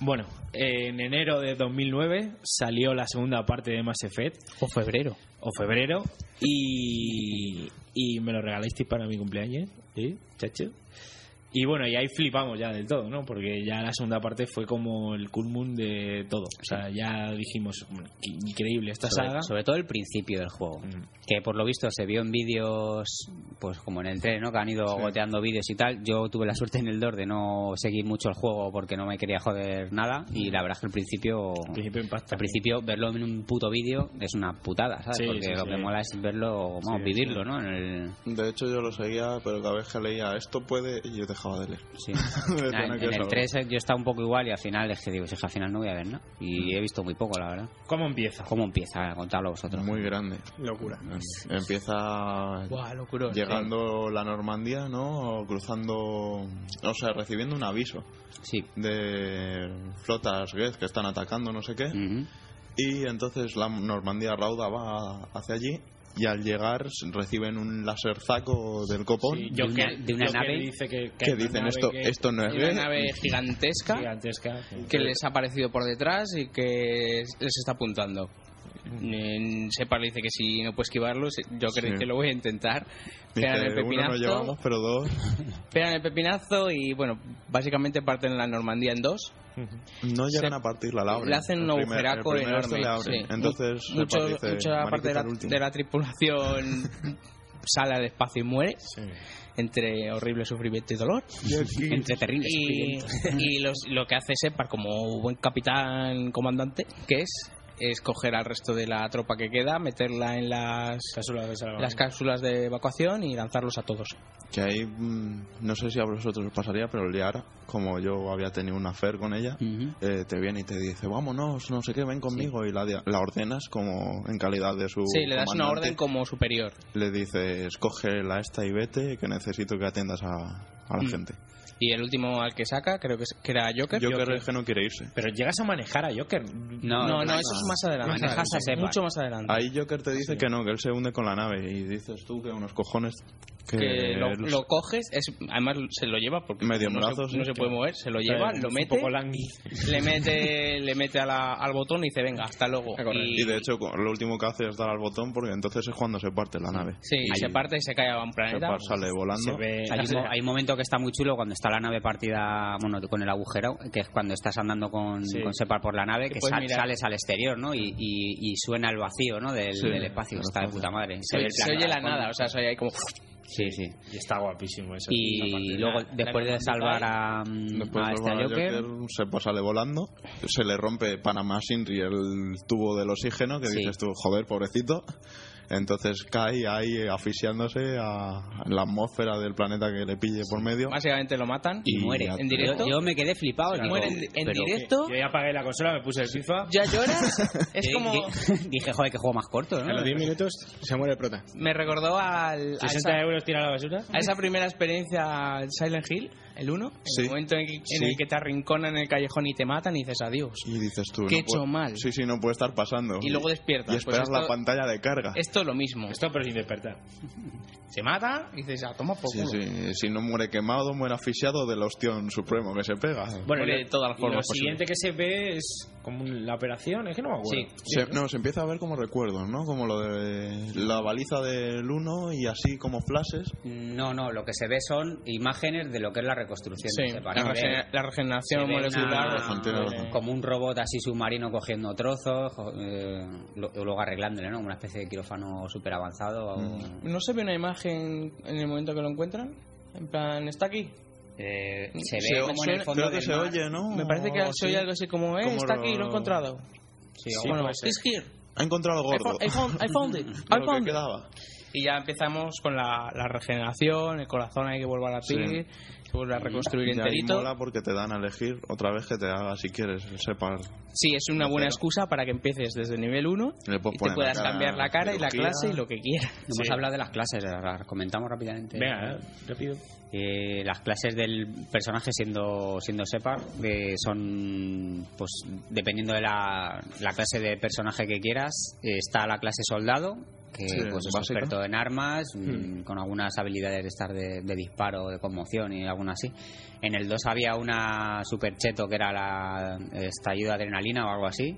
Bueno, en enero de 2009 salió la segunda parte de Mass Effect, O febrero. o febrero, y, y me lo regalasteis para mi cumpleaños, ¿sí, chacho? Y bueno, y ahí flipamos ya del todo, ¿no? Porque ya la segunda parte fue como el culmún de todo. O sea, ya dijimos, bueno, qué increíble esta saga. Sobre, sobre todo el principio del juego, Mm. que por lo visto se vio en vídeos, pues como en el 3, ¿no? Que han ido goteando vídeos y tal. Yo tuve la suerte en el 2 de no seguir mucho el juego porque no me quería joder nada y la verdad es que el principio... Al principio impacta. Al principio, verlo en un puto vídeo es una putada, ¿sabes? Sí, Porque sí, lo sí. que mola es verlo, vamos, Sí, vivirlo, ¿no? En el, De hecho, yo lo seguía, pero cada vez que leía esto puede, y yo dejaba de leer. sí. De Ah, tener en, que en el saber. 3 yo estaba un poco igual y al final es que digo, "Si es que al final no voy a ver, ¿no? Y Mm. he visto muy poco, la verdad. ¿Cómo empieza? ¿Cómo empieza? Contadlo vosotros. Muy grande. Locura. Em, Empieza Buah, locura. llegando la Normandía, ¿no? O cruzando, o sea, recibiendo un aviso Sí. de flotas guez que están atacando, no sé qué. Ujú. Y entonces la Normandía rauda va hacia allí y al llegar reciben un laserzaco del copón. Sí, yo de una- que- de una yo que nave. dice que, que que hay una dicen nave esto, que- esto no es Y una guez. nave gigantesca gigantesca. que les ha aparecido por detrás y que les está apuntando. En- Sepa le dice que si no puede esquivarlo, se- yo creo Sí. que lo voy a intentar. Dice, Pegan el uno no pepinazo, llevamos, pero dos. pegan el pepinazo y bueno, básicamente parten la Normandía en dos. No llegan Se- a partirla, la abren. le hacen un El primer- agujeraco el primer enorme. este la abren. sí. Entonces, Mu- mucho- Shepard dice, mucha "Mariquita, parte de la, el último". de la tripulación sale al espacio y muere entre horrible sufrimiento y dolor. Entre terribles. Y, y los- lo que hace Separ como buen capitán comandante, que es escoger al resto de la tropa que queda, meterla en las, Cápsulas de salvamento. las cápsulas de evacuación y lanzarlos a todos. Que ahí, mm, no sé si a vosotros os pasaría, pero Liara, como yo había tenido una affair con ella, Ujú. eh, te viene y te dice, vámonos, no sé qué, ven conmigo. Y la, de- la ordenas como en calidad de su. sí, le das una comandante. orden como superior. Le dices, coge la esta y vete, que necesito que atiendas a, a la Mm. gente. Y el último al que saca, creo que, es- que era Joker. Yo creo que no quiere irse. Pero llegas a manejar a Joker. No, No, no, manejas- eso es más adelante. manejas a Separ. mucho más adelante. Ahí Joker te dice que no, que él se hunde con la nave. Y dices tú que unos cojones. Que, que lo, él- lo coges, es, además se lo lleva porque Medio no, brazo, se, sí, no se que- puede mover, se lo lleva, lo Un mete, poco langui. le mete, le mete a la- al botón y dice venga, hasta luego. A correr. Y de hecho, co- lo último que hace es dar al botón porque entonces es cuando se parte la nave. Sí, Y se parte y se cae a un se planeta. par- sale Se volando. Eh, ve. Hay un, mo- hay un momento que está muy chulo cuando está la nave partida, bueno, con el agujero, que es cuando estás andando con, Sí. con Separ por la nave, Que que puedes sal- mirar. sales al exterior, ¿no? Y, y- y suena el vacío, ¿no? Del, Sí. del espacio, que está de puta madre. Se, ve oye- el se plano oye de la fondo. nada, o sea, se oye ahí como... Sí, sí. Y está guapísimo eso. Una parte Y de luego, la- después la- de salvar a, mm, Después a de este salvar a Joker, Joker, se pa- sale volando, se le rompe Panamá Sinri el tubo del oxígeno, que Sí. dices tú, joder, pobrecito. Entonces cae ahí asfixiándose a la atmósfera del planeta que le pille por medio. Básicamente lo matan. y Y muere. ya- ¿En directo? Yo, yo me quedé flipado. digo, muere en, en pero- directo, Yo ya apagué la consola, me puse el FIFA. ya lloras. es Di- como... di- Dije, joder, que juego más corto, A ¿no? los 10 minutos se muere el prota. Me recordó al, 60 a, esa, euros tira a la basura. a esa primera experiencia en Silent Hill, el 1, en Sí, el momento en, que- en sí. el que te arrinconan en el callejón y te matan y dices adiós. Y dices tú, ¿Qué he no puede- hecho mal? Sí, sí, no puede estar pasando. Y luego despiertas. Y esperas Pues esto- la pantalla de carga. Esto es lo mismo. Esto pero sin despertar. Se mata y dices, ah, toma poco. Sí, sí, Si no muere quemado, muere asfixiado del ostión supremo que se pega. Bueno, Muere y lo- de todas las y formas Lo posibles. siguiente que se ve es como un- la operación, es que no me acuerdo. Sí. Se- no, se empieza a ver como recuerdos, ¿no? Como lo de la baliza del uno y así como flashes. No, no, lo que se ve son imágenes de lo que es la reconstrucción. Sí, de la, Separ. Se ve- regener- la se regeneración ve molecular. una- razón, tiene razón. Eh, como un robot así submarino cogiendo trozos, jo- eh, lo- luego arreglándole, ¿no? Una especie de quirófano súper avanzado. ¿No se ve una imagen en el momento que lo encuentran? En plan, ¿está aquí? Eh, se ve Se- como en el suena- fondo creo que del se mar. oye, ¿no? Me parece que O se oye algo así como, eh, Oh, Como está lo- aquí, lo he encontrado. Sí, Sí, bueno, bueno, it's here. Ha encontrado I gordo. found, I found- I found it. I Lo que found it. quedaba. Y ya empezamos con la, la regeneración, el corazón hay que volver a latir, se vuelve a reconstruir Y ahí enterito. mola porque te dan a elegir otra vez que te haga si quieres el separ. Sí, es una buena Pero- excusa para que empieces desde el nivel 1 Le puedes y te poner la puedas cara, cambiar la cara y la cirugía. clase y lo que quieras. hemos hablado de las clases, las comentamos rápidamente. Venga, eh, rápido. Eh, las clases del personaje siendo siendo Separ son pues dependiendo de la, la clase de personaje que quieras eh, está la clase soldado que Sí, pues es básica. Hmm. experto en armas mm, con algunas habilidades de estar de, de disparo de conmoción y alguna así en el 2 había una super cheto que era la estallido de adrenalina o algo así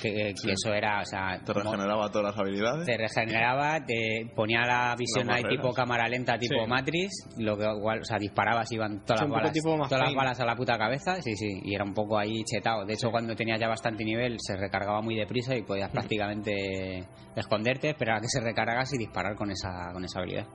que, que eso era o sea Te como- regeneraba todas las habilidades. te regeneraba, te ponía la visión Las ahí barreras. tipo cámara lenta, tipo Sí. Matrix, lo que igual, o sea, disparabas, iban todas Sí, las un poco balas, tipo todas las Mafein. balas a la puta cabeza, sí, sí, y era un poco ahí chetado. De hecho, cuando tenía ya bastante nivel, se recargaba muy deprisa y podías prácticamente esconderte, esperar a que se recargas y disparar con esa, con esa habilidad.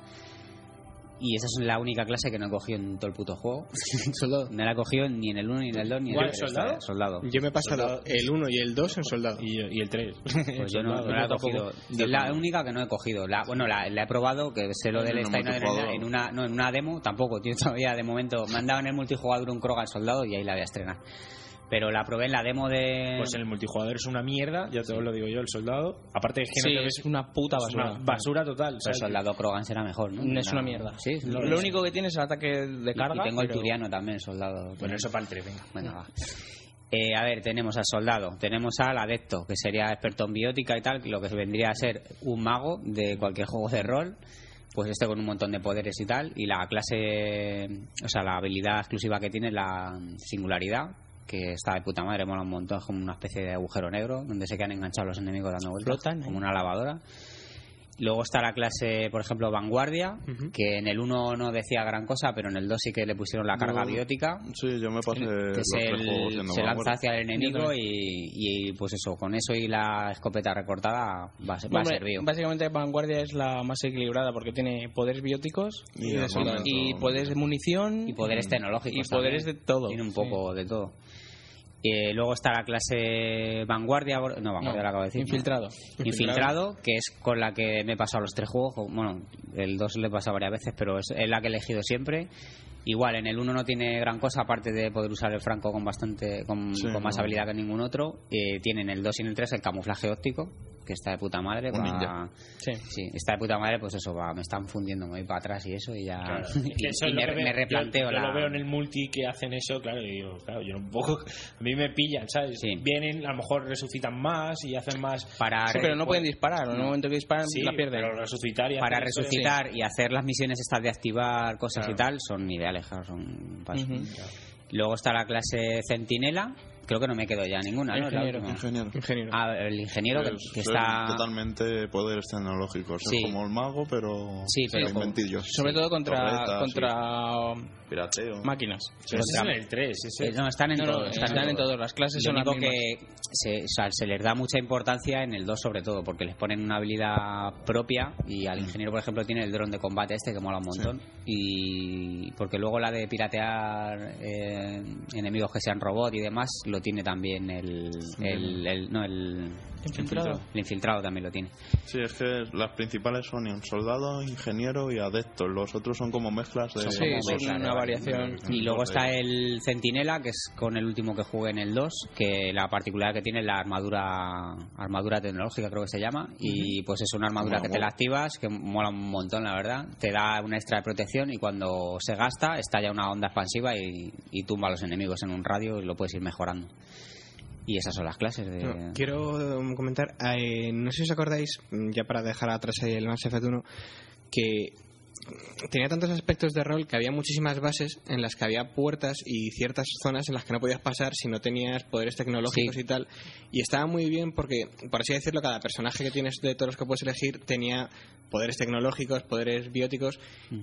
Y esa es la única clase que no he cogido en todo el puto juego. Soldado. No la he cogido ni en el 1 ni en el 2 ni en ¿Cuál, el tres. soldado? Soldado. Yo me he pasado el 1 y el 2 en soldado. Y, y el 3. Pues yo no, no la he cogido. Es la única que no he cogido. La, bueno, la, la he probado, que sé lo En del el Stein multijugador. en una, no, en una demo, tampoco, tío, todavía de momento. Me han dado en el multijugador un Krogan soldado y ahí la voy a estrenar. Pero la probé en la demo de. Pues el multijugador es una mierda, ya te lo digo yo, el soldado. Aparte es que no Sí, te ves es una puta es una basura. basura total. pero ¿sabes? el soldado Krogan será mejor, ¿no? Es una mierda. Sí, sí. Lo, lo único que tiene es el ataque de Y- carga. Y tengo el pero- Turiano también, soldado. Bueno, eso para el 3, venga. Venga, va. Eh, a ver, tenemos al soldado, tenemos al adepto, que sería experto en biótica y tal, lo que vendría a ser un mago de cualquier juego de rol, pues este con un montón de poderes y tal, y la clase, o sea, la habilidad exclusiva que tiene es la singularidad, que está de puta madre, mola un montón, es como una especie de agujero negro, donde se quedan enganchados los enemigos dando vueltas, Flotan, ¿eh? como una lavadora. Luego está la clase, por ejemplo, vanguardia, que en el 1 no decía gran cosa, pero en el 2 sí que le pusieron la carga No. biótica Sí, yo me pasé que los es tres el- juegos siendo se vanguardia. lanza hacia el Yo enemigo y, y, pues eso, con eso y la escopeta recortada va a, ser- va a Hombre, servir. Básicamente Vanguardia es la más equilibrada porque tiene poderes bióticos Y de armamento. soldado. y poderes de munición Y poderes tecnológicos. y poderes también. de todo. Tiene un poco de todo. Eh, luego está la clase vanguardia, no, No, vanguardia la acabo de decir. no. infiltrado. Infiltrado, que es con la que me he pasado los tres juegos. con- Bueno, el 2 le he pasado varias veces, pero es, es la que he elegido siempre. Igual, en el 1 no tiene gran cosa, aparte de poder usar el franco con bastante con, Sí, con más no. habilidad que ningún otro. Eh, tiene en el 2 y en el 3 el camuflaje óptico, que está de puta madre. Un pa- ninja. Sí. Sí, está de puta madre, pues eso, va, me están fundiendo, me voy para atrás y eso, y ya. Claro, es que y- eso y es lo me, que veo. me replanteo yo, yo la. lo veo en el multi que hacen eso, claro, y digo, claro, yo un poco. A mí me pillan, ¿sabes? Sí. Vienen, a lo mejor resucitan más y hacen más. Para Sí, pero no pueden disparar. En el momento que disparan, Sí, la pierden. pero resucitar y para hacer eso es- resucitar y hacer las misiones estas de activar cosas Claro. y tal son ideales claro, son para eso. Ujú. luego está la clase centinela creo que no me quedo ya ninguna ¿no? Es la Ingeniero. última. Ingeniero. Ingeniero. Ah, el ingeniero que, Es- que es está totalmente poderes tecnológicos. Sí. Es como el mago, pero. Sí, pero con con- inventillos. Sobre todo contra, Torretas, contra sí. Pirateo. máquinas. Pero ese es en el 3, ese. eh, no están en No, no, todo, están, en todas las clases. Lo Son las único que mismas. se, o sea, se les da mucha importancia en el 2 sobre todo, porque les ponen una habilidad propia y Mm. al ingeniero, por ejemplo, tiene el dron de combate este que mola un montón. Y porque luego la de piratear eh, enemigos que sean robot y demás, lo tiene también el... el, el- no, el... Infiltrado. El infiltrado también lo tiene. Sí, es que las principales son un soldado, ingeniero y adepto. Los otros son como mezclas de. Sí, como es mezcla de una varias. variación. Y luego está el Centinela, que es con el último que jugué en el 2, que la particularidad que tiene es la armadura armadura tecnológica, creo que se llama, y pues es una armadura Mola que te la mogollón. activas, que mola un montón, la verdad. Te da una extra de protección y cuando se gasta, estalla una onda expansiva y, y tumba a los enemigos en un radio y lo puedes ir mejorando. Y esas son las clases de... No, quiero um, comentar, eh, no sé si os acordáis, mm, ya para dejar atrás ahí el Mass Effect 1, que tenía tantos aspectos de rol que había muchísimas bases en las que había puertas y ciertas zonas en las que no podías pasar si no tenías poderes tecnológicos Sí. y tal. Y estaba muy bien porque, por así decirlo, cada personaje que tienes de todos los que puedes elegir tenía poderes tecnológicos, poderes bióticos.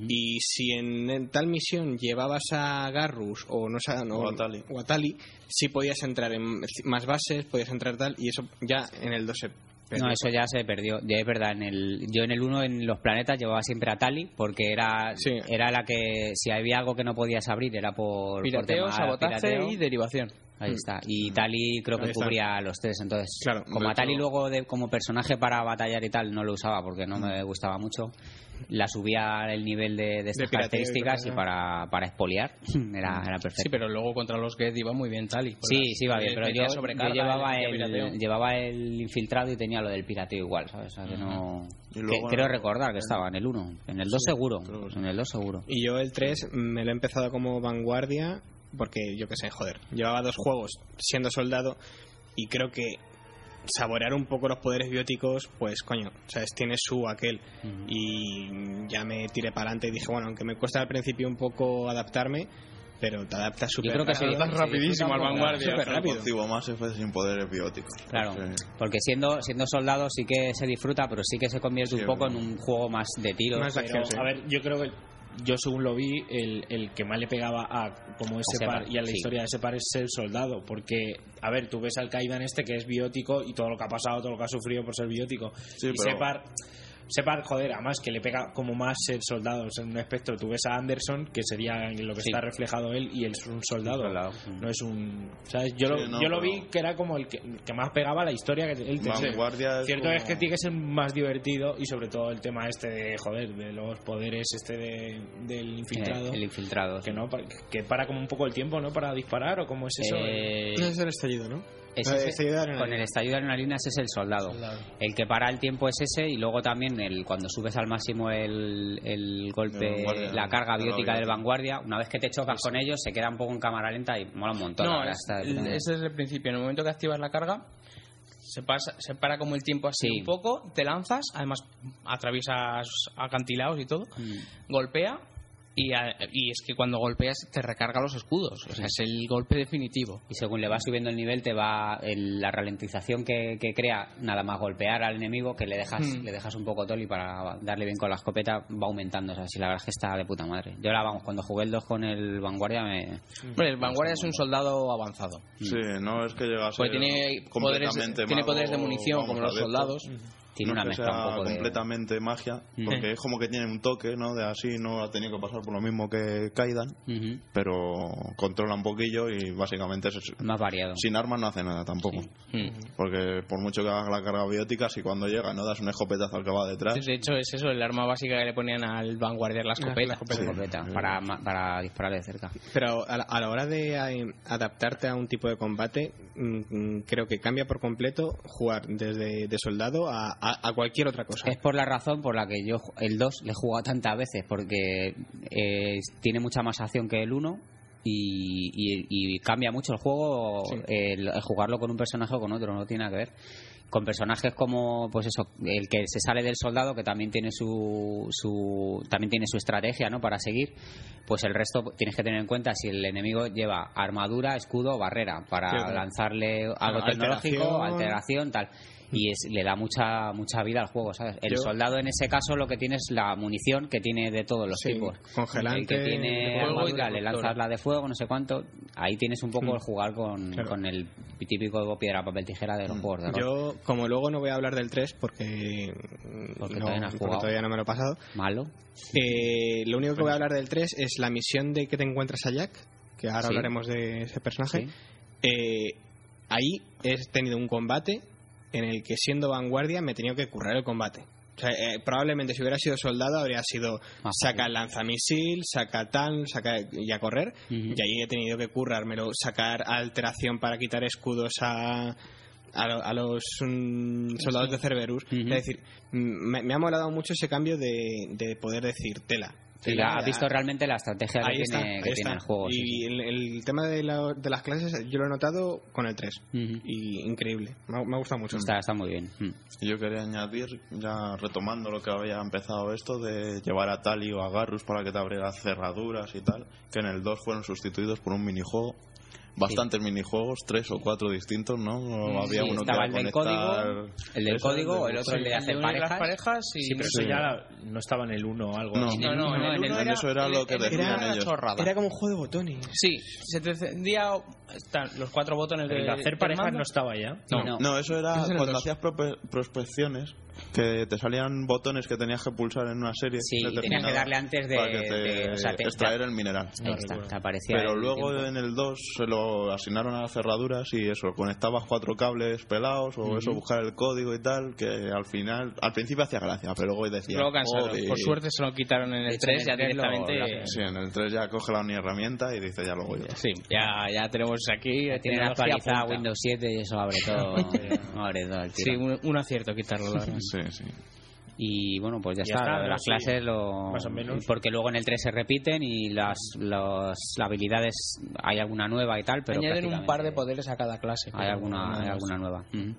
Y si en, en tal misión llevabas a Garrus o no sé, no, O a Tali. o a Tali, sí podías entrar en más bases, podías entrar tal, y eso ya en el 12. No, eso ya se perdió. Ya es verdad, en el, yo en el 1 en los planetas llevaba siempre a Tali porque era, Sí. era la que si había algo que no podías abrir era por, por Pirateo, tema sabotaje pirateo. y derivación. Ahí está. Y Tali creo Mm. Ahí que está. cubría a los tres. Entonces, Claro, como de a Tali hecho- luego de- como personaje para batallar y tal no lo usaba porque no Mm. me gustaba mucho, la subía el nivel de, de estas pirateo Mm. y características y cosas, ¿no? para, para expoliar era, era perfecto. Sí, pero luego contra los Geth iba muy bien Tali. con Sí, las- sí, va bien, le pero yo, metía yo sobrecarga, llevaba, le metía el, pirateo. llevaba el infiltrado y tenía lo del pirateo igual, ¿sabes? O sea, que no... Y luego- que- creo recordar que estaba en el 1, en el 2 seguro, pues creo que sí. en el 2 seguro. Y yo el 3 me lo he empezado como vanguardia porque yo qué sé, joder, llevaba dos juegos siendo soldado y creo que saborear un poco los poderes bióticos, pues coño, ¿sabes? Tiene su aquel. Y ya me tiré para adelante y dije, bueno, aunque me cuesta al principio un poco adaptarme, pero te adaptas súper creo que sí. rápido. Estás rapidísimo al vanguardia. Yo Súper no rápido. concibo más jefes sin poderes bióticos. Claro, porque- porque siendo, siendo soldado sí que se disfruta, pero sí que se convierte Sí, un poco en verdad. un juego más de tiros. Más de acción, Pero, sí. a ver, yo creo que yo según lo vi, el, el que más le pegaba a como ese A Separ, par y a la sí. historia de ese par es el soldado, porque a ver, tú ves al Kaidan este que es biótico y todo lo que ha pasado, todo lo que ha sufrido por ser biótico. Sí, y pero- Separ, Separ, joder, además que le pega como más ser soldado, es un espectro. Tú ves a Anderson, que sería en lo que Sí. está reflejado él, y él es un soldado. Soldado. No es un. ¿Sabes? Yo, lo, Sí, no, yo lo pero- vi que era como el que, el que más pegaba a la historia que él tenía. Vanguardia es Cierto como- es que tiene que ser más divertido y sobre todo el tema este de, joder, de los poderes este de- del infiltrado. Eh, el infiltrado. que sí. no, pa- que para como un poco el tiempo, ¿no? Para disparar o cómo es eso. Eh, No es el estallido, ¿no? ese Ah, es el- estallido de con adrenalina. el estallido de adrenalina ese es el soldado. El que para el tiempo es ese y luego también el cuando subes al máximo el, el El golpe, vanguardia, la carga la biótica del biótica. vanguardia, una vez que te chocas con ellos se queda un poco en cámara lenta y mola un montón. la No, verdad, es- está de puta madre. ese es el principio. En el momento que activas la carga, se, pasa, se para como el tiempo así Sí. un poco, te lanzas, además atraviesas acantilados y todo, Mm. golpea y, a- y es que cuando golpeas te recarga los escudos. O sea, es el golpe definitivo. Y según le va subiendo el nivel, te va el- la ralentización que, que crea, nada más golpear al enemigo, que le dejas Mm. le dejas un poco toli para darle bien con la escopeta, va aumentando. O sea, si la verdad es que está de puta madre. Yo la vamos, cuando jugué el 2 con el Vanguardia, me. Hombre, el vanguardia es un soldado avanzado. Sí, no es que llega a ser Porque tiene poderes, completamente tiene mago, poderes de munición vamos, como los adepto. soldados. Tiene no una que mezcla sea un poco de. completamente magia, Mm. porque es como que tiene un toque, ¿no? De así no ha tenido que pasar por lo mismo que Kaidan, Ujú. pero controla un poquillo y básicamente es, Más variado. sin armas no hace nada tampoco. Mm. Porque por mucho que hagas la carga biótica, si cuando llega no das un escopetazo al que va detrás, De hecho, es eso, el arma básica que le ponían al vanguardia la escopeta. Escopeta, para, ma- para disparar de cerca. Pero a la, a la hora de eh, adaptarte a un tipo de combate, mm, mm, creo que cambia por completo jugar desde de soldado a, a- a cualquier otra cosa. Es por la razón por la que yo ju- el 2 le he jugado tantas veces, porque eh, tiene mucha más acción que el 1 y, y- y cambia mucho el juego Sí. eh, el, el jugarlo con un personaje o con otro, no tiene nada que ver. Con personajes como, pues eso, el que se sale del soldado, que también tiene su, su también tiene su estrategia, ¿no? Para seguir, pues el resto tienes que tener en cuenta si el enemigo lleva armadura, escudo, o barrera para Sí, claro. lanzarle algo tecnológico, alteración. alteración acción, tal y es, le da mucha mucha vida al juego sabes el Yo- soldado en ese caso lo que tiene es la munición que tiene de todos los Sí, tipos congelante, el que de tiene fuego y armadura de le doctora. lanzas la de fuego no sé cuánto ahí tienes un poco Mm. el jugar con, Claro. con el típico piedra papel tijera de los juegos de rol. Yo, como luego no voy a hablar del 3 porque, mm, Porque no, todavía no has porque jugado. todavía no me lo he pasado, malo eh, lo único que voy a hablar del 3 es la misión de que te encuentras a Jack, que ahora Sí. hablaremos de ese personaje. Sí. Eh, ahí he tenido un combate en el que siendo vanguardia me he tenido que currar el combate. O sea, eh, probablemente si hubiera sido soldado habría sido Más saca el lanzamisil, saca tan, saca y a correr. Ujú. Y ahí he tenido que currármelo, sacar alteración para quitar escudos a, a, lo- a los mm, soldados de Cerberus. Ujú. Es decir, mm, me, me ha molado mucho ese cambio de, de poder decir tela. Y Tela, ha has visto realmente la estrategia ahí que está, tiene, ahí que está. tiene el juego sí, Y sí. el, el tema de, la- de las clases yo lo he notado con el 3. Ujú. Y increíble. Me ha, me ha gustado mucho. Mm. está, está muy bien Mm. Y Yo quería añadir, ya retomando lo que había empezado esto, de llevar a Tali o a Garrus para que te abriera cerraduras y tal, que en el 2 fueron sustituidos por un minijuego. Bastantes minijuegos, tres o cuatro distintos, ¿no? No Mm, Sí, había uno que estaba era el del conectar- código el del Eso, código el otro sí. el de hacer unir las parejas parejas y sí, pero eso ya la- no estaba en el 1 o algo No. así. No, no, en el en uno el era, eso era lo que en el decían uno era una ellos. chorrada. como un juego de botones. Sí, se te encendía están los cuatro botones El de hacer parejas parejas no estaba ya. No. No, eso era Eso era el cuando dos. hacías prope- prospecciones. que te salían botones que tenías que pulsar en una serie. Sí, y tenías determinada que darle antes de- para que te- de- o sea, te- extraer el mineral. Ahí está, te aparecía Pero el luego tiempo. en el 2 se lo asignaron a las cerraduras y eso, conectabas cuatro cables pelados o eso, buscar el código y tal, que al final, al principio hacía gracia, pero luego decía... Luego cansaron. "Joder". Por suerte se lo quitaron en De el hecho, 3 en ya el tres lo- directamente. lo hacen. Sí, en el 3 ya coge la herramienta y dice ya lo voy yo. Sí, ya, ya tenemos aquí. Tienen tecnología actualizada punta. Windows 7 y eso abre todo, abre todo el Sí, tiro. un, un acierto quitarlo. la verdad. Sí, sí. Y bueno, pues ya, Ya está, está, lo de ¿no? las Sí. clases lo... Más o menos. Porque luego en el 3 se repiten y las, las habilidades, hay alguna nueva y tal, pero Añaden un par de prácticamente poderes a cada clase. Hay pero alguna, nada hay más. alguna nueva. Ujú.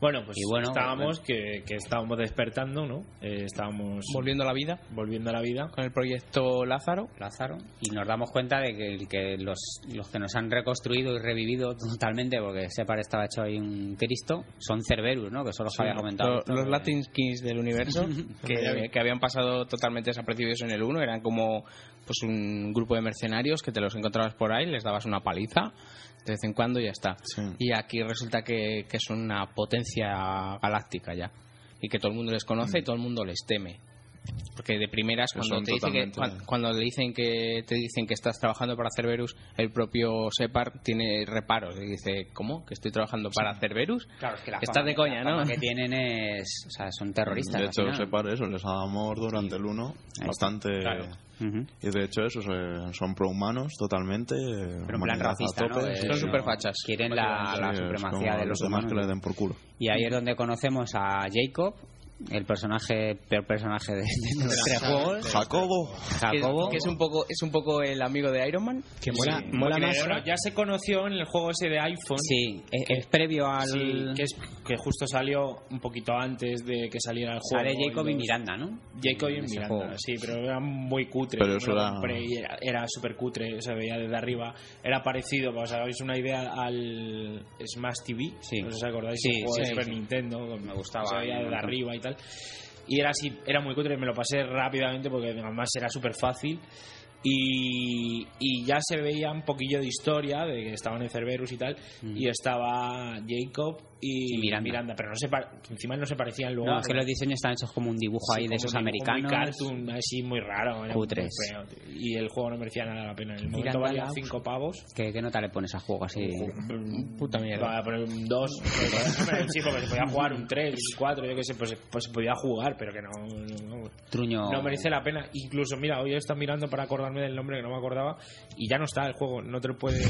Bueno, pues Y bueno, estábamos que, que estábamos despertando, ¿no? Eh, estábamos Volviendo a la vida volviendo a la vida. con el proyecto Lázaro. Lázaro y nos damos cuenta de que, que los, los que nos han reconstruido y revivido totalmente porque Separ estaba hecho ahí un Cristo son Cerberus, ¿no? que son los que había comentado Lo- los Latin Kings del universo que, que habían pasado totalmente desapercibidos en el 1 eran como pues un grupo de mercenarios que te los encontrabas por ahí, les dabas una paliza de vez en cuando y ya está. Sí. Y aquí resulta que, que es una potencia galáctica ya y que todo el mundo les conoce y todo el mundo les teme. Porque de primeras Que cuando son te dicen Mm. que, totalmente- cuan- cuando le dicen que te dicen que estás trabajando para Cerberus, el propio Separ tiene reparos y dice, "¿Cómo? ¿Que estoy trabajando para Cerberus?" Claro, es que la Estás fama- de coña, la fama ¿no? que tienen es... O sea, son terroristas. De al hecho, final. se para eso, les da amor durante el 1, está. bastante... Claro. Ujú. Y de hecho, esos eh, son prohumanos totalmente. Pero en plan racista, ¿no? Eh, Son superfachas. Quieren la, la supremacía de los demás humanos. que le den por culo. Y ahí es donde conocemos a Jacob, el personaje, peor personaje de, de los tres juegos. Jacobo. Que- Jacobo. que es un poco es un poco el amigo de Iron Man. Que mola, Sí, mola porque, más. bueno, ya se conoció en el juego ese de iPhone. Sí, es, es previo al... Sí, que, es, que justo salió un poquito antes de que saliera el juego. Sale Jacob y Los- Miranda, ¿no? Jacob y En ese Miranda, juego. sí, pero era muy cutre. Pero Yo me eso lo era- compré y era, súper cutre, se veía desde arriba. Era parecido, para os hagáis una idea, al Smash TV. Sí. No sé si acordáis, Sí, el juego de sí, Super sí. Nintendo. que Me gustaba Se ahí veía un desde montón. arriba y tal. Y era así, era muy cutre, me lo pasé rápidamente porque además era súper fácil. Y, y ya se veía un poquillo de historia de que estaban en Cerberus y tal. Y estaba Jacob y, Y Miranda. Pero no se pa- encima no se parecían luego. No, es que los diseños están hechos como un dibujo Sí, ahí como de esos un dibujo americanos. Muy cartoon, así muy raro. era Cutres. muy feo, tío. Y el juego no merecía nada la pena. En el Miranda momento valía Laus. 5 pavos. ¿Qué, qué nota le pones a juego así? Puta mierda. Para poner un 2. Sí, porque se podía jugar un 3, un 4, yo qué sé. Pues, pues se podía jugar, pero que no, no, Truño. no, no merece la pena. Incluso, mira, hoy está mirando para acordarme del nombre que no me acordaba. Y ya no está el juego. No te lo puede.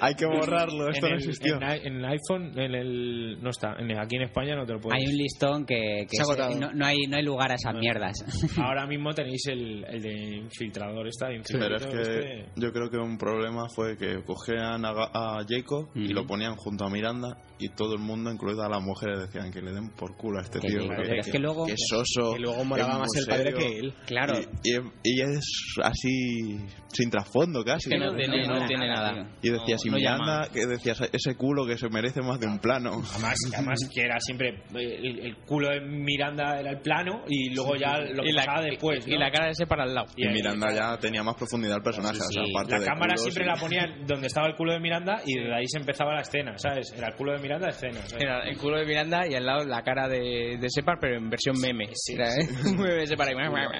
Hay que borrarlo, esto en, no el, existió. en, i- en el iPhone, en el, no está. En el- aquí en España no te lo puedes. Hay un listón que, que Se ha se- agotado. no, no hay, no hay lugar a esas mierdas. Ahora mismo tenéis el, el de infiltrador, está este. bien. Pero es que yo creo que un problema fue que cogían a, Ga- a Jacob y Ujú. lo ponían junto a Miranda y todo el mundo, incluida las mujeres, decían que le den por culo a este Que tío. Jacob, que- pero es que luego- que es soso. Y luego molaba es más muy el padre serio. que él. claro. Y, y- y es así, sin trasfondo casi. que no tiene, no nada, tiene nada. tío. Y decías, No, y no llama. Miranda, que decías, ese culo que se merece más de un plano. Además, además que era siempre eh, el, el culo de Miranda era el plano y luego ya lo que Y la- pasaba después. ¿no? Y la cara de ese para el lado. Y, Miranda ya tenía más profundidad al personaje. Sí, sí. o sea, aparte La de cámara culos siempre y- la ponían donde estaba el culo de Miranda y de ahí se empezaba la escena, ¿sabes? Era el culo de Miranda, escena. ¿sabes? Era el culo de Miranda y al lado la cara de, de Separ, pero en versión meme. Era, ¿eh? Meme de Separ. ahí.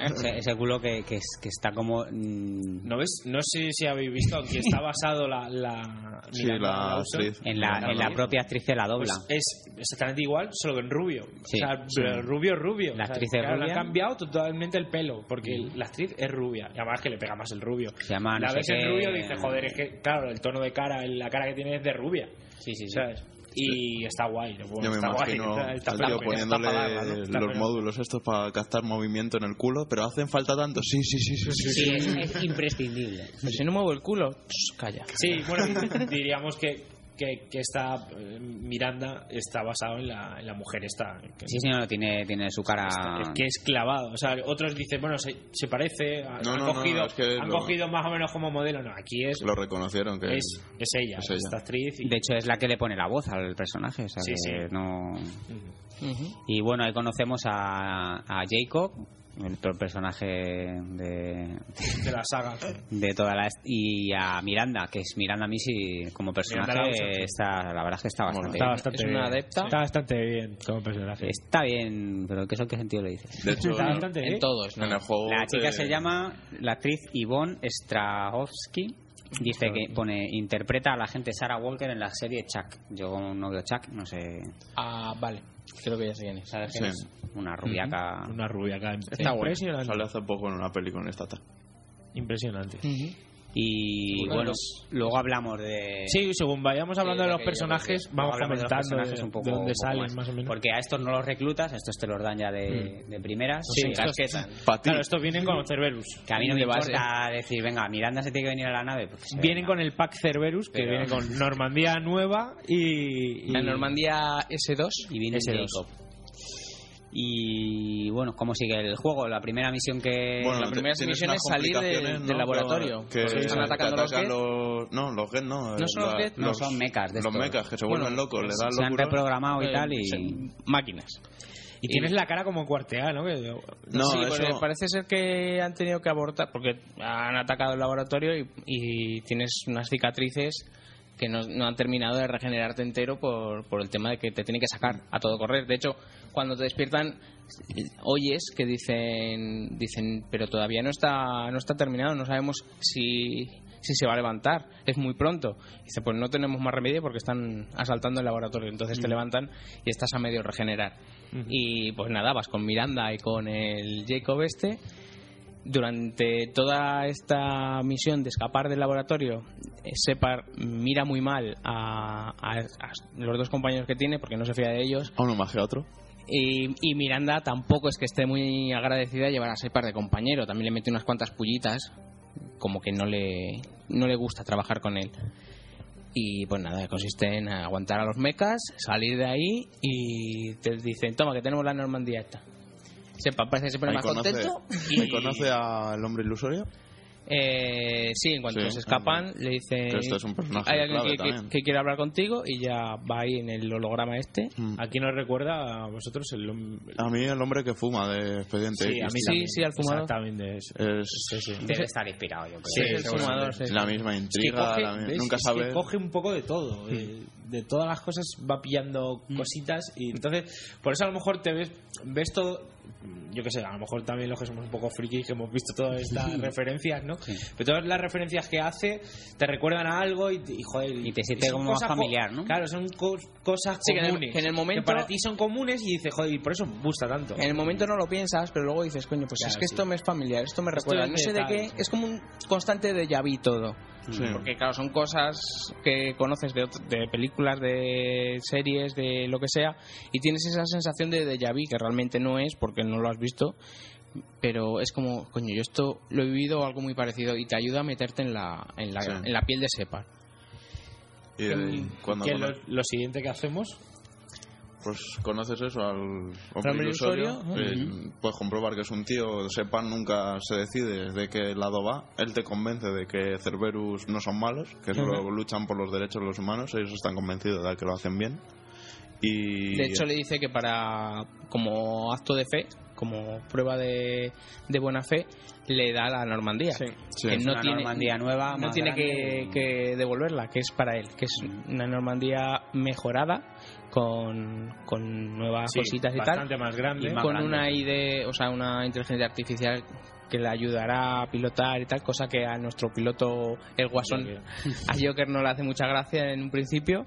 Ese, ese culo que, que, es- que está como. mm, ¿No ves? No sé si habéis visto que está basado la... la Sí, Miranda la Lawson. actriz. en, la, en la propia actriz que la Pues dobla. es exactamente igual, solo que en rubio. Sí, o sea, pero rubio, rubio. La O sea, actriz es claro, Le rubia. han cambiado totalmente el pelo, porque la actriz es rubia. Y además que le pega más el rubio. Se llama no la sé ves en qué- rubio y dices, joder, es que, claro, el tono de cara, la cara que tiene es de rubia. Sí, sí, sí. ¿Sabes? Y está guay. ¿no? Bueno, Yo me está guay, imagino está- al está tío fenomenal, poniéndole está fatal, ¿no? Está los fenomenal. módulos estos para captar movimiento en el culo, pero hacen falta tanto. Sí, sí, sí, sí, sí. Sí, sí. es, es imprescindible. Pero si no muevo el culo, tss, calla. Sí, bueno, diríamos que, que, que esta eh, Miranda está basado en la, en la mujer esta. que- Sí, sí, no, tiene, tiene su cara. Es Ah. que es clavado. O sea, otros dicen, bueno, se, se parece, ha- No, han, no, no, cogido, es que han lo- cogido más o menos como modelo. No, aquí es, Lo reconocieron que es, es ella, es ella. esta actriz. y- De hecho, es la que le pone la voz al personaje. O sea, Sí, que sí. no. Ujú. Ujú. Y bueno, ahí conocemos a, a Jacob, otro personaje de, de la saga. de toda la y a Miranda que es Miranda Missy como personaje Miranda Lawson, sí. está la verdad es que está Mola. Está bastante bien. bastante es una bien. adepta. Está bastante bien como personaje. está bien pero ¿qué- eso en qué sentido lo dices De hecho, Está en- bastante En bien. todos, ¿no? en el juego. la chica te- se llama la actriz Yvonne Strahovski dice que pone interpreta a la gente Sarah Walker en la serie Chuck yo como no veo Chuck no sé Ah, vale. Creo que ya sé quién es. ¿sabes quién Sí. es? una rubiaca Una rubia acá. eh, Está bueno. impresionante. Sale hace poco en una película en esta tarde. Impresionante. y Uno de bueno los- luego hablamos de Sí, según vayamos hablando Sí, de lo los que yo personajes, creo Luego vamos hablamos de los comentando de, personajes un poco- de dónde un poco salen, más o menos. Porque a estos no los reclutas, a estos te los dan ya de, de primeras. Sí, sin estos- casqueta. Pa' ti. Claro, estos vienen con los Cerberus. Que a mí no me De base. importa decir, venga, Miranda se tiene que venir a la nave. porque se Vienen venga. con el pack Cerberus, que Pero- viene con Normandía nueva y... y- La Normandía S2. Y viene ese dos. Jacob. Y bueno, ¿cómo sigue el juego? La primera misión que... Bueno, la te- primera tienes misión unas es salir complicaciones, del- ¿no? del laboratorio, Que porque están te atacando los atacan Geth. los- No, los Geth no. ¿No son los Geth? No, son mechas de Los estos. pues, mechas que se vuelven Bueno, locos, le dan se han locuras. reprogramado y Eh, tal. Y... son Máquinas. y tienes la cara como cuarteada, ¿no? Que- No, sí, porque eso- parece ser que han tenido que abortar, porque han atacado el laboratorio y, y tienes unas cicatrices que no, no han terminado de regenerarte entero por, por el tema de que te tienen que sacar a todo correr. De hecho, cuando te despiertan, oyes que dicen, dicen pero todavía no está, no está terminado, no sabemos si, si se va a levantar, es muy pronto. Dice, pues no tenemos más remedio porque están asaltando el laboratorio, entonces Mm. te levantan y estás a medio regenerar. Y pues nada, vas con Miranda y con el Jacob este. Durante toda esta misión de escapar del laboratorio, eh, Separ mira muy mal a, a- a los dos compañeros que tiene porque no se fía de ellos. A uno más que a otro. Y, y Miranda tampoco es que esté muy agradecida de llevar a Separ de compañero. También le mete unas cuantas pullitas, como que no le, no le gusta trabajar con él. Y pues nada, consiste en aguantar a los mecas, salir de ahí y te dicen, toma, que tenemos la Normandía esta. Sepa, parece que se pone Ahí más conoce- contento. ahí conoce al hombre ilusorio? Eh, sí, en cuanto Sí, se escapan, le dicen... Que este es un personaje Hay alguien clave que- que, también". que quiere hablar contigo y ya va ahí en el holograma este. Mm. Aquí nos recuerda a vosotros el... hom- A mí el hombre que fuma de Expediente Sí, a mí X. también. sí, al fumador. Exactamente. es- Es sí, sí. Debe estar inspirado, yo creo. Sí, es este. el seguramente. fumador, sí, sí. la misma Es que intriga. coge, la mi- ¿ves? Nunca Es que sabe. coge un poco de todo. eh, de todas las cosas va pillando cositas. Y entonces, por eso a lo mejor te ves, ves todo. Yo qué sé, a lo mejor también los que somos un poco frikis que hemos visto todas estas referencias, ¿no? Pero todas las referencias que hace te recuerdan a algo y, te- y, joder, Y te sientes son como más cosas co- familiar, ¿no? Claro, son co- cosas Sí, que en el- comunes. que en el momento- para ti son comunes y dices, joder, y por eso me gusta tanto. En el momento no lo piensas, pero luego dices, coño, pues Claro, es que sí. esto me es familiar, esto me Esto recuerda, es no de sé de tal. qué, es como un constante de vu todo. Mm. Sí. Porque claro, son cosas que conoces de, ot- de películas, de series, de lo que sea, y tienes esa sensación de déjà vu que realmente no es porque no lo has visto, pero es como, coño, yo esto lo he vivido o algo muy parecido y te ayuda a meterte en la, en la, Sí. en la piel de Separ. Y el- cuando que cono- lo, lo siguiente que hacemos pues, conoces eso al hombre hombre ilusorio, ilusorio, eh, puedes comprobar que es un tío, sepan, nunca se decide de qué lado va. Él te convence de que Cerberus no son malos, que solo luchan por los derechos de los humanos, ellos están convencidos de que lo hacen bien. Y De hecho, le dice que para como acto de fe, como prueba de, de buena fe, le da la Normandía. Sí. que Es no una tiene, Normandía nueva, no más tiene que, grande. que devolverla, que es para él, que es una Normandía mejorada con, con nuevas sí, cositas y tal, bastante más grande. Y más- con grande. una ID, o sea, una inteligencia artificial que le ayudará a pilotar y tal, cosa que a nuestro piloto el guasón Joker. a Joker no le hace mucha gracia en un principio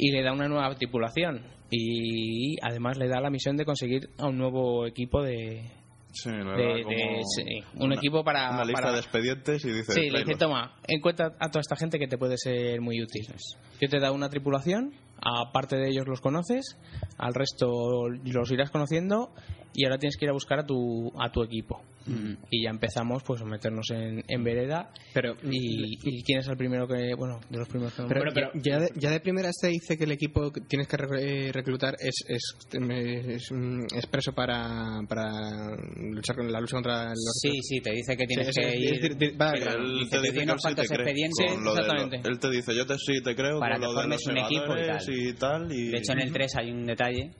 y le da una nueva tripulación y además le da la misión de conseguir a un nuevo equipo de, sí, le da de- como de- sí, un una- equipo para, una lista para- de expedientes y dice sí le dice "Tráelos". toma encuentra a toda esta gente que te puede ser muy útil yo te da una tripulación aparte de ellos los conoces al resto los irás conociendo y ahora tienes que ir a buscar a tu a tu equipo Mm. y ya empezamos pues a meternos en, en vereda pero y, y quién es el primero que bueno de los primeros que Pero, Bueno, pero- ya, de, ya de primeras te dice que el equipo que tienes que re- eh, reclutar es, es, es, mm, es preso para, para luchar con la lucha contra los... Sí, sí, te dice que tienes Sí, que sí, ir... es decir, va, pero claro. Él dice te que dice tiene que unos sí te cuantos cree expedientes. con lo de lo- exactamente. él te dice, yo te sí te creo Para con que lo de formes los un equipo y segadores tal. y tal. y- De hecho, en el 3 hay un detalle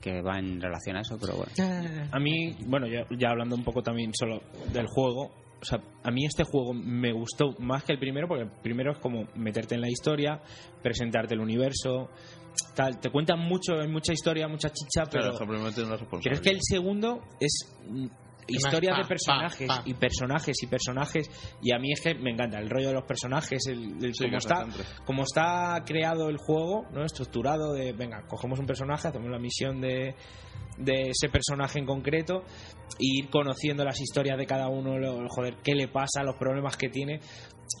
que va en relación a eso, pero bueno. A mí, bueno, ya, ya hablando un poco también solo del juego, o sea, a mí este juego me gustó más que el primero, porque el primero es como meterte en la historia, presentarte el universo, tal. Te cuentan mucho, hay mucha historia, mucha chicha, pero. Claro, simplemente es una Pero es que responsabilidad. el segundo es mm, historia pa, de pa, personajes pa. y personajes y personajes y a mí es que me encanta el rollo de los personajes, el, el Sí, cómo que está se centre. como está creado el juego, ¿no? Estructurado de, venga, cogemos un personaje, hacemos la misión de, de ese personaje en concreto e ir conociendo las historias de cada uno, lo- joder, qué le pasa, los problemas que tiene.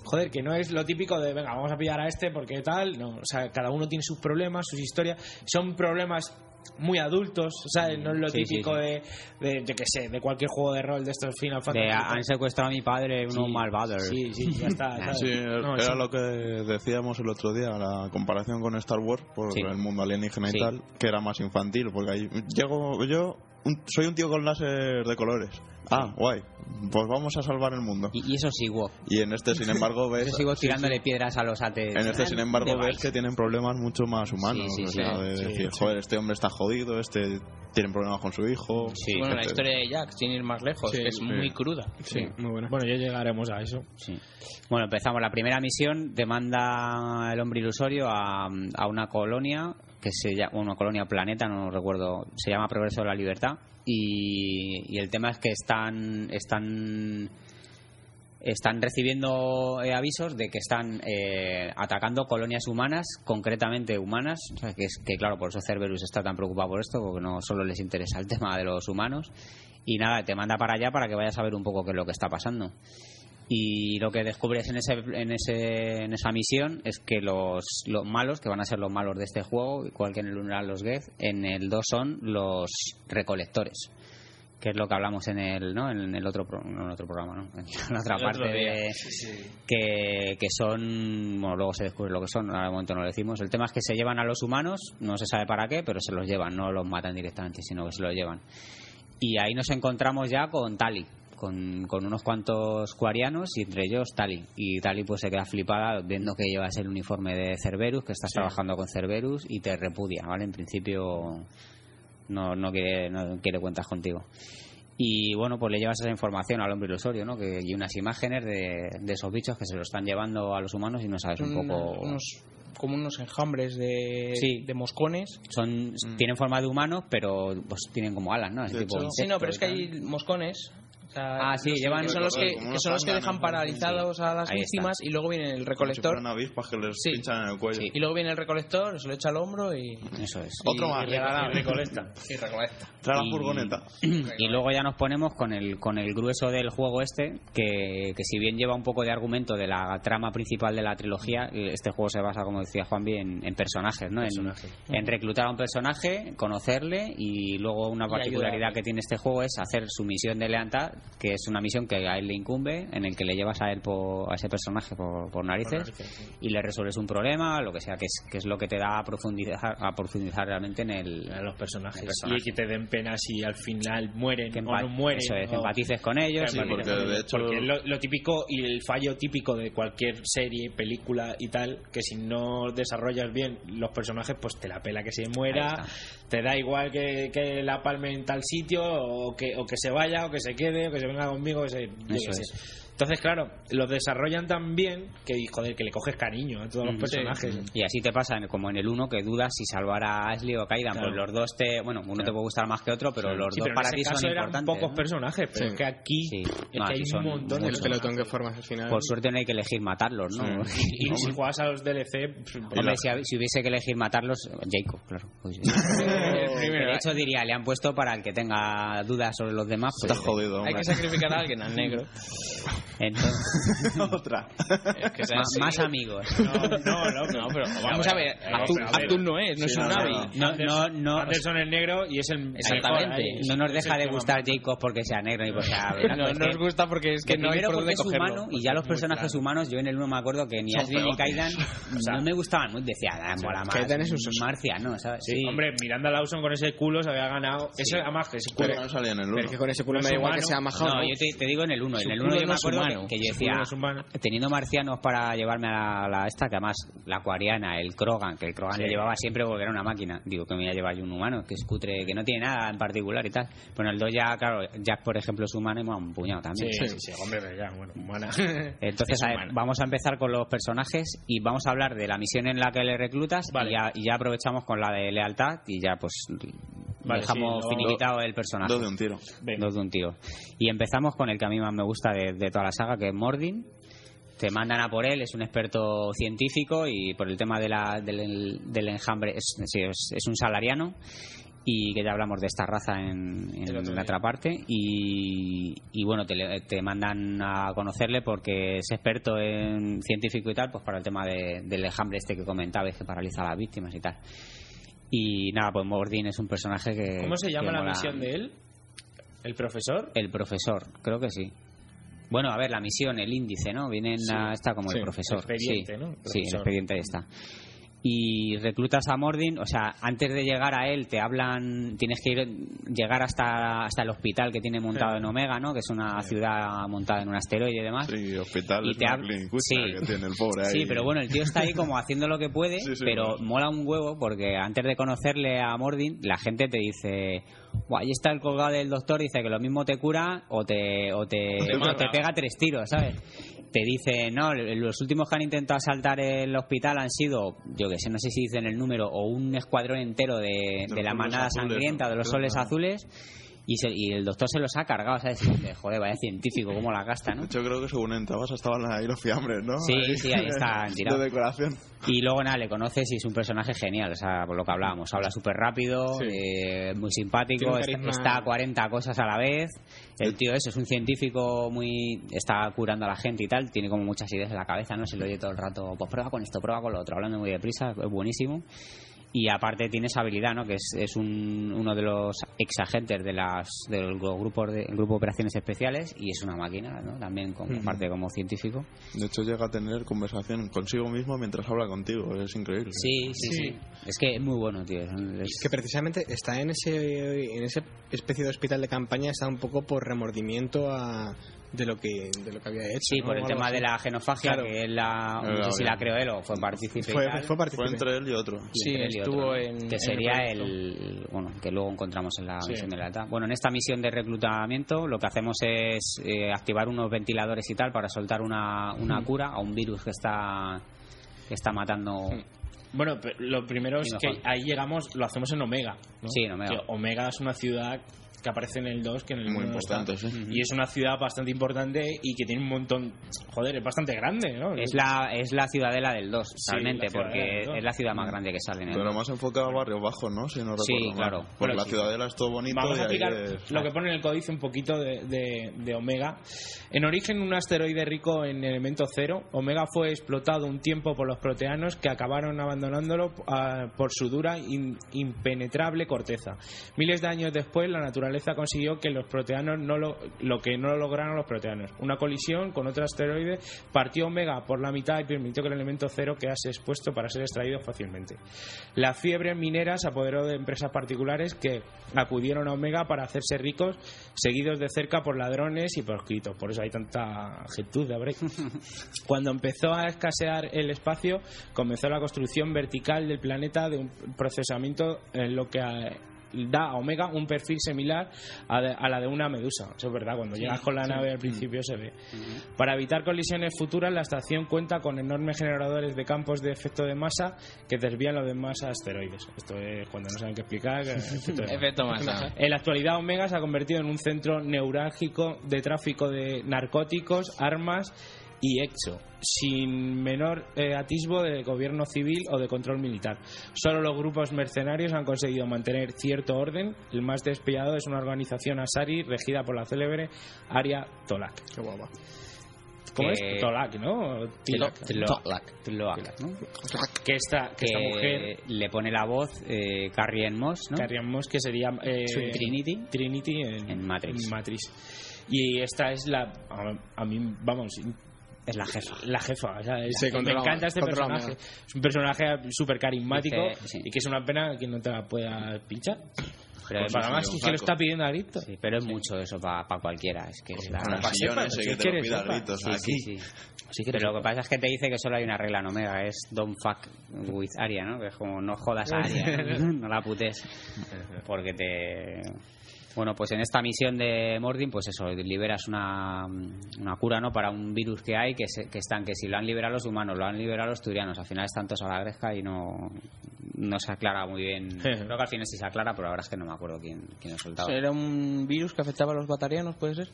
Joder, que no es lo típico de, venga, vamos a pillar a este porque tal, no, o sea, cada uno tiene sus problemas, sus historias, son problemas muy adultos, ¿sabes? No es lo Sí, sí, típico sí. De, de, yo qué sé, de cualquier juego de rol de estos Final Fantasy. De, han secuestrado a mi padre unos Sí, malvados. Sí, sí, ya está. Ah, ¿sabes? Sí, No, era sí. lo que decíamos el otro día, la comparación con Star Wars por Sí. el mundo alienígena Sí. y tal, que era más infantil, porque ahí llego yo, un- soy un tío con láser de colores. Ah, guay, pues vamos a salvar el mundo. Y, y eso sí, wow. Y en este, sin embargo, ves... Yo sigo sí, tirándole piedras a los ates. En este, sin embargo, ves que tienen problemas mucho más humanos. Sí, sí, o sea, sí. de Sí, decir, sí. joder, este hombre está jodido, este tiene problemas con su hijo. Sí, bueno, la etcétera. historia de Jack, sin ir más lejos, Sí, que es sí. muy cruda. Sí, muy buena. Bueno, ya llegaremos a eso. Sí. Bueno, empezamos. La primera misión te manda el hombre ilusorio a, a una colonia que se llama una colonia planeta, no recuerdo, se llama Progreso de la Libertad y, y el tema es que están están están recibiendo eh, avisos de que están eh, atacando colonias humanas, concretamente humanas, o sea, que, es, que claro, por eso Cerberus está tan preocupado por esto, porque no solo les interesa el tema de los humanos. Y nada, te manda para allá para que vayas a ver un poco qué es lo que está pasando. Y lo que descubres en, ese, en, ese, en esa misión es que los, los malos, que van a ser los malos de este juego, igual que en el 1 eran los Geth, en el 2 son los recolectores. Que es lo que hablamos en el, ¿no? en el otro, pro- no, en otro programa, ¿no? en la otra El parte otro día. de, que, que son, bueno, luego se descubre lo que son, ahora de momento no lo decimos. El tema es que se llevan a los humanos, no se sabe para qué, pero se los llevan, no los matan directamente, sino que se los llevan. Y ahí nos encontramos ya con Tali, con, con unos cuantos cuarianos y entre ellos Tali. Y Tali pues se queda flipada viendo que llevas el uniforme de Cerberus, que estás trabajando con Cerberus y te repudia, ¿vale? En principio no, no, quiere, no quiere cuentas contigo. Y bueno, pues le llevas esa información al hombre ilusorio, ¿no? Que, y unas imágenes de, de esos bichos que se lo están llevando a los humanos y no sabes un Son poco... unos- como unos enjambres de, Sí. de moscones. Son, Tienen forma de humanos, pero pues tienen como alas, ¿no? Así De tipo hecho- Sí, no, insecto pero y es que tal. hay moscones. o sea, Ah, sí, los que- llevan- que son los que, Como que unos son los que panganos, dejan ¿no? paralizados a las Ahí víctimas y luego viene el Como si recolector. fueran avispas que les Sí. pinchan en el cuello. Sí. Y luego viene el recolector, se lo echa al hombro y, Eso es. Otro más. recolecta. y recolecta. Trae la Y- furgoneta. y luego ya nos ponemos con el, con el grueso del juego este, que, que si bien lleva un poco de argumento de la trama principal de la trilogía, este juego se basa, como decía Juan, en, en personajes, ¿no? En- En, reclutar a un personaje, conocerle y luego una Y particularidad ayudarle. que tiene este juego es hacer su misión de lealtad, que es una misión que a él le incumbe, en el que le llevas a él por- a ese personaje por, por narices y le resuelves un problema, lo que sea, que es, que es lo que te da a profundizar, a profundizar realmente en el, A los personajes. El personaje. Y que te den pena si al final mueren que o no empa- mueren. eso es, que o- empatices con ellos. Sí, y- Porque, porque de hecho- porque es lo, lo típico y el fallo típico de cualquier serie, película y tal, que si no desarrollas bien los personajes, pues te la pela que se muera, Ahí te da igual que, que la palme en tal sitio, o que, o que se vaya, o que se quede, o que se venga conmigo, que se- yo qué Eso sé. Entonces, claro, los desarrollan tan bien que, joder, que le coges cariño a todos los Mm, personajes. Y así te pasa en- como en el uno que dudas si salvar a Ashley o a Kaidan. Claro. Pues los dos te. Bueno, uno te puede gustar más que otro, pero los Sí, dos pero para en ti ese caso son eran importantes. pocos ¿no? personajes, pero Sí. es que aquí, Sí. es No, que aquí hay son un montón de El muchos. personajes. pelotón que formas al final. Por suerte no hay que elegir matarlos, ¿no? Y si juegas a los DLC, pues, Hombre, si, hab- si hubiese que elegir matarlos, Jacob, claro. Uy, sí. pues, de hecho, diría, le han puesto para el que tenga dudas sobre los demás. pues, Está jodido, hombre. Hay que sacrificar a alguien al negro. entonces, Otra. que sea más, así. más amigos. No, no, no, no, pero Vamos a ver, no, Abdul pero a ver. Abdul no es, no es Sí, un no, Navi. no, No, no, no. Anderson es negro y es el Exactamente. mejor, ¿eh? No nos deja Es el de que gustar Jacob porque sea negro y porque sea blanco, No, es no que- nos gusta porque es que Lo no hay primero por porque dónde es humano cogerlo. y ya los personajes humanos, yo en el 1 me acuerdo que ni Son Ashley ni pelotes. Kaidan no me gustaban mucho. Decía, ah, mola más. Kaidan es un soso. Marcia, ¿no? ¿sabes? Sí, hombre, Miranda Lawson con ese culo se había ganado. Eso además que ese culo. Pero no salía en el Pero es que 1. con ese culo No me es da igual que humano. sea majado. No, yo te, te digo en el 1. Su En el culo 1 yo no me es acuerdo humano. que, que yo Su culo decía, no es humano. teniendo marcianos para llevarme a la, la esta, que además la acuariana, el Krogan, que el Krogan le llevaba siempre porque era una máquina. Digo, que me voy a llevar yo un humano, que es cutre, que no tiene nada en particular y tal. Pero en el 2 ya, claro, Jack, por ejemplo, es humano y me ha un puñado Sí, también. sí, sí, hombre, pero ya, bueno, humana. Entonces, Es a ver, humana. vamos a empezar con los personajes y vamos a hablar de la misión en la que le reclutas Vale. y, ya, y ya aprovechamos con la de lealtad y ya pues Vale, dejamos sí, lo- finiquitado el personaje. Dos de un tiro. Venga. Dos de un tiro. Y empezamos con el que a mí más me gusta de, de toda la saga, que es Mordin. Te mandan a por él, es un experto científico y por el tema de la- del, del enjambre es, sí, es- es un salariano y que ya hablamos de esta raza en, en El otro día. la otra parte y, y bueno te, le- te mandan a conocerle porque es experto en científico y tal pues para el tema de- del enjambre este que comentabais que paraliza a las víctimas y tal y nada pues Mordin es un personaje que ¿Cómo se llama que la mola- misión de él? ¿El profesor? el profesor, creo que sí. Bueno, a ver, la misión, el índice, ¿no? Viene en la- está como sí, el profesor. expediente, sí, ¿no? Sí, el Profesor. expediente está. Y reclutas a Mordin, o sea, antes de llegar a él te hablan, tienes que ir, llegar hasta, hasta el hospital que tiene montado en Omega, ¿no? Que es una ciudad montada en un asteroide y demás. Sí, hospital. Ah. Y es te una hab- clinicucha sí. que tiene el pobre ahí. Sí, pero bueno, el tío está ahí como haciendo lo que puede, Sí, sí, pero bueno. mola un huevo porque antes de conocerle a Mordin, la gente te dice, "Buah, ahí está el colgado del doctor, dice que lo mismo te cura o te, o te, te o mata. te pega tres tiros, ¿sabes? Te dice, no, los últimos que han intentado asaltar el hospital han sido, yo que sé, no sé si dicen el número, o un escuadrón entero de, los de la soles manada azules, sangrienta, ¿no? de los Claro. soles azules. Y, se- y el doctor se los ha cargado, ¿sabes? Y dice, Joder, vaya científico, cómo la gasta, De ¿no? hecho, creo que según entrabas estaban ahí los fiambres, ¿no? Sí, sí, ahí están tirados. De decoración. Y luego nada, le conoces y es un personaje genial, o sea, por lo que hablábamos. Habla súper rápido, Sí. eh, muy Tiene simpático, un est- carisma- está a 40 cosas a la vez. El tío eso, es un científico muy... está curando a la gente y tal, tiene como muchas ideas en la cabeza, ¿no? Se lo oye todo el rato, pues prueba con esto, prueba con lo otro, hablando muy deprisa, es buenísimo. Y aparte tiene esa habilidad, ¿no? Que es, es un- uno de los ex agentes de las, del grupo de, el grupo de operaciones especiales y es una máquina, ¿no? También como Ujú. parte como científico. De hecho, llega a tener conversación consigo mismo mientras habla contigo. Es increíble. Sí, sí, sí. Es que es muy bueno, tío. Es- Que precisamente está en ese en esa especie de hospital de campaña, está un poco por remordimiento a, de, lo que, de lo que había hecho. Sí, ¿no? por el O algo tema así. de la genofagia, Claro. que es la. Eh, No sé si obvio. la creó él o fue partícipe. y Fue, tal, fue Fue partícipe. entre él y otro. y Sí, entre él y otro, estuvo ¿no? en- en Que el sería proyecto. el. Bueno, que luego encontramos en la misión de la ETA. Bueno, en esta misión de reclutamiento lo que hacemos es eh, activar unos ventiladores y tal para soltar una, una cura a un virus que está. que está matando. Bueno, pe- lo primero es Venga, que Juan. ahí llegamos, lo hacemos en Omega. ¿no? Sí, en Omega. Que Omega es una ciudad que aparece en el 2, que en el Muy uno no está. importante, sí. Y es una ciudad bastante importante y que tiene un montón. Joder, es bastante grande, ¿no? Es la, es la ciudadela del 2, Sí, realmente, la ciudadela porque del dos. es la ciudad más grande que sale en el Pero dos. más enfocado a barrios bajos, ¿no? Si no recuerdo Sí, mal. claro. Porque Bueno, la sí. ciudadela es todo bonito Vamos y a ahí explicar es- lo que pone en el códice un poquito de, de- de Omega. En origen, un asteroide rico en elemento cero, Omega fue explotado un tiempo por los proteanos que acabaron abandonándolo ah, por su dura, in- impenetrable corteza. Miles de años después, la naturaleza consiguió que los proteanos no lo, lo que no lograron los proteanos. Una colisión con otro asteroide partió Omega por la mitad y permitió que el elemento cero quedase expuesto para ser extraído fácilmente. La fiebre minera se apoderó de empresas particulares que acudieron a Omega para hacerse ricos, seguidos de cerca por ladrones y proscritos. Por eso hay tanta gentud de break. Cuando empezó a escasear el espacio, comenzó la construcción vertical del planeta de un procesamiento en lo que eh, da a Omega un perfil similar a, de- a la de una medusa. Eso es verdad, cuando llegas con la nave al principio se ve. Para evitar colisiones futuras, la estación cuenta con enormes generadores de campos de efecto de masa que desvían los demás asteroides. Esto es cuando no saben qué explicar. que- efecto de masa. Efecto masa. En la actualidad, Omega se ha convertido en un centro neurálgico de tráfico de narcóticos, armas y hexo, sin menor eh, atisbo de gobierno civil o de control militar. Solo los grupos mercenarios han conseguido mantener cierto orden. El más despiadado es una organización asari regida por la célebre Aria Tolak. Qué guapa. ¿Cómo Que- es? Tolak, ¿no? Tilak. Tloak. Tloak, ¿no? Que esta, que esta que mujer, le pone la voz eh, Carrie en Moss, ¿no? Carrie Ann Moss, que sería... eh, Sí. Trinity. Trinity en, En Matrix. en Y esta es la... A, a mí, vamos, Es la jefa. la jefa. o sea, es- Sí, me controla- encanta este controla personaje. mejor. Es un personaje súper carismático Dice- sí. y que es una pena que no te la pueda pinchar. Pues Pero Con es, su Para más Sí, que un lo saco. está pidiendo a gritos. sí, pero es mucho eso para cualquiera. Pues Es que es la- Con el para sillón sepa, ese si que te lo quieres pida a sepa. gritos. Sí, aquí. Sí, sí. Sí que Pero lo- lo que pasa es que te dice que solo hay una regla en Omega, es don't fuck with Aria, ¿no? Que es como no jodas a Aria, no, No la putes. Porque te... Bueno, pues en esta misión de Mordin, pues eso, liberas una, una cura, ¿no? Para un virus que hay, que, se- que están, que si lo han liberado los humanos, lo han liberado los turianos. Al final están todos a la gresca y no, no se aclara muy bien. Creo que al final sí se aclara, pero la verdad es que no me acuerdo quién, quién lo soltaba. ¿Era un virus que afectaba a los batarianos, puede ser?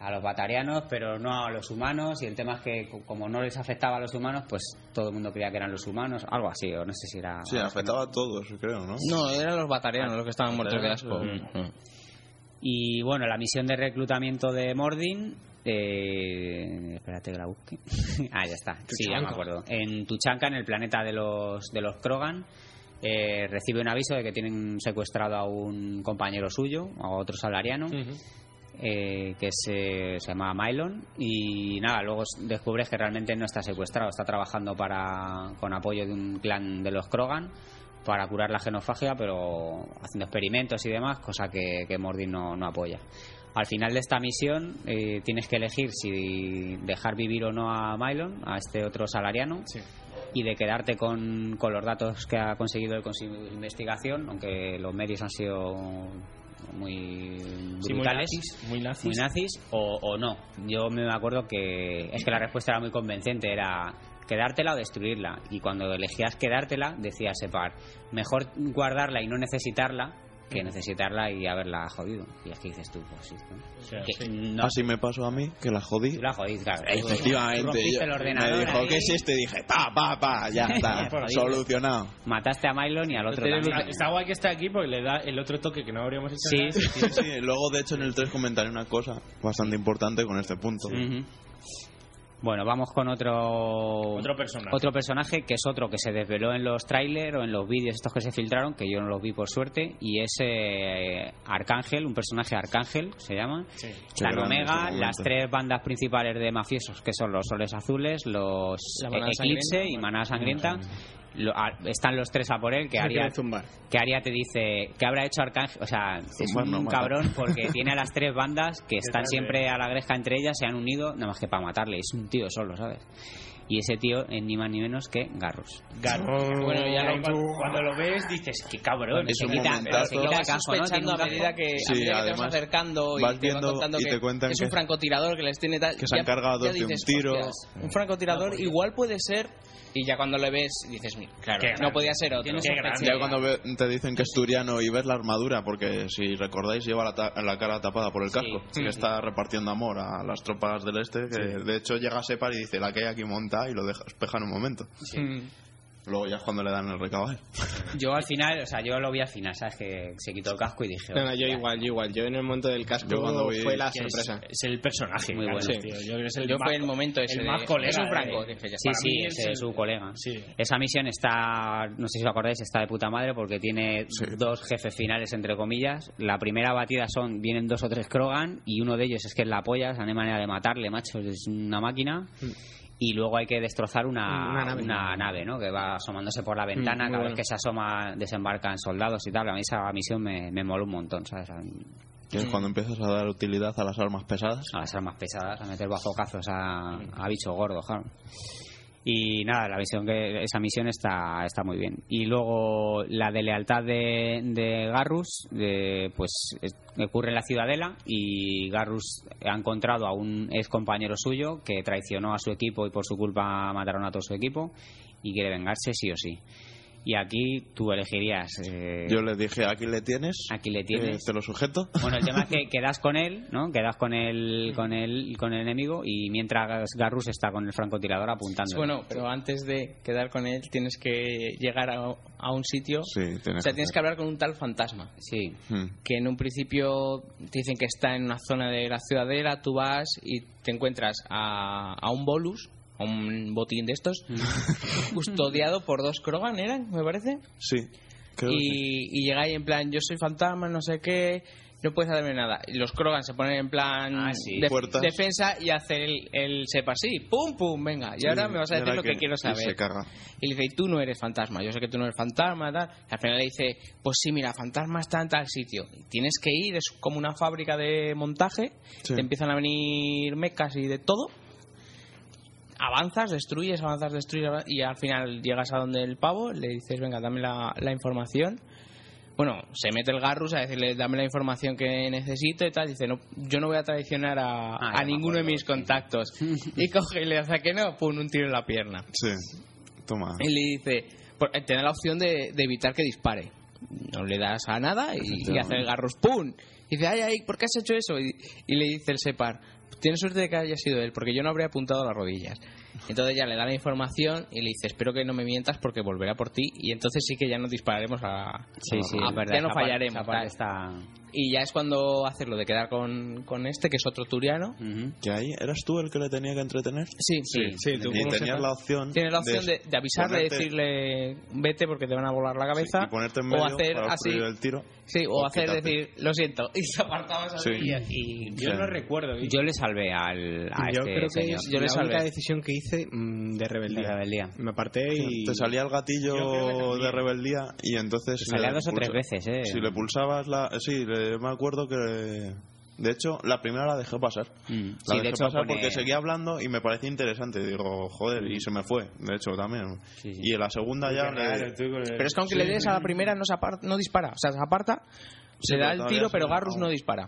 a los batarianos, pero no a los humanos. Y el tema es que, co- como no les afectaba a los humanos, pues todo el mundo creía que eran los humanos, algo así, o no sé si era. Sí, afectaba a todos, creo, ¿no? "Ah, No, eran los batarianos los que estaban muertos de asco. Mm. Y bueno, la misión de reclutamiento de Mordin. eh, espérate que la busque. ah, ya está. Sí, ya me acuerdo. En Tuchanka, en el planeta de los, de los Krogan, eh, recibe un aviso de que tienen secuestrado a un compañero suyo, a otro salariano. eh, que se, se llama Mylon y nada, luego s- descubres que realmente no está secuestrado, está trabajando para con apoyo de un clan de los Krogan para curar la genofagia, pero haciendo experimentos y demás, cosa que, que Mordi no, no apoya. Al final de esta misión eh, tienes que elegir si dejar vivir o no a Mylon, a este otro salariano, y de quedarte con, con los datos que ha conseguido él con su investigación, aunque los medios han sido muy brutales Sí, muy nazis, muy nazis. muy nazis o, o no. Yo me acuerdo que es que la respuesta era muy convencente, era quedártela o destruirla. Y cuando elegías quedártela, decía Separ, mejor guardarla y no necesitarla que necesitarla y haberla jodido. Y es que dices tú, pues sí. ¿no? O sea, Que sí. no, Así me pasó a mí, que la jodí. tú la jodiste, claro. Tú Ah, Efectivamente. rompiste yo- el me ordenador dijo, ahí, ¿qué es esto? Y dije, pa, pa, pa, ya está, Por ahí. solucionado. Mataste a Mylon y al otro Pero también. está, está guay que está aquí porque le da el otro toque que no habríamos hecho. Sí. nada. Sí, sí, luego de hecho en el 3 comentaré una cosa bastante importante con este punto. Ujú. Bueno, vamos con otro Otro personaje. otro personaje que es otro que se desveló en los trailers o en los vídeos estos que se filtraron, que yo no los vi por suerte, y es eh, Arcángel, un personaje Arcángel, se llama. Sí. La Qué grande ese Omega, momento. las tres bandas principales de mafiosos, que son los Soles Azules, los La Manada eh, Eclipse Sangrienta. y Manada Sangrienta. Lo- a- están los tres a por él, que haría zumbar. que Aria te dice que habrá hecho Arcángel, o sea, es Bueno, un mata. cabrón porque tiene a las tres bandas que están tarde. siempre a la gresca entre ellas, se han unido nada más que para matarle, es un tío solo, ¿sabes? Y ese tío es ni más ni menos que Garrus. Garo. Bueno, ya no- cuando, cuando lo ves dices, qué cabrón. Es se un quita, momentazo. se quita el casco, ¿no? Tiene sospechando un a medida casco. que, Sí, a medida que te además, vas acercando y vas te va viendo contando y que te cuentan es un que- francotirador que les tiene tal. que se han cargado de un tiro. un francotirador igual puede ser. Y ya cuando le ves, dices, mira, claro, Qué no grande. podía ser otro. Qué Sospecha. grande. Ya cuando ve- te dicen que es turiano y ves la armadura, porque si recordáis lleva la, ta- la cara tapada por el casco, que está repartiendo amor a las tropas del este, que de hecho llega a Separ y dice, la que hay aquí monta y lo deja espeja en un momento. Mm. Luego ya es cuando le dan el recabar. Yo al final, o sea, yo lo vi al final, ¿sabes? Que se quitó el casco y dije, No, no, yo "Hostia". igual, yo igual. Yo en el momento del casco Yo cuando vi- fue la Que es- Ah, sorpresa. Es, el personaje. Muy Garo, bueno. tío. Yo creo que es el Yo más- fue el momento ese. el de- más colega. Es un de- franco. dije, ya Sí, Para sí, mí ese es es el- su colega. Sí. Esa misión está, no sé si os acordáis, está de puta madre porque tiene dos jefes finales, entre comillas. La primera batida son, vienen dos o tres Krogan y uno de ellos es que es la polla, o sea, no hay manera de matarle, macho, es una máquina. Mm. Y luego hay que destrozar una, Una nave. nave, ¿no? Que va asomándose por la ventana, Mm. muy cada bueno. vez que se asoma desembarcan soldados y tal. A mí esa misión me, me moló un montón, ¿sabes? A- Que Mm. es cuando empiezas a dar utilidad a las armas pesadas. a las armas pesadas, a meter bazocazos a, a bicho gordo, claro. Y nada, la misión que esa misión está, está muy bien. Y luego la de lealtad de, de Garrus, de, pues es- ocurre en la ciudadela y Garrus ha encontrado a un ex compañero suyo que traicionó a su equipo y por su culpa mataron a todo su equipo y quiere vengarse sí o sí. Y aquí tú elegirías... eh, Yo le dije, aquí le tienes, Aquí le eh, tienes. te lo sujeto. Bueno, el tema es que quedas con él, ¿no? Quedas con el, con el, con el enemigo y mientras Garrus está con el francotirador apuntando. Bueno, pero antes de quedar con él, tienes que llegar a, a un sitio. Sí, tienes o sea, tienes que hablar con un tal fantasma. Sí. Hmm. que en un principio te dicen que está en una zona de la ciudadela, tú vas y te encuentras a, a un bolus, a un botín de estos, custodiado por dos Krogan, ¿eran? Me parece. Sí, Creo que y, y llega ahí en plan, yo soy fantasma, no sé qué, no puedes hacerme nada. Y los Krogan se ponen en plan Ah, sí. def- Puertas. defensa y hace el, el sepa así, pum, pum, venga. Y ahora me vas a Y decir ahora lo que, quiero y Se saber. caga. Y le dice, y tú no eres fantasma, yo sé que tú no eres fantasma, tal. Y al final le dice, pues sí, mira, fantasma está en tal sitio. Y tienes que ir, es como una fábrica de montaje, Sí. te empiezan a venir mecas y de todo. Avanzas, destruyes, avanzas, destruyes, avan- y al final llegas a donde el pavo, le dices, venga, dame la, la información. Bueno, se mete el Garrus a decirle, dame la información que necesito y tal. Dice, no, yo no voy a traicionar a, Ah, a ya me ninguno de acuerdo, mis sí. contactos. y coge y le hace que no, pone un tiro en la pierna. Sí. Toma. Y le dice, por- eh, tiene la opción de, de evitar que dispare. No le das a nada y, y hace el garros ¡pum! Y dice, ay, ay, ¿por qué has hecho eso? Y, y le dice el Separ, tienes suerte de que haya sido él, porque yo no habría apuntado a las rodillas. Entonces ya le da la información y le dice, espero que no me mientas porque volverá por ti. Y entonces sí que ya nos dispararemos a... Sí, sí, a- es verdad. ya no esa parte- fallaremos. esa parte tal. está... Y ya es cuando hace lo de quedar con, con este, que es otro turiano. Ujú. ¿Que ahí eras tú el que le tenía que entretener? Sí, Sí, tú Y como tenías la opción. Tienes la opción de, de avisarle, ponerte- decirle vete porque te van a volar la cabeza. sí, y ponerte en medio o hacer para así. obstruir el tiro. Sí, o O hacer quitarte. decir, lo siento, y se apartaba esa Sí. rodilla. Y yo Sí. no recuerdo. Yo le salvé al, a yo este creo que señor. es Yo le la salvé. única decisión que hice mm, de de rebeldía. rebeldía. Me aparté y... Te salía el Yo creo gatillo que de también. rebeldía y entonces... Te salía le dos o tres pulsa- veces, ¿eh? Si le pulsabas la... Sí, le- me acuerdo que... De hecho, la primera la dejé pasar. Mm. La Sí, de dejé hecho, pasar pone- porque seguía hablando y me parecía interesante. Digo, joder, y se me fue. De hecho, también. Sí, sí. Y en la segunda ya... le- Pero es que aunque le des a la primera, no, se apar- no dispara. O sea, se aparta, Sí, se da pero el todavía tiro, se pero me- Garrus no dispara.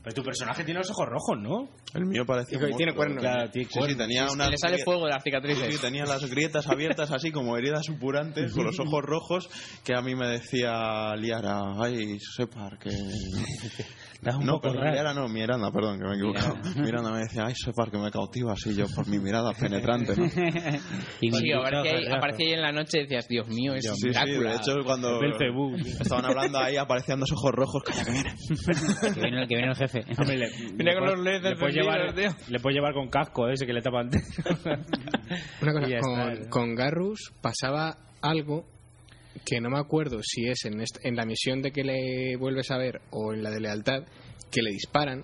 Pero tu personaje tiene los ojos rojos, ¿no? El mío parecía... Y que un tiene monstruo. cuernos. Claro, tiene Sí, sí, cuernos. tenía una... le sale fuego de las cicatrices. Sí, tenía las grietas abiertas así como heridas supurantes con los ojos rojos que a mí me decía Liara, ay, Separ, que... No, pues Liara no, Miranda, perdón, que me he equivocado. Miranda me decía, ay, Separ, que me cautiva así yo por mi mirada penetrante. ¿no? Sí, Y- Sí, y- aparecía Rafa, ahí, Rafa. aparecía ahí en la noche y decías, Dios mío, es sí, de Drácula. hecho cuando Belcebú. estaban hablando ahí aparecían dos ojos rojos, calla que viene. que, viene, el- que viene el jefe. Hombre, le, Mira con los LEDs le puedes llevar, encendidos, tío. le puedes llevar con casco ese que le tapan. Una cosa, Y ya con, está, ¿no? con Garrus pasaba algo que no me acuerdo si es en, est- en la misión de que le vuelves a ver o en la de lealtad, que le disparan,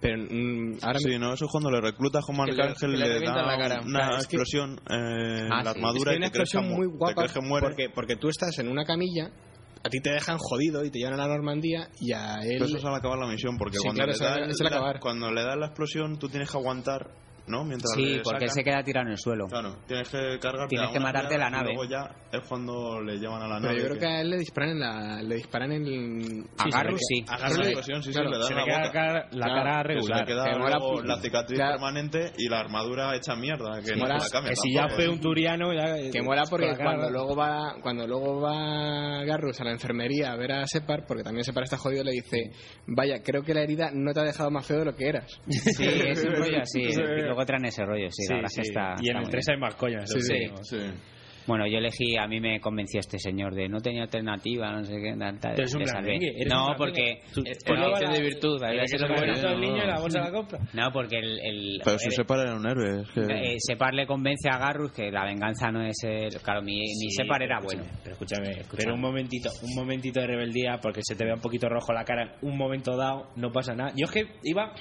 pero mm, ahora Sí, no, eso es cuando le reclutas como Que le- arcángel que le le da revientan la cara. una Claro, es que- explosión eh, en la Ah, sí, Es armadura que hay una y te crees que, explosión mu- muy te guapa crees que muere. Porque, porque tú estás en una camilla, a ti te dejan jodido y te llevan a la Normandía y a él... Pero eso es al acabar la misión, porque Sí, cuando, claro, le es al- da, es al la- acabar. cuando le da la explosión, tú tienes que aguantar, ¿no? Mientras Sí, le porque él sacan. se queda tirado en el suelo. Claro, tienes que cargarte. Tienes a que una matarte piedra la nave. Y luego ya es cuando le llevan a la pero nave. yo creo que a él le disparan en la... Le disparan en... Ah, A sí, Garrus sí. sí. agarra la explosión, sí, claro, sí, le dan Se la le queda la boca. cara, Ah, la Claro, cara Que se le regular. queda que mola luego pu- la cicatriz claro. permanente y la armadura hecha mierda. Que no mola- te la cambia Que si ya tampoco. ¿eh? fue un turiano... Ya, eh, Que mola porque con la cara- cuando luego va cuando luego va Garrus a la enfermería a ver a Separ, porque también Separ está jodido, le dice, vaya, creo que la herida no te ha dejado más feo de lo que eras. Sí, es un rollo así. Y luego traen ese rollo, sí, Sí, la verdad sí. que está. y en está el muy 3 bien. hay más coñas. Sí, eso sí. digo. Sí. Bueno, yo elegí, a mí me convenció este señor de no tenía alternativa, no sé qué, tal, tal. Pero es un le gran salvé. ligue, eres un No, gran porque. Tú- eh, Pues no, luego acción la- de virtud, había la que que se ser come bueno. todo el niño y la bolsa la compra. No, porque el. el Pero si el- se para un héroe. Es que... eh, Separ le convence a Garrus que la venganza no es el. Claro, mi, mi Sí, Separ era pero bueno. escúchame, Pero escúchame, Escúchame. pero un momentito, un momentito de rebeldía, porque se te ve un poquito rojo la cara, un momento dado, no pasa nada. Yo es que iba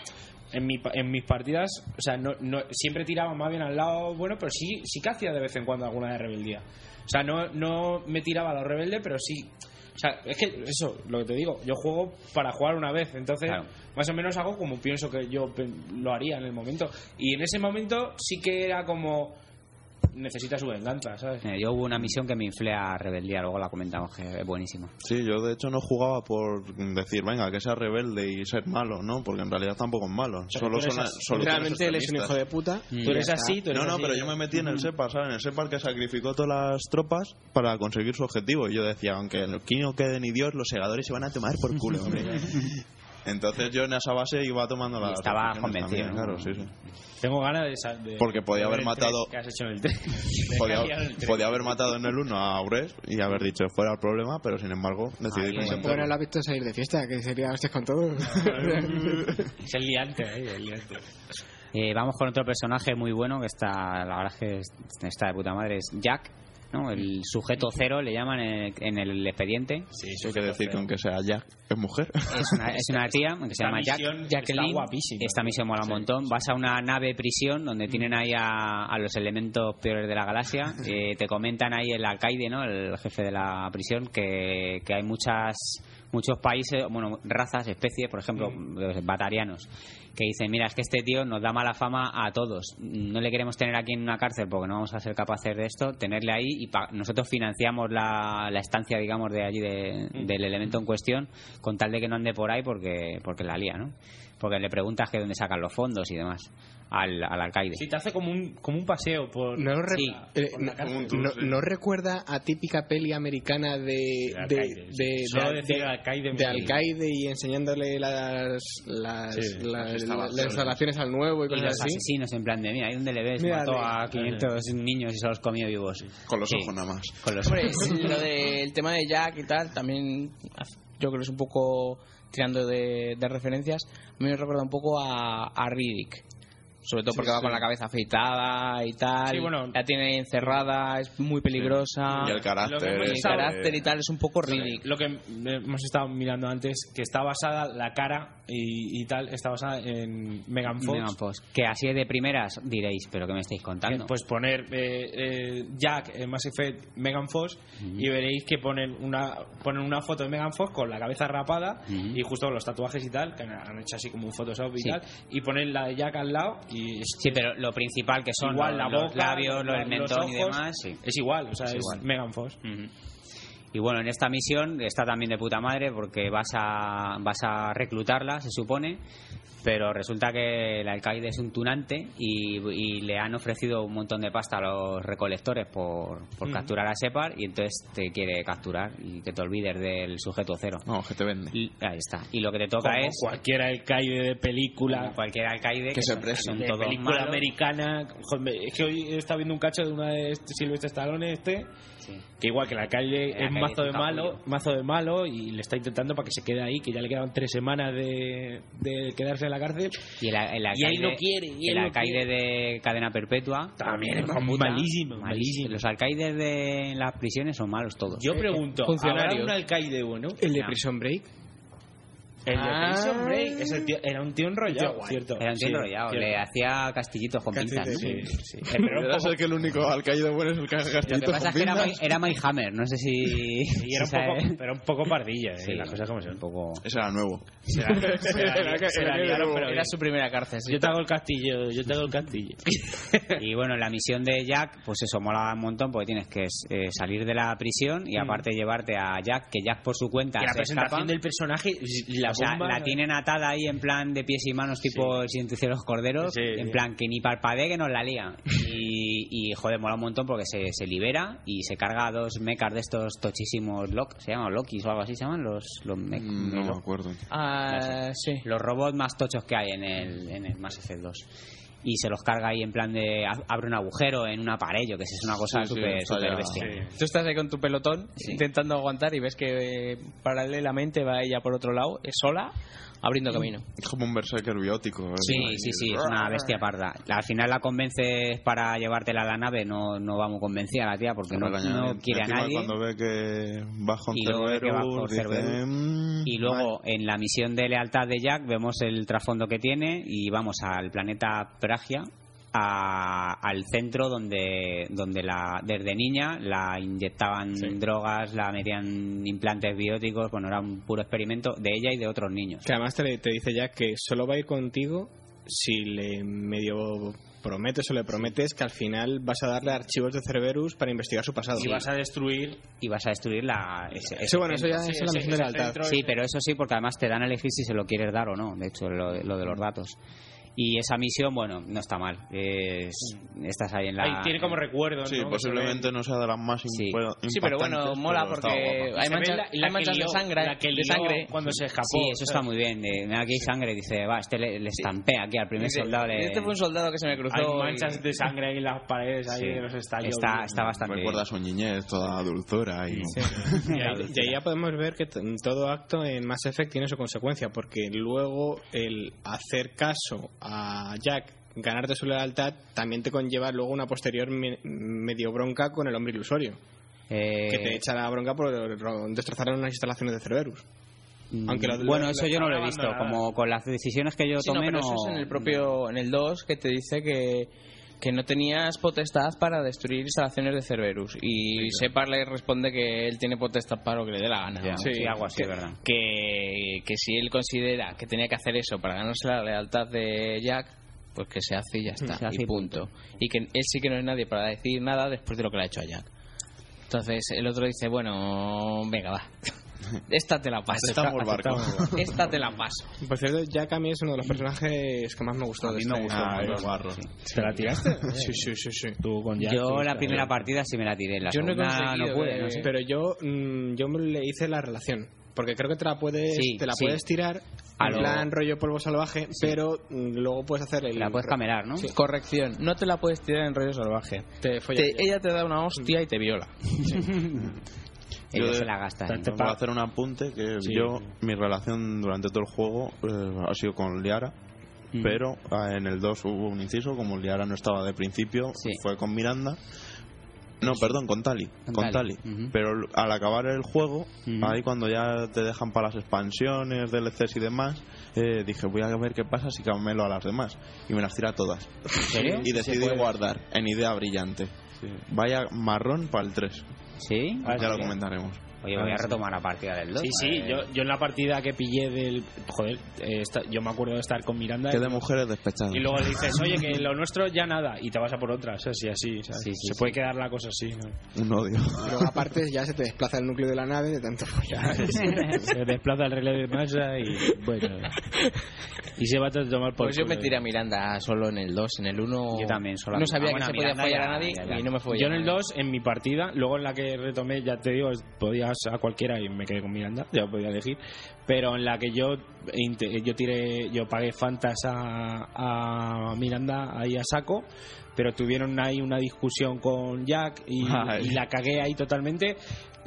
en, mi, pa- en mis partidas, o sea, no, no- siempre tiraba más bien al lado bueno, pero sí, sí que hacía de vez en cuando alguna de rebeldía. O sea, no, no me tiraba a los rebeldes, pero sí. O sea, es que eso, lo que te digo, yo juego para jugar una vez, entonces Claro. más o menos hago como pienso que yo pe- lo haría en el momento. Y en ese momento sí que era como necesita su venganza, ¿sabes? Eh, Yo hubo una misión que me inflé a rebeldía, luego la comentamos, que es buenísima. Sí, yo de hecho no jugaba por decir, venga, que sea rebelde y ser malo, ¿no? Porque en realidad tampoco es malo. Solo tú eres son las así. soluciones Realmente él es un extremistas. Mm. hijo de puta. Tú eres así, tú eres No, no, así. pero yo me metí en el SEPAR, ¿sabes? En el SEPAR que sacrificó todas las tropas para conseguir su objetivo. Y yo decía, aunque aquí no quede ni Dios, los segadores se van a tomar por culo, hombre. Entonces yo en esa base iba tomando las Y estaba decisiones convencido, también, ¿no? claro, sí, sí. Tengo ganas de, sa- de- Porque de podía haber ver el matado- tres que has hecho en el tres. De Podía, cambiar el tres. podía haber matado en el 1 a Aures y haber dicho fuera el problema, pero sin embargo decidí Ahí, convencerlo. Bueno, lo ha visto salir de fiesta, que sería hostias con todo. Ah. Es el liante, eh, el liante. Eh, vamos con otro personaje muy bueno que está, la verdad es que es- está de puta madre, es Jack, ¿no? El sujeto cero le llaman en, en el expediente. Sí, Eso hay que decir que aunque sea Jack, es mujer. Es una, es una tía que se Esta llama Jack, misión está Jacqueline. guapísima. Mm. Esta misión mola un montón. Vas a una nave prisión donde tienen ahí a, a los elementos peores de la galaxia. Eh, te comentan ahí el alcaide, ¿no? El jefe de la prisión, que, que hay muchas muchos países, bueno, razas, especies, por ejemplo, Mm. yo qué sé, batarianos, que dicen, mira, es que este tío nos da mala fama a todos. No le queremos tener aquí en una cárcel porque no vamos a ser capaces de esto, tenerle ahí y pa- nosotros financiamos la, la estancia, digamos, de allí de- Mm. del elemento en cuestión con tal de que no ande por ahí porque, porque la lía, ¿no? Porque le preguntas que dónde sacan los fondos y demás al, al alcaide. Sí, te hace como un, como un paseo por... No, re- Sí. eh, Por la no, cárcel. Un tour, no- sí. no recuerda a típica peli americana De de de, alcaides. de- Solo de- decir de- alcaide de me- alcaide y enseñándole las las, Sí, las- las instalaciones. instalaciones al nuevo y Y cosas los así. asesinos en plan de, mira, ahí donde le ves, Mira, mató mira. a 500 niños y se los comió vivos. Con los Sí, ojos nada más. Con los Hombre, Pues lo del tema de Jack y tal, también yo creo que es un poco tirando de, de referencias. A mí me recuerda un poco a, a Riddick. Sobre todo porque va con la cabeza afeitada y tal. Sí, bueno. la tiene encerrada, es muy peligrosa. Y el Lo que carácter. hemos El ese estado- carácter y tal es un poco Riddick. Lo que hemos estado mirando antes, que está basada, la cara y, y tal, está basada en Megan Fox. Megan Fox. Que así de primeras diréis, pero ¿qué me estáis Que, contando? Pues poner eh, eh, Jack, eh, Mass Effect, Megan Fox y veréis que ponen una ponen una foto de Megan Fox con la cabeza rapada Ujú. y justo los tatuajes y tal, que han, han hecho así como un Photoshop y Sí. tal, y ponen la de Jack al lado y es sí, pero lo principal que son igual los, la los boca, labios, los, la- el mentón y ojos, demás. sí. Es igual, o sea, Es es, igual. Megan Fox. Ujú. Y bueno, en esta misión está también de puta madre porque vas a, vas a reclutarla, se supone, pero resulta que el alcaide es un tunante y, y le han ofrecido un montón de pasta a los recolectores por, por Ujú. capturar a Separ y entonces te quiere capturar y que te olvides del sujeto cero. No, que te vende. Y- ahí está. Y lo que te toca Como es cualquier alcaide de película. como cualquier alcaide que, se son- precie. son de todos película malos. americana. Joder, me- es que hoy he estado viendo un cacho de una de este- Sylvester Stallone este, Sí. que igual que la calle es La calle mazo es de un malo, capullo. mazo de malo y le está intentando para que se quede ahí, que ya le quedan tres semanas de, de quedarse en la cárcel. Y el, el Y alcaide, él no quiere, y él el no alcaide de cadena perpetua También es hijo de malísimo, puta, malísimo. Los alcaides de las prisiones son malos todos. Yo pregunto, ¿habrá funcionarios. un alcaide bueno? El de Ya. Prison Break. El de Ah. Prison Break, ese tío- era un tío enrollado, ¿cierto? Era un tío Sí, enrollado, cierto. le hacía castillitos con pinzas. ¿no? Sí, sí. Eh, pero era un Pero poco- que el único alcaído bueno es el que hace Lo que castillitos pasa con es que era, pinzas. Mike- era Mike Hammer, no sé si. y era si un poco- sabes. era un poco pardilla, eh, Sí, las cosas como son. Un poco. Ese era nuevo. Se la- se la- Era que- se era la liaron, que era pero un- bien. Era su primera cárcel. sí. Yo te hago el castillo, yo te hago el castillo. Y bueno, la misión de Jack, pues eso mola un montón porque tienes que eh, salir de la prisión y aparte llevarte a Jack, que Jack por su cuenta Que Mm. la se escapa. presentación del personaje, la o sea, bomba- la tienen atada ahí en plan de pies y manos, tipo el siguiente de los corderos. Sí, en sí. plan que ni parpadee que nos la lía. Y, y joder, mola un montón porque se, se libera y se carga a dos mechas de estos tochísimos Loki. ¿Se llaman Lokis o algo así? ¿Se llaman los, los, mech- Mm. No melo- me acuerdo. Ah, sí. los robots más tochos que hay en el, en el Mass Effect 2. Y se los carga ahí en plan de ab- abre un agujero en una pared, yo que sé, es una cosa Sí, sí, súper está súper ya- bestial. Sí. Tú estás ahí con tu pelotón Sí. intentando aguantar y ves que eh, paralelamente va ella por otro lado, eh, sola, abriendo camino. Es como un berserker biótico. ¿eh? Sí, sí, sí, es una bestia parda. Al final la convences para llevártela a la nave, no, no vamos convencida la tía porque no, Con el añadido. no quiere a Encima, nadie. cuando ve que baja un Y luego ve que baja Cerberus, un dice, Cerberus. "Mm, Y luego en la misión de lealtad de Jack vemos el trasfondo que tiene y vamos al planeta Pragia, a- al centro donde, donde la, desde niña la inyectaban drogas, la metían implantes bióticos, bueno, era un puro experimento de ella y de otros niños. Que además te, te dice ya que solo va a ir contigo si le medio prometes o le prometes que al final vas a darle archivos de Cerberus para investigar su pasado. Y vas a destruir Y vas a destruir la... ese- ese Eso bueno, eso ya Sí, es la ese- misión de ese lealtad. centro- Sí, pero eso sí, porque además te dan a elegir si se lo quieres dar o no, de hecho, lo, de- lo de los datos. Y esa misión, bueno, no está mal. Es, estás ahí en la... Ahí tiene como recuerdo, Sí, ¿no? Que posiblemente no sea de las más Sí. impa- Sí, pero bueno, impactantes, mola pero está porque guapa. hay se ve la- manchas, la hay que manchas de lió- sangre, la que de lió sangre. cuando se escapó. Sí, eso está ¿sabes? muy bien. de- mira, aquí hay sangre, dice, va, este le, le estampea aquí al primer Dice, soldado. le- Este fue un soldado que se me cruzó. Hay y- manchas de sangre ahí en las paredes, ahí Sí. de los estallos. Está, está bastante Recuerda su niñez, toda dulzura. Y... bien. Y ahí, y ahí ya podemos ver que t- todo acto en Mass Effect tiene su consecuencia, porque luego el hacer caso a Jack ganarte su lealtad también te conlleva luego una posterior me- medio bronca con el hombre ilusorio, Eh, que te echa la bronca por ro- destrozar unas instalaciones de Cerberus. mm, aunque lo- bueno, lo- eso yo no lo he visto. Como con las decisiones que yo Sí, no, tomé, no- pero eso es en el propio, en el 2, que te dice que, que no tenías potestad para destruir instalaciones de Cerberus. Y Separ le responde que él tiene potestad para lo que le dé la gana. Ya, ¿no? sí, algo así, ¿verdad? Que, que si él considera que tenía que hacer eso para ganarse la lealtad de Jack, pues que se hace y ya Se está. hace Y y punto. Y que él sí que no es nadie para decir nada después de lo que le ha hecho a Jack. Entonces el otro dice, bueno, venga, va. Esta te la paso. Aceptamos barco. Esta te la paso. Por cierto, Jack a mí es uno de los personajes que más me gustó. Mm. A de mí no este- me gustó Ah, mucho Barros. ¿Te la tiraste? Sí, sí, sí, sí. Tú con Jack, Yo tú, la claro. primera partida sí me la tiré. La Yo no he segunda no, conseguido, pude, eh, no sé. Pero yo, mm, yo me le hice la relación. Porque creo que te la puedes, Sí, te la sí. puedes tirar A en lo- plan rollo polvo salvaje, pero mm, luego puedes hacer el. La puedes camelar, ¿no? Corrección, no te la puedes tirar en rollo salvaje. Te follas Te- ya. ella te da una hostia y te viola. Ellos Yo- se la gastan. Tanto- Voy a hacer un apunte que yo, mi relación durante todo el juego eh, ha sido con Liara. Mm. Pero ah, en el 2 hubo un inciso, como Liara no estaba de principio, Sí. fue con Miranda. No, perdón, con Tali. Con Con, Tali, Tali. ujú. Pero l- al acabar el juego, Ujú. ahí cuando ya te dejan para las expansiones, DLCs y demás, eh, dije, voy a ver qué pasa si camelo a las demás. Y me las tira todas. ¿En ¿Eh? serio? Y decidí pues. guardar en idea brillante. Vaya marrón para el 3. ¿Sí? Ah, ya lo sí. comentaremos. Oye, voy a retomar la partida del eh. 2. Sí, sí, yo, yo en la partida que pillé del... Joder, eh, esta- yo me acuerdo de estar con Miranda Que de mujeres despechadas. y luego le dices, oye, que lo nuestro ya nada, y te vas a por otra, o sea, sí, así, ¿sabes? Sí, sí, se sí. puede quedar la cosa así, ¿no? Un odio. Luego, aparte, ya se te desplaza el núcleo de la nave de tanto follar. se desplaza el relé de masa y bueno y se va a tomar por Pues yo culo. me tiré a Miranda solo en el 2, en el 1. Yo también, solo a No Miranda. Ah, sabía que bueno, se a podía Miranda follar ya- a nadie ya- ya. y no me follé. yo en el 2 en mi partida luego en la que retomé ya te digo podías a cualquiera y me quedé con Miranda ya podía elegir pero en la que yo inte- yo tiré yo pagué fantas a, a Miranda ahí a saco pero tuvieron ahí una discusión con Jack y, Ay. y la cagué ahí totalmente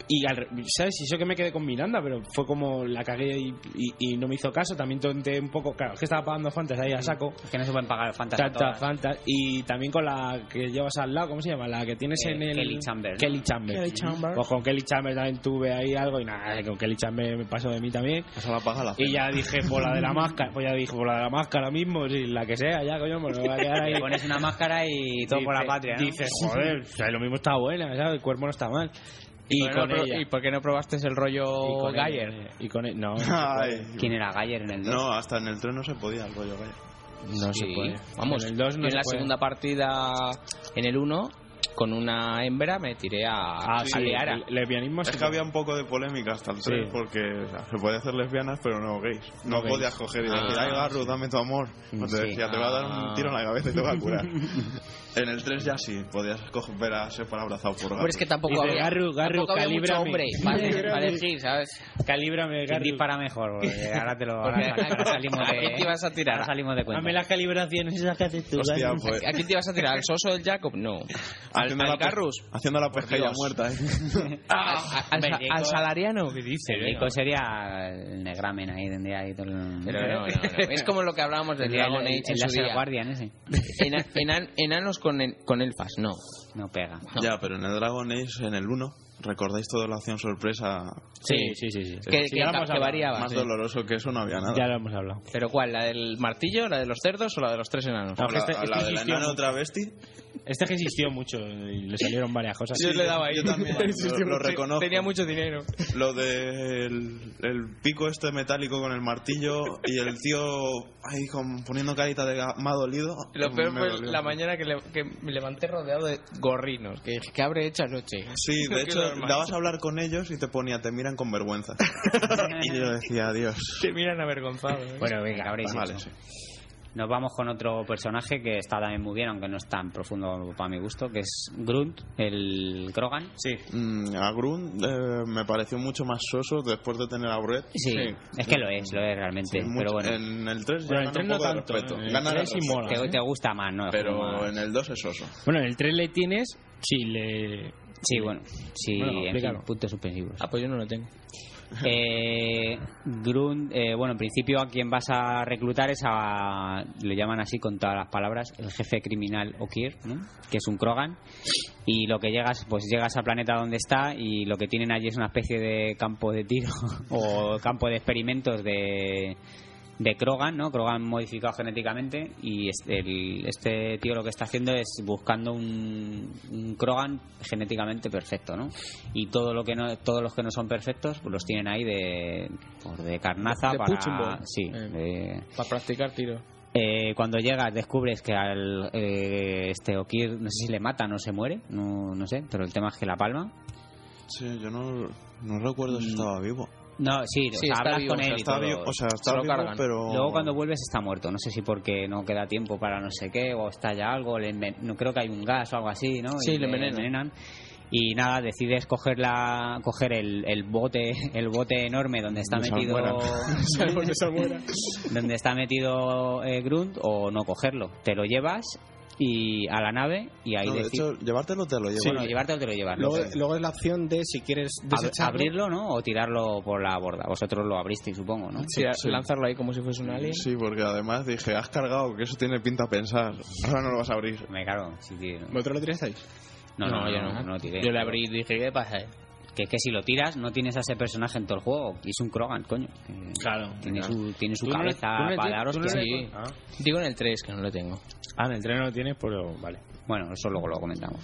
y al re- sabes y eso que me quedé con Miranda pero fue como la cagué y, y- y no me hizo caso también tonté un poco claro es que estaba pagando fantas ahí a saco Es que no se pueden pagar fantasmas. Tanta Fanta. Y también con la que llevas al lado, ¿cómo se llama? La que tienes Eh, en el. Kelly Chambers, ¿no? Kelly Chambers. Kelly Chambers. Pues con Kelly Chambers también tuve ahí algo y nada, con Kelly Chambers me pasó de mí también. Esa la paga la Y cena. ya dije, por la de la máscara, pues ya dije, por la de la máscara mismo, si la que sea, ya coño, me lo voy a quedar ahí. Te pones una máscara y Pues todo por la Dice- patria, ¿no? Dices, joder, o sea, lo mismo está buena, ¿sabes? El cuerpo no está mal. Y, Bueno, con pero- ella. ¿Y por qué no probaste el rollo con ella, Geyer? eh, Y con e- No, Ay. ¿Quién era Gayer en el 2? No, hasta en el tren no se podía el rollo vaya. no Sí. se puede. Vamos, En el 2 yo no en se la puede. segunda partida, en el 1, con una hembra me tiré a, Ah, a sí, Liara. el lesbianismo Es sí que había un poco de polémica hasta el tren Sí. porque o sea, se podía hacer lesbianas pero no gays. No, No gays. podías coger y decir, ay Garru, dame tu amor. O te Sí. decía, te voy a dar Ah. un tiro en la cabeza y te voy a curar. en el 3 ya sí, podías coger, ver a Separ abrazado por Garru. Hombre, es que tampoco Dice, había, "Garru, Garru, tampoco había mucho calíbrame". hombre para, para elegir, ¿sabes? Calíbrame, ¿Quién Garry. dispara mejor? Porque ahora te lo... Porque Ahora, ahora salimos ¿a de... quién te ibas a tirar? ahora salimos de cuenta. Dame las calibraciones esas que haces tú. Hostia, Garry. pues, ¿A quién te ibas a tirar? ¿Al soso del Jacob? No. ¿Al, haciendo al la pe- Carrus? Haciendo la pesquilla muerta. ¿eh? ¿Al- al- al- Bendeco. ¿Al salariano? ¿Qué dice? El Nico sería el negramen ahí, tendría ahí todo el... Pero no, no, no. Es como lo que hablábamos del Tendría el, Dragon el, Age en su Laser día. Guardian ese. Ena- enan- enanos con, el- con elfas, no. No pega. Ya, pero en el Dragon Age, en el 1, ¿recordáis toda la acción sorpresa? Sí, sí, sí. sí. Que, Sí, que- ya lo hemos que hablado. variaba. Más sí. doloroso que eso no había nada. Ya lo hemos hablado. ¿Pero cuál? ¿La del martillo, la de los cerdos o la de los tres enanos? No, O la, este- este la del insistió enano mucho. travesti Este que insistió mucho y le salieron varias cosas. Sí, yo también. lo, lo reconozco. Tenía mucho dinero. Lo del el pico este metálico con el martillo y el tío ahí con- poniendo carita de "Ah, me ha dolido. Lo peor Me fue dolió. la mañana que, le- que me levanté rodeado de gorrinos. Que dije, ¿qué habré hecho anoche? Sí, No de hecho, quiero ver más. dabas a hablar con ellos y te ponía, te miran con vergüenza. y yo decía, adiós. Te miran avergonzado. ¿eh? Bueno, venga, habréis Vale, hecho. sí. Nos vamos con otro personaje que está también muy bien, aunque no es tan profundo para mi gusto, que es Grunt, el Krogan. Sí. Mm, a Grun eh, me pareció mucho más soso después de tener a Brett. Sí, es que lo es, lo es realmente. pero Mucho- bueno, En el 3 Bueno, ya el 3 gana un no poco de tanto. respeto. en el Gana 3 sí respeto. mola, te, ¿eh? te gusta más, ¿no? Es como Pero más- en el 2 es soso. Bueno, en el 3 le tienes si le... Sí, bueno, sí, Bueno, en fin, explícalo. puntos suspensivos. Ah, pues yo no lo tengo. Eh, Grun, eh, bueno, en principio a quien vas a reclutar es a, le llaman así con todas las palabras, el jefe criminal Okir, ¿no? que es un Krogan. Y lo que llegas, pues llegas al planeta donde está y lo que tienen allí es una especie de campo de tiro o campo de experimentos de, de Krogan, ¿no? Krogan modificado genéticamente y este, el- este tío lo que está haciendo es buscando un, un Krogan genéticamente perfecto, ¿no? Y todo lo que no, todos los que no son perfectos pues los tienen ahí de, por de carnaza De punching para ball. sí, Eh. de- Para practicar tiro. eh, cuando llegas descubres que al eh, este Okir no sé si le mata, no se muere, no, no sé, pero el tema es que la palma. Sí, yo no, no recuerdo si estaba vivo. No, sí, o Sí, sea, está hablas vivo, con o él sea, y Estaba todo. vivo, o sea, se estaba lo vivo, cargan. pero... Luego cuando vuelves está muerto, no sé si porque no queda tiempo para no sé qué, o está ya algo, le enven- no, creo que hay un gas o algo así, ¿no? Sí, Y le envenenan. Y nada, decides coger, la, coger el, el bote el bote enorme donde está De metido salmuera. Sabemos de salmuera. donde está metido eh, Grunt o no cogerlo. Te lo llevas y a la nave y ahí No, de decides... hecho, llevártelo te lo llevo. Bueno, llevarte o te lo llevas. no Luego, sé. luego es la opción de si quieres Ab- desecharlo. abrirlo, ¿no? O tirarlo por la borda. Vosotros lo abristeis, supongo, ¿no? Sí, lanzarlo ahí como si fuese un alien. Sí, porque además dije, has cargado, que eso tiene pinta a pensar. Ahora no lo vas a abrir. Me cago. sí, tío. ¿Vosotros lo tirasteis? No, no, yo no, no lo tiré. Yo le abrí y dije, ¿qué pasa? eh?". Que es que si lo tiras, no tienes a ese personaje en todo el juego. Y es un Krogan, coño. Eh, Claro. Tiene su, tiene su ¿Tú no le- cabeza tú no le- para daros tú no le- que- Ah. Digo en el 3 que no lo tengo. Ah, en el tren no lo tienes, pero vale. Bueno, eso luego lo comentamos.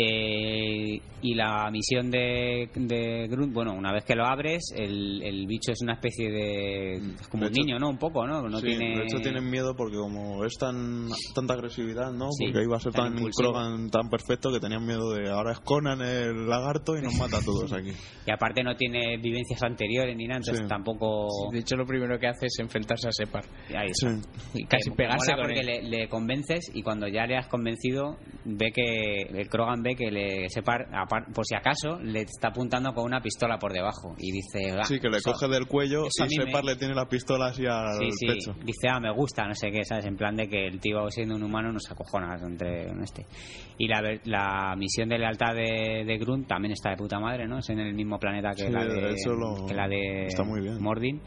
Eh, y la misión de, de Grunt, bueno, una vez que lo abres, el, el bicho es una especie de. Es como De un hecho- niño, ¿no? Un poco, ¿no? no Sí, tiene... De hecho, tienen miedo porque como es tan tanta agresividad, ¿no? Sí, porque iba a ser tan tan, impulsivo. Krogan tan perfecto que tenían miedo de ahora es Conan el lagarto y nos mata a todos aquí. Y aparte no tiene vivencias anteriores ni nada, entonces Sí. tampoco. De hecho, lo primero que hace es enfrentarse a Separ. Ahí Sí. está. Y casi Que pegarse mola con porque él. le, le convences y cuando ya le has convencido ve que el Krogan ve que le separ, apar- por si acaso le está apuntando con una pistola por debajo y dice "Ah, Sí, que le eso- coge del cuello eso a y mí me- Separ le tiene la pistola así al sí, sí, pecho. dice ah me gusta no sé qué sabes en plan de que el tío siendo un humano nos acojona entre en este y la, ver- la misión de lealtad de, de Grunt también está de puta madre no es en el mismo planeta que Sí, la de de, hecho lo- que la de está muy bien. Mordin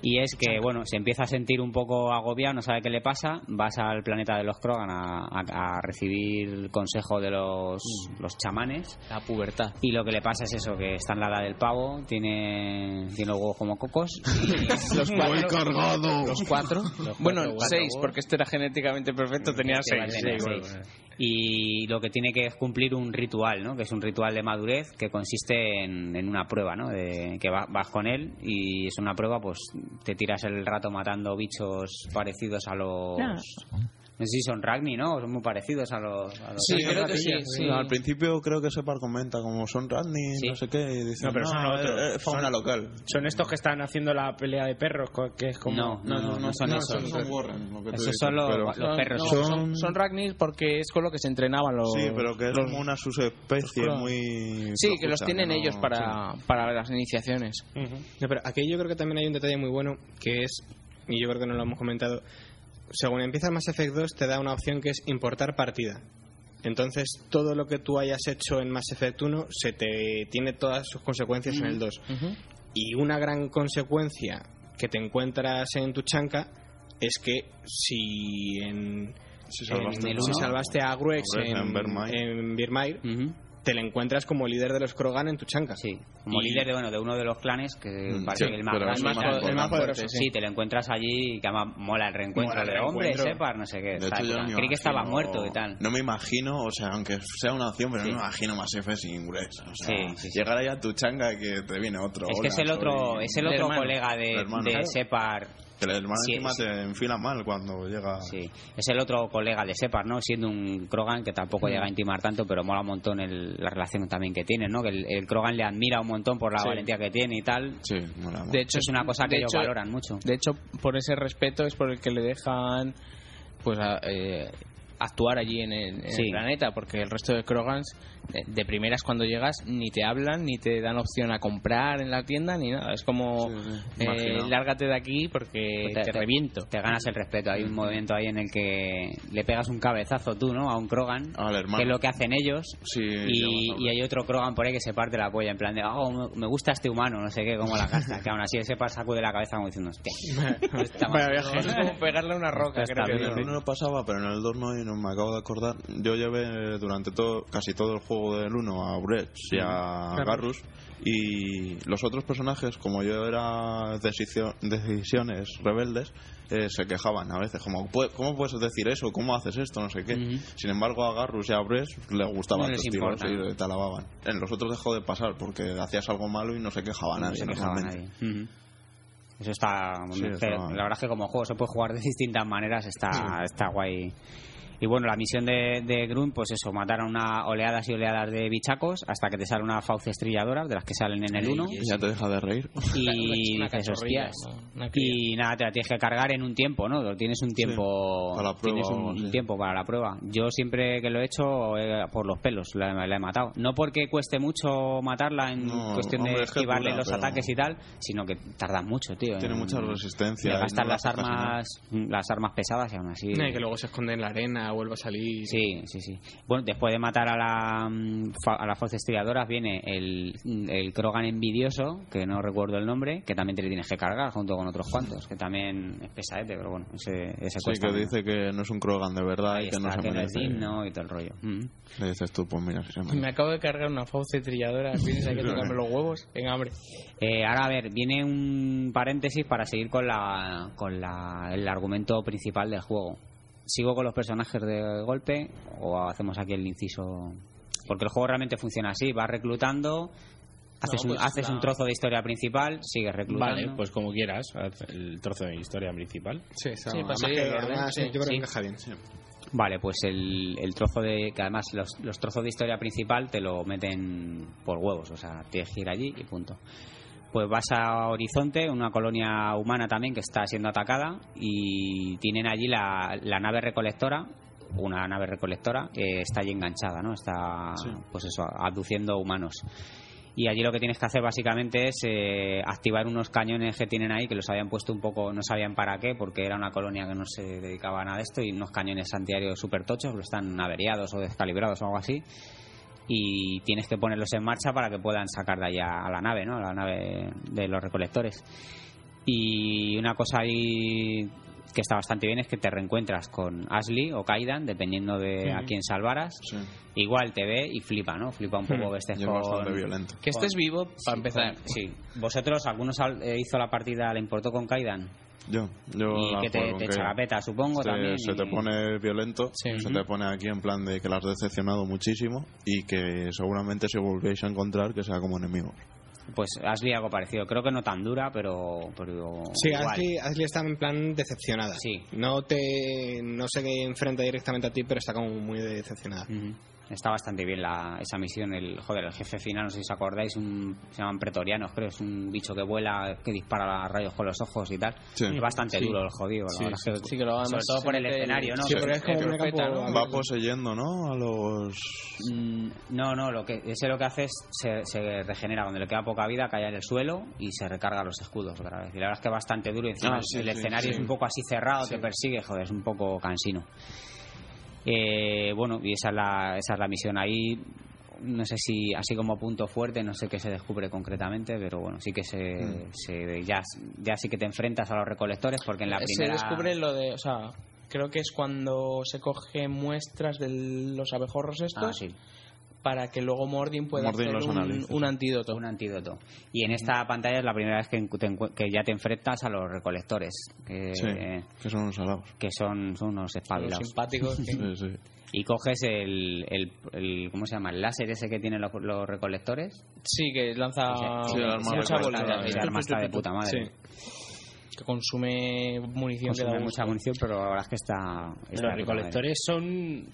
y es que, bueno, se empieza a sentir un poco agobiado, no sabe qué le pasa, vas al planeta de los Krogan a, a- a recibir consejo de los, los chamanes Mm. La pubertad. y lo que le pasa es eso, que está en la edad del pavo, tiene, tiene los huevos como cocos. Los cuatro. cargado! Los cuatro. bueno, cuatro, seis, vos. porque este era genéticamente perfecto, tenía Sí, seis. tenía Sí, seis. bueno. Y lo que tiene que es cumplir un ritual, ¿no? Que es un ritual de madurez que consiste en, en una prueba, ¿no? De, que va- vas con él y es una prueba, pues te tiras el rato matando bichos parecidos a los... Ah. No sé si son Ragni, ¿no? O Son muy parecidos a los... a los- Sí, creo que sí, sí. al principio creo que Separ comenta como son Randy, Sí. no sé qué, y dice, No, pero son eh, otros. eh, fauna Son- local. Son estos que están haciendo la pelea de perros, co- que es como... No, no, no, no son esos. esos son Warren, lo que tú Esos dices, son los- pero- los perros. no, son, Son- son Ragnis porque es con lo que se entrenaban los. Sí, pero que es los- como una subespecie los clones. muy... Sí, que los flojucha, tienen no- ellos para, para las iniciaciones. No, pero aquí yo creo que también hay un detalle muy bueno que es, y yo creo que no lo hemos comentado, según empieza Mass Effect 2 te da una opción que es importar partida. Entonces todo lo que tú hayas hecho en Mass Effect 1 se te tiene todas sus consecuencias en el 2. Y una gran consecuencia que te encuentras en tu chanca es que si en... Sí, en- salvaste- si salvaste a Gruex Gruex en, en Vermeer. en Birmair, Ujú. te lo encuentras como líder de los Krogan en tu chanca. Sí, como Y- líder de, bueno, de uno de los clanes que Mm, parece sí, que el más pero grande es el más era- poderoso, el más poderoso, Sí. sí. te lo encuentras allí que además mola el reencuentro Mola el de hombre, reencuentro. Separ, no sé qué. De está hecho, de yo puta no me madre. Creí que estaba imagino- muerto y tal. No me imagino, o sea, aunque sea una acción, pero Sí. no me imagino más F sin grueso. O sea, Sí, sí, sí. llegar ahí a tu changa y que te viene otro. Es que hola, es el otro, soy- es el El otro hermano. colega de, El hermano, de claro. Separ. Que el hermano Sí, encima sí. te enfila mal cuando llega. Sí, es el otro colega de Separ, ¿no? Siendo un Krogan que tampoco llega a intimar tanto, pero mola un montón el- la relación también que tiene, ¿no? Que el, el Krogan le admira un montón por la valentía que tiene y tal. Sí, mola, mola. De hecho, Eso es una cosa que de ellos hecho- valoran mucho. De hecho, por ese respeto es por el que le dejan pues a- eh, actuar allí en el, en Sí. el planeta, porque el resto de Krogans, de, de primeras cuando llegas, ni te hablan, ni te dan opción a comprar en la tienda, ni nada. Es como, Sí, sí, eh, imagino. lárgate de aquí porque Pues te, reviento. Te ganas el respeto. Hay un movimiento ahí en el que le pegas un cabezazo tú, ¿no? A un Krogan, Al hermano. que es lo que hacen ellos. Sí, y, ya me y hay otro Krogan por ahí que se parte la polla en plan de, oh, me- me gusta este humano, no sé qué, como la gasta. que aún así ese pasa sacude la cabeza como diciendo, hostia. está mal. Es como pegarle una roca, Está creo que En bien. digo. el uno lo pasaba, pero en el 2 no, y no me acabo de acordar. Yo llevé eh, durante todo, casi todo el juego del 1 a Brecht y a Garrus, y los otros personajes, como yo era decicio- decisiones rebeldes, eh, se quejaban a veces, como, "Pue- ¿cómo puedes decir eso? ¿Cómo haces esto? No sé qué. Sin embargo, a Garrus y a Brecht les gustaba No les tus tiros importa, ¿no? y te alababan. En los otros dejó de pasar porque hacías algo malo y no se quejaba No nadie. se quejaba normalmente. nadie. Ujú. Eso está. Sí, pero está mal. la verdad es que como juego se puede jugar de distintas maneras, está, está guay. Y bueno, la misión de, de Grun, pues eso, matar a una oleadas y oleadas de bichacos hasta que te sale una fauce estrelladora, de las que salen en el 1. Y ya te deja de reír. Y Una dices, cachorrilla, hostias. ¿no? Una cría. Y nada, te la tienes que cargar en un tiempo, ¿no? Tienes un tiempo para la prueba tienes un, o algo así. tiempo para la prueba. Yo siempre que lo he hecho, eh, por los pelos, la, la he matado. No porque cueste mucho matarla en No, cuestión de hombre, es que es esquivarle dura, los pero- ataques y tal, sino que tardas mucho, tío. Tiene en- mucha resistencia. le y no gastan la las hace casi nada. armas las armas pesadas y aún así No, y que luego se esconde en la arena, vuelve a salir. sí sí sí bueno después de matar a la mm, fa- a las fuerzas estriadoras viene el, mm, el Krogan envidioso que no recuerdo el nombre que también te le tienes que cargar junto con otros cuantos que también es pesadete pero bueno ese, ese Sí, cuesta que menos. dice que no es un Krogan de verdad Ahí y que está, no se que no es merece. digno y todo el rollo Mm. Le dices tú, pues mira, si se Me merece. acabo de cargar una fauce trilladora. ¿Vienes aquí a tocarme los huevos? En hambre. Eh, ahora, a ver, viene un paréntesis para seguir con, la, con la- el argumento principal del juego. ¿Sigo con los personajes de golpe o hacemos aquí el inciso? Porque el juego realmente funciona así, vas reclutando, haces, un, pues haces la- un trozo de historia principal, sigues reclutando. Vale, pues como quieras, haz el trozo de historia principal. Sí, está- Sí, además pasa que- bien, además, sí, yo creo sí. que encaja bien. Vale, pues el, el trozo de... que además los, los trozos de historia principal te lo meten por huevos, o sea, tienes que ir allí y punto. Pues vas a Horizonte, una colonia humana también que está siendo atacada y tienen allí la, la nave recolectora, una nave recolectora que está allí enganchada, ¿no? Está, pues eso, abduciendo humanos. Y allí lo que tienes que hacer básicamente es eh, activar unos cañones que tienen ahí, que los habían puesto un poco, no sabían para qué, porque era una colonia que no se dedicaba a nada de esto, y unos cañones antiaéreos súper tochos, pero están averiados o descalibrados o algo así. Y tienes que ponerlos en marcha para que puedan sacar de allá a la nave, ¿no? A la nave de los recolectores. Y una cosa ahí que está bastante bien es que te reencuentras con Ashley o Kaidan, dependiendo de a quién salvaras. Sí, Igual te ve y flipa, ¿no? Flipa un poco que estés y es bastante con- violento. Que estés vivo, para empezar. Sí. ¿Vosotros, algunos al- eh, hizo la partida, le importó con Kaidan? Yo, yo y la que te, juego, te que chapeta, supongo, se- también. se y- te pone violento, Sí. se te pone aquí en plan de que la has decepcionado muchísimo y que seguramente si volvéis a encontrar que sea como enemigos. Pues Ashley algo parecido. Creo que no tan dura, pero... pero Sí, igual. Ashley, Ashley está en plan decepcionada. Sí. No te no se enfrenta directamente a ti, pero está como muy decepcionada. Ujú. Está bastante bien la, esa misión. El, joder, el jefe final, no sé si os acordáis, un, se llaman pretorianos, creo. Es un bicho que vuela, que dispara rayos con los ojos y tal. Sí. Es bastante duro el jodido, la Sí, verdad es que- sí, que lo además sobre todo se por el mete escenario, ¿no? Sí, porque es como el un profeta, campo- ¿no? Va poseyendo, ¿no? A los... Mm, No, no, lo que, ese lo que hace es se, se regenera. Cuando le queda poca vida, cae en el suelo y se recarga los escudos otra vez. Y la verdad es que es bastante duro. Y encima Ah, el- sí, el sí, escenario sí. es un poco así cerrado, te persigue, joder, es un poco cansino. Eh, bueno, y esa es, la, esa es la misión ahí. No sé si, así como punto fuerte, no sé qué se descubre concretamente, pero bueno, sí que se, Mm. se- ya, ya sí que te enfrentas a los recolectores porque en la primera... Se descubre lo de, o sea, creo que es cuando se cogen muestras de los abejorros estos Ah, sí. para que luego Mordin pueda Mordin los hacer un, analice, un sí. antídoto. un antídoto. Y en Mm. esta pantalla es la primera vez que, encu- te encu- que ya te enfrentas a los recolectores, que, Sí, que son unos alados. que son, son unos Los espabilados. simpáticos. que- Sí, sí. Y coges el, el, el- ¿cómo se llama? El láser ese que tienen los, los recolectores. sí, que lanza Ah, Sí, el arma mucha recolectora, bolita. sí. Ese arma está de puta madre. Que consume munición que da Consume gusto. mucha munición, pero la verdad es que está... está Los de puta madre. recolectores son...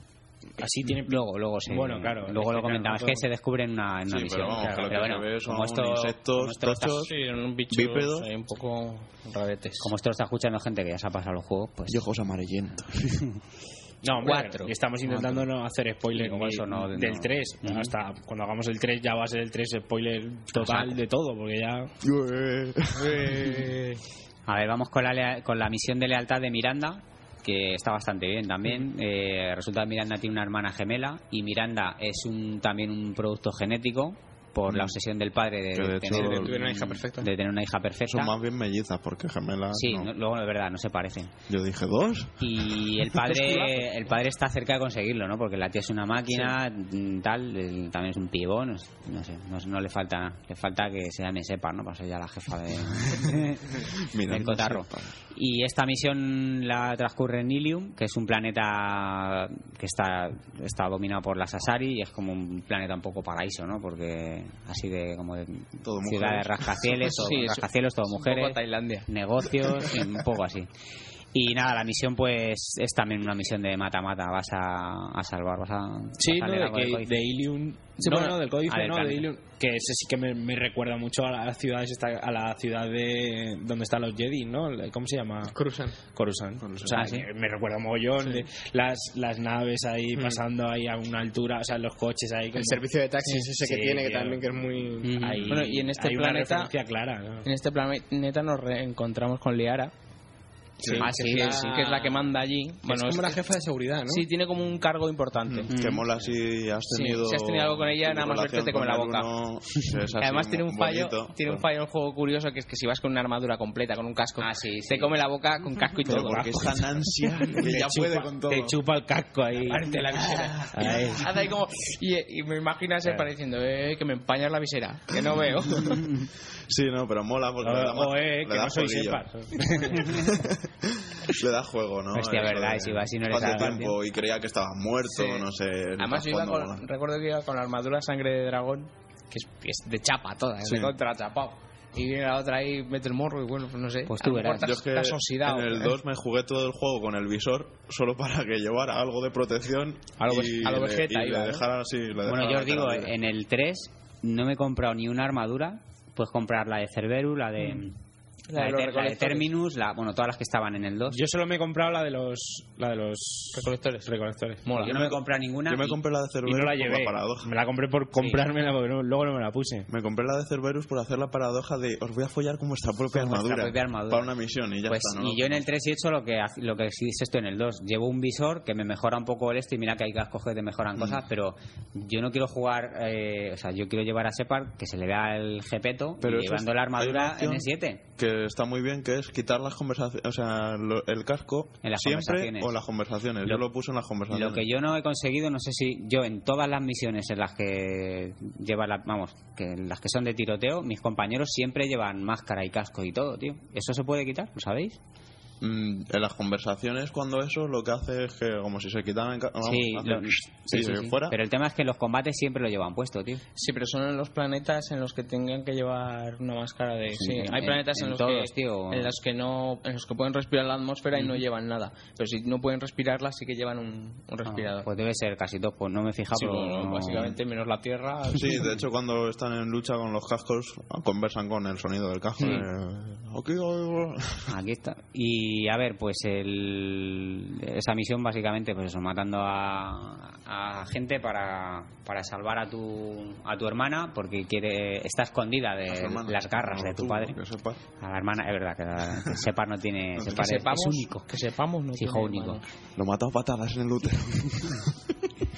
Así tienen... Luego, luego se, Bueno, claro, este luego es lo que comentamos, claro, es que se descubre en una, en una este Sí, misión. pero vamos, que lo que bueno, se ve son como esto- insectos, como esto está- tochos. Sí, eran un bicho Bípedos. ahí un poco raretes. como esto lo está escuchando gente que ya se ha pasado los juegos, pues Y ojos amarillentos. No, hombre, Cuatro. estamos intentando no hacer spoiler Digo, ni- eso no, no. del 3. Ujú. Hasta cuando hagamos el 3 ya va a ser el 3 spoiler total de todo, porque ya... A ver, vamos con la, lea- con la misión de lealtad de Miranda, que está bastante bien también. Eh, resulta que Miranda tiene una hermana gemela y Miranda es un, también un producto genético por la obsesión del padre de, Que de hecho- tener, De tener una hija perfecta. de tener una hija perfecta. Son más bien mellizas, porque gemelas. Sí, no. no- luego de verdad, no se parecen. Yo dije, ¿dos? Y el padre, el padre está cerca de conseguirlo, ¿no? Porque la tía es una máquina, mm, tal, él también es un pibón, no, es- no sé, no, no le falta nada. Le falta que se llame Sepa, ¿no? Para ser ya la jefa de, Mira, del cotarro. Y esta misión la transcurre en Ilium, que es un planeta que está, está dominado por las Asari y es como un planeta un poco paraíso, ¿no? Porque así de como de Todo ciudad de mujeres. rascacielos, todo, Sí, es- rascacielos, todo mujeres Un poco Tailandia. negocios, un poco así. Y nada, la misión pues es también una misión de mata-mata, vas a, a salvar, vas a... Sí, vas ¿no? a leer De, algo del que- códice. de Ilium... Sí, no, bueno, no, del códice, ah, del no, de planeta. Ilium. Que ese sí que me, me recuerda mucho a las ciudades, esta- a la ciudad de donde están los Jedi, ¿no? ¿Cómo se llama? Cruzan. Coruscant. Coruscant. O sea, Ah, sí. Mm. me recuerda mogollón de las, las naves ahí pasando ahí a una altura, o sea, los coches ahí. como- El servicio de taxis Sí, ese sí, que tiene, que tío. también que es muy... Ujú. Ahí- Bueno, y en este hay planeta- Una referencia clara, ¿no? En este planeta nos reencontramos con Liara, Sí. Ah, sí, que, es, sí. que es la que manda allí. Bueno, es como es- la jefa de seguridad, ¿no? Sí, tiene como un cargo importante. Que mola si has Mm. Sí, tenido. si has tenido algo con ella, nada más relación verte come la con boca. alguno, que es así, Además tiene un fallo, bonito, pues. tiene un pero- fallo en el juego curioso que es que si vas con una armadura completa, con un casco, Ah, sí, te sí. come la boca con casco y Pero todo. porque es tan ansia que ya puede con todo. Te chupa el casco ahí. Parte la visera. Ahí. Hace ahí como y, y me imagino a Serpa diciendo eh, que me empañas la visera, que no veo. Sí, no, pero mola porque le da, O, más- o, eh, le que da no soy jueguillo. Sepa. Le da juego, ¿no? Hostia, Eso verdad, de si vas y no eres ¿Cuánto algo, tiempo? Y creía que estaba muerto, Sí. no sé. Además yo iba cuando con, mola. recuerdo que iba con la armadura sangre de dragón, que es, que es de chapa toda, es Sí. de contrachapado. Y viene la otra ahí, mete el morro y bueno, pues no sé. Pues tú a lo verás. mejor te has- Yo es que te has oxidado. ¿eh? en el 2 me jugué todo el juego con el visor solo para que llevara algo de protección A lo- y a lo le- Vegeta y le iba, ¿no? dejara así. le Bueno, dejara yo la os digo, eh, cara libre. en el 3 no me he comprado ni una armadura, puedes comprar la de Cerberus, la de... Mm. La La de, de los Ter- la de recolectores. Terminus, la, bueno, todas las que estaban en el 2. Yo solo me he comprado la de los, la de los Pues recolectores. recolectores. Yo, no me he comprado ninguna. Yo me y- compré la de Y Cerberus no la por llevé. paradoja. Me la compré por comprármela porque no- luego no me la puse. Me compré la de Cerberus por hacer la paradoja de os voy a follar con vuestra propia, Con vuestra armadura, pues, propia armadura. para una misión y ya Pues, está. ¿no? y yo en el 3 he hecho lo que, hace- lo que sí hice esto en el 2. Llevo un visor que me mejora un poco el esto y mira que hay cascos que te Mm. mejoran cosas, pero yo no quiero jugar, eh, o sea, yo quiero llevar a Separ que se le vea el jepeto Pero y eso llevando es- la hay armadura una opción- N7. que está muy bien, que es quitar las conversaciones, o sea, lo- el casco En las siempre conversaciones. o las conversaciones. yo Lo- lo puse en las conversaciones. Lo que yo no he conseguido, no sé si yo en todas las misiones en las que lleva la, vamos, que en las que son de tiroteo, mis compañeros siempre llevan máscara y casco y todo, tío. ¿Eso se puede quitar? ¿Lo sabéis? Mm, en las conversaciones, cuando eso lo que hace es que, como si se quitaran. ca- vamos, sí, hace lo- y sí, se sí, sí. fuera. Pero el tema es que en los combates siempre lo llevan puesto, tío. Sí, pero son en los planetas en los que tengan que llevar una máscara de. Sí, en- hay en- planetas en, en los todos, que tío. en los que no, en los que pueden respirar la atmósfera y no llevan nada. Pero si no pueden respirarla, sí que llevan un, un Ah, respirador. pues debe ser casi dos, pues no me he fijado. Sí, pero bueno, no- básicamente menos la Tierra. Sí, de hecho, cuando están en lucha con los cascos, conversan con el sonido del casco. Sí. eh, "Aquí oigo". Aquí está. Y a ver, pues el, esa misión básicamente, pues eso, matando a, a gente para, para salvar a tu, a tu hermana, porque quiere está escondida A de su hermana. Eh, las garras Como de tu tú, padre. que sepas. A la hermana, es verdad, que, la- que Separ no tiene. que, Separ es- sepamos, es único. que sepamos, no Es hijo tiene único. hermanos. Lo mató a patadas en el útero.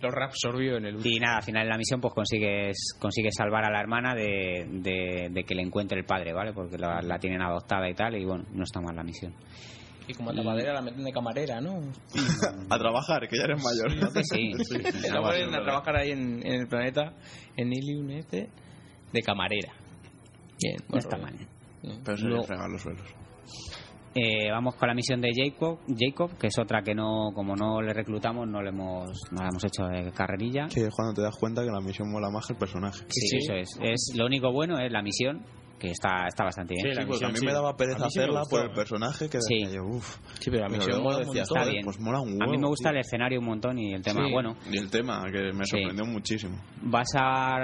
Lo reabsorbió en el último. Y nada, al final de la misión pues consigues, consigues salvar a la hermana de, de- de que le encuentre el padre, ¿vale? Porque la, la tienen adoptada y tal, y bueno, no está mal la misión. Y como tapadera la meten de camarera, ¿no? a trabajar, que ya eres mayor. que sí. La ponen a trabajar ahí en, en el planeta, en Ilium este, de camarera. Bien, No bueno, está mal. bien. Pero se Luego- le fregan los suelos. Eh, vamos con la misión de Jacob, Jacob, que es otra que no, como no le reclutamos, no le hemos, no la hemos hecho de carrerilla. Que es cuando te das cuenta que la misión mola más que el personaje. Sí, Sí. eso es. Es lo único bueno es la misión, que está, está bastante bien. Sí, la Sí, porque a misión, mí sí. me daba pereza A mí sí me hacerla gustó, por el ¿eh? personaje que Sí. decía yo, uff. Sí, pero la Pero misión luego mola un decías, montón. está joder, bien. pues mola un a mí huevo, me gusta tío. el escenario un montón y el tema, Sí. bueno, Y el tema, que me Sí. sorprendió muchísimo. vas a,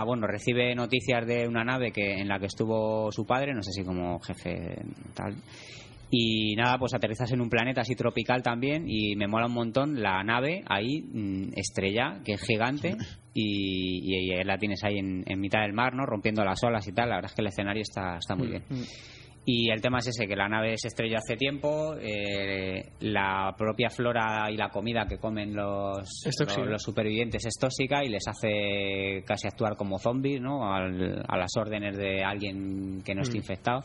a- bueno recibe noticias de una nave que en la que estuvo su padre no sé si como jefe tal Y nada, pues aterrizas en un planeta así tropical también y me mola un montón la nave ahí, mm, estrella, que es gigante y, y- y la tienes ahí en, en mitad del mar, ¿no? Rompiendo las olas y tal. La verdad es que el escenario está, está muy bien. Y el tema es ese, que la nave se estrelló hace tiempo, eh, la propia flora y la comida que comen los, Es tóxica. los, los supervivientes es tóxica y les hace casi actuar como zombies, ¿no? Al- a las órdenes de alguien que no Mm. esté infectado.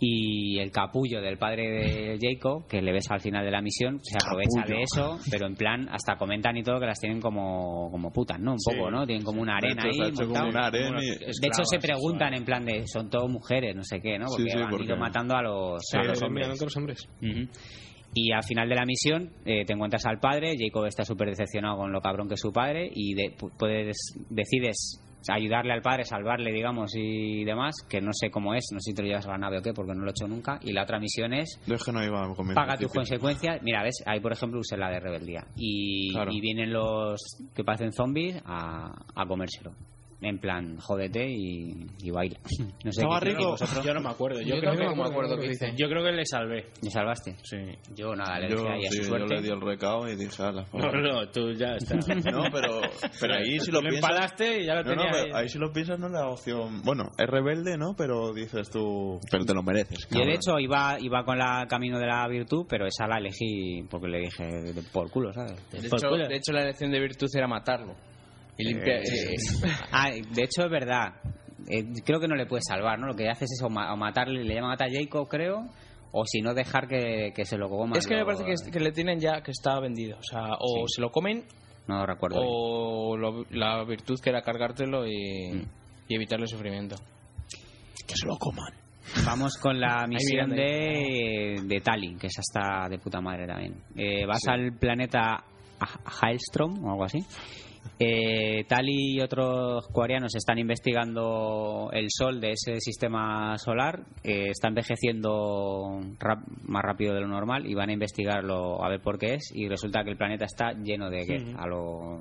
Y el capullo del padre de Jacob, que le ves al final de la misión, se aprovecha Mm. Capullo. de eso, pero en plan, hasta comentan y todo que las tienen como, como putas, ¿no? Un Sí. poco, ¿no? Tienen como una arena De hecho, se ha ahí. hecho como montada. una arena Como y- una- De hecho, se esclavas preguntan sexuales. en plan de son todo mujeres, no sé qué, ¿no? Sí, Porque sí, han porque- ido matando a los, a los hombres. los hombres. Ujú. Y al final de la misión eh, te encuentras al padre, Jacob está súper decepcionado con lo cabrón que es su padre y de- pu- puedes, decides ayudarle al padre, salvarle, digamos, y demás, que no sé cómo es, no sé si te lo llevas a la nave o qué, porque no lo he hecho nunca. Y la otra misión es Yo es que no iba con mi paga tus principio. consecuencias. Mira, ves, ahí por ejemplo usé la de rebeldía. Y, Claro. y vienen los que parecen zombies a, a comérselo. En plan, jódete y, y baila. No sé Estaba qué hicieron rico. vosotros. Yo no me acuerdo. Yo, Yo creo que tampoco me acuerdo qué hice. Yo creo que le salvé. ¿Me salvaste? Sí. Yo nada, le Yo, dejé ahí a sí, su yo suerte. le di el recado y dije, a la No, no, tú ya está. No, pero, pero ahí si lo Le piensas... empalaste y ya lo No, no, tenías. pero ahí si lo piensas no es la opción... Bueno, es rebelde, ¿no? Pero dices tú... Pero te lo mereces, Yo, cabrón. de hecho, iba, iba con la camino de la virtud, pero esa la elegí porque le dije de- por culo, ¿sabes? De Por hecho, culo. de hecho, la elección de virtud era matarlo. Y limpia- eh, Ah, de hecho, es verdad. Eh, creo que no le puedes salvar, ¿no? Lo que haces es o, ma- o matarle, le llaman a matar a Jacob, creo, o si no, dejar que, que se lo coma. Es que me lo- parece que, es- que le tienen ya que está vendido. O sea, o Sí. se lo comen No recuerdo. bien. o lo- la virtud que era cargártelo y, Mm. y evitarle sufrimiento. Que se lo coman. Vamos con la misión mirando de, de Tali, que esa está de puta madre también. Eh, vas al planeta Ha- Hailstrom o algo así. Eh, Tali y otros coreanos están investigando el sol de ese sistema solar. Eh, está envejeciendo rap- más rápido de lo normal y van a investigarlo a ver por qué es. Y resulta que el planeta está lleno de guerra, a, lo,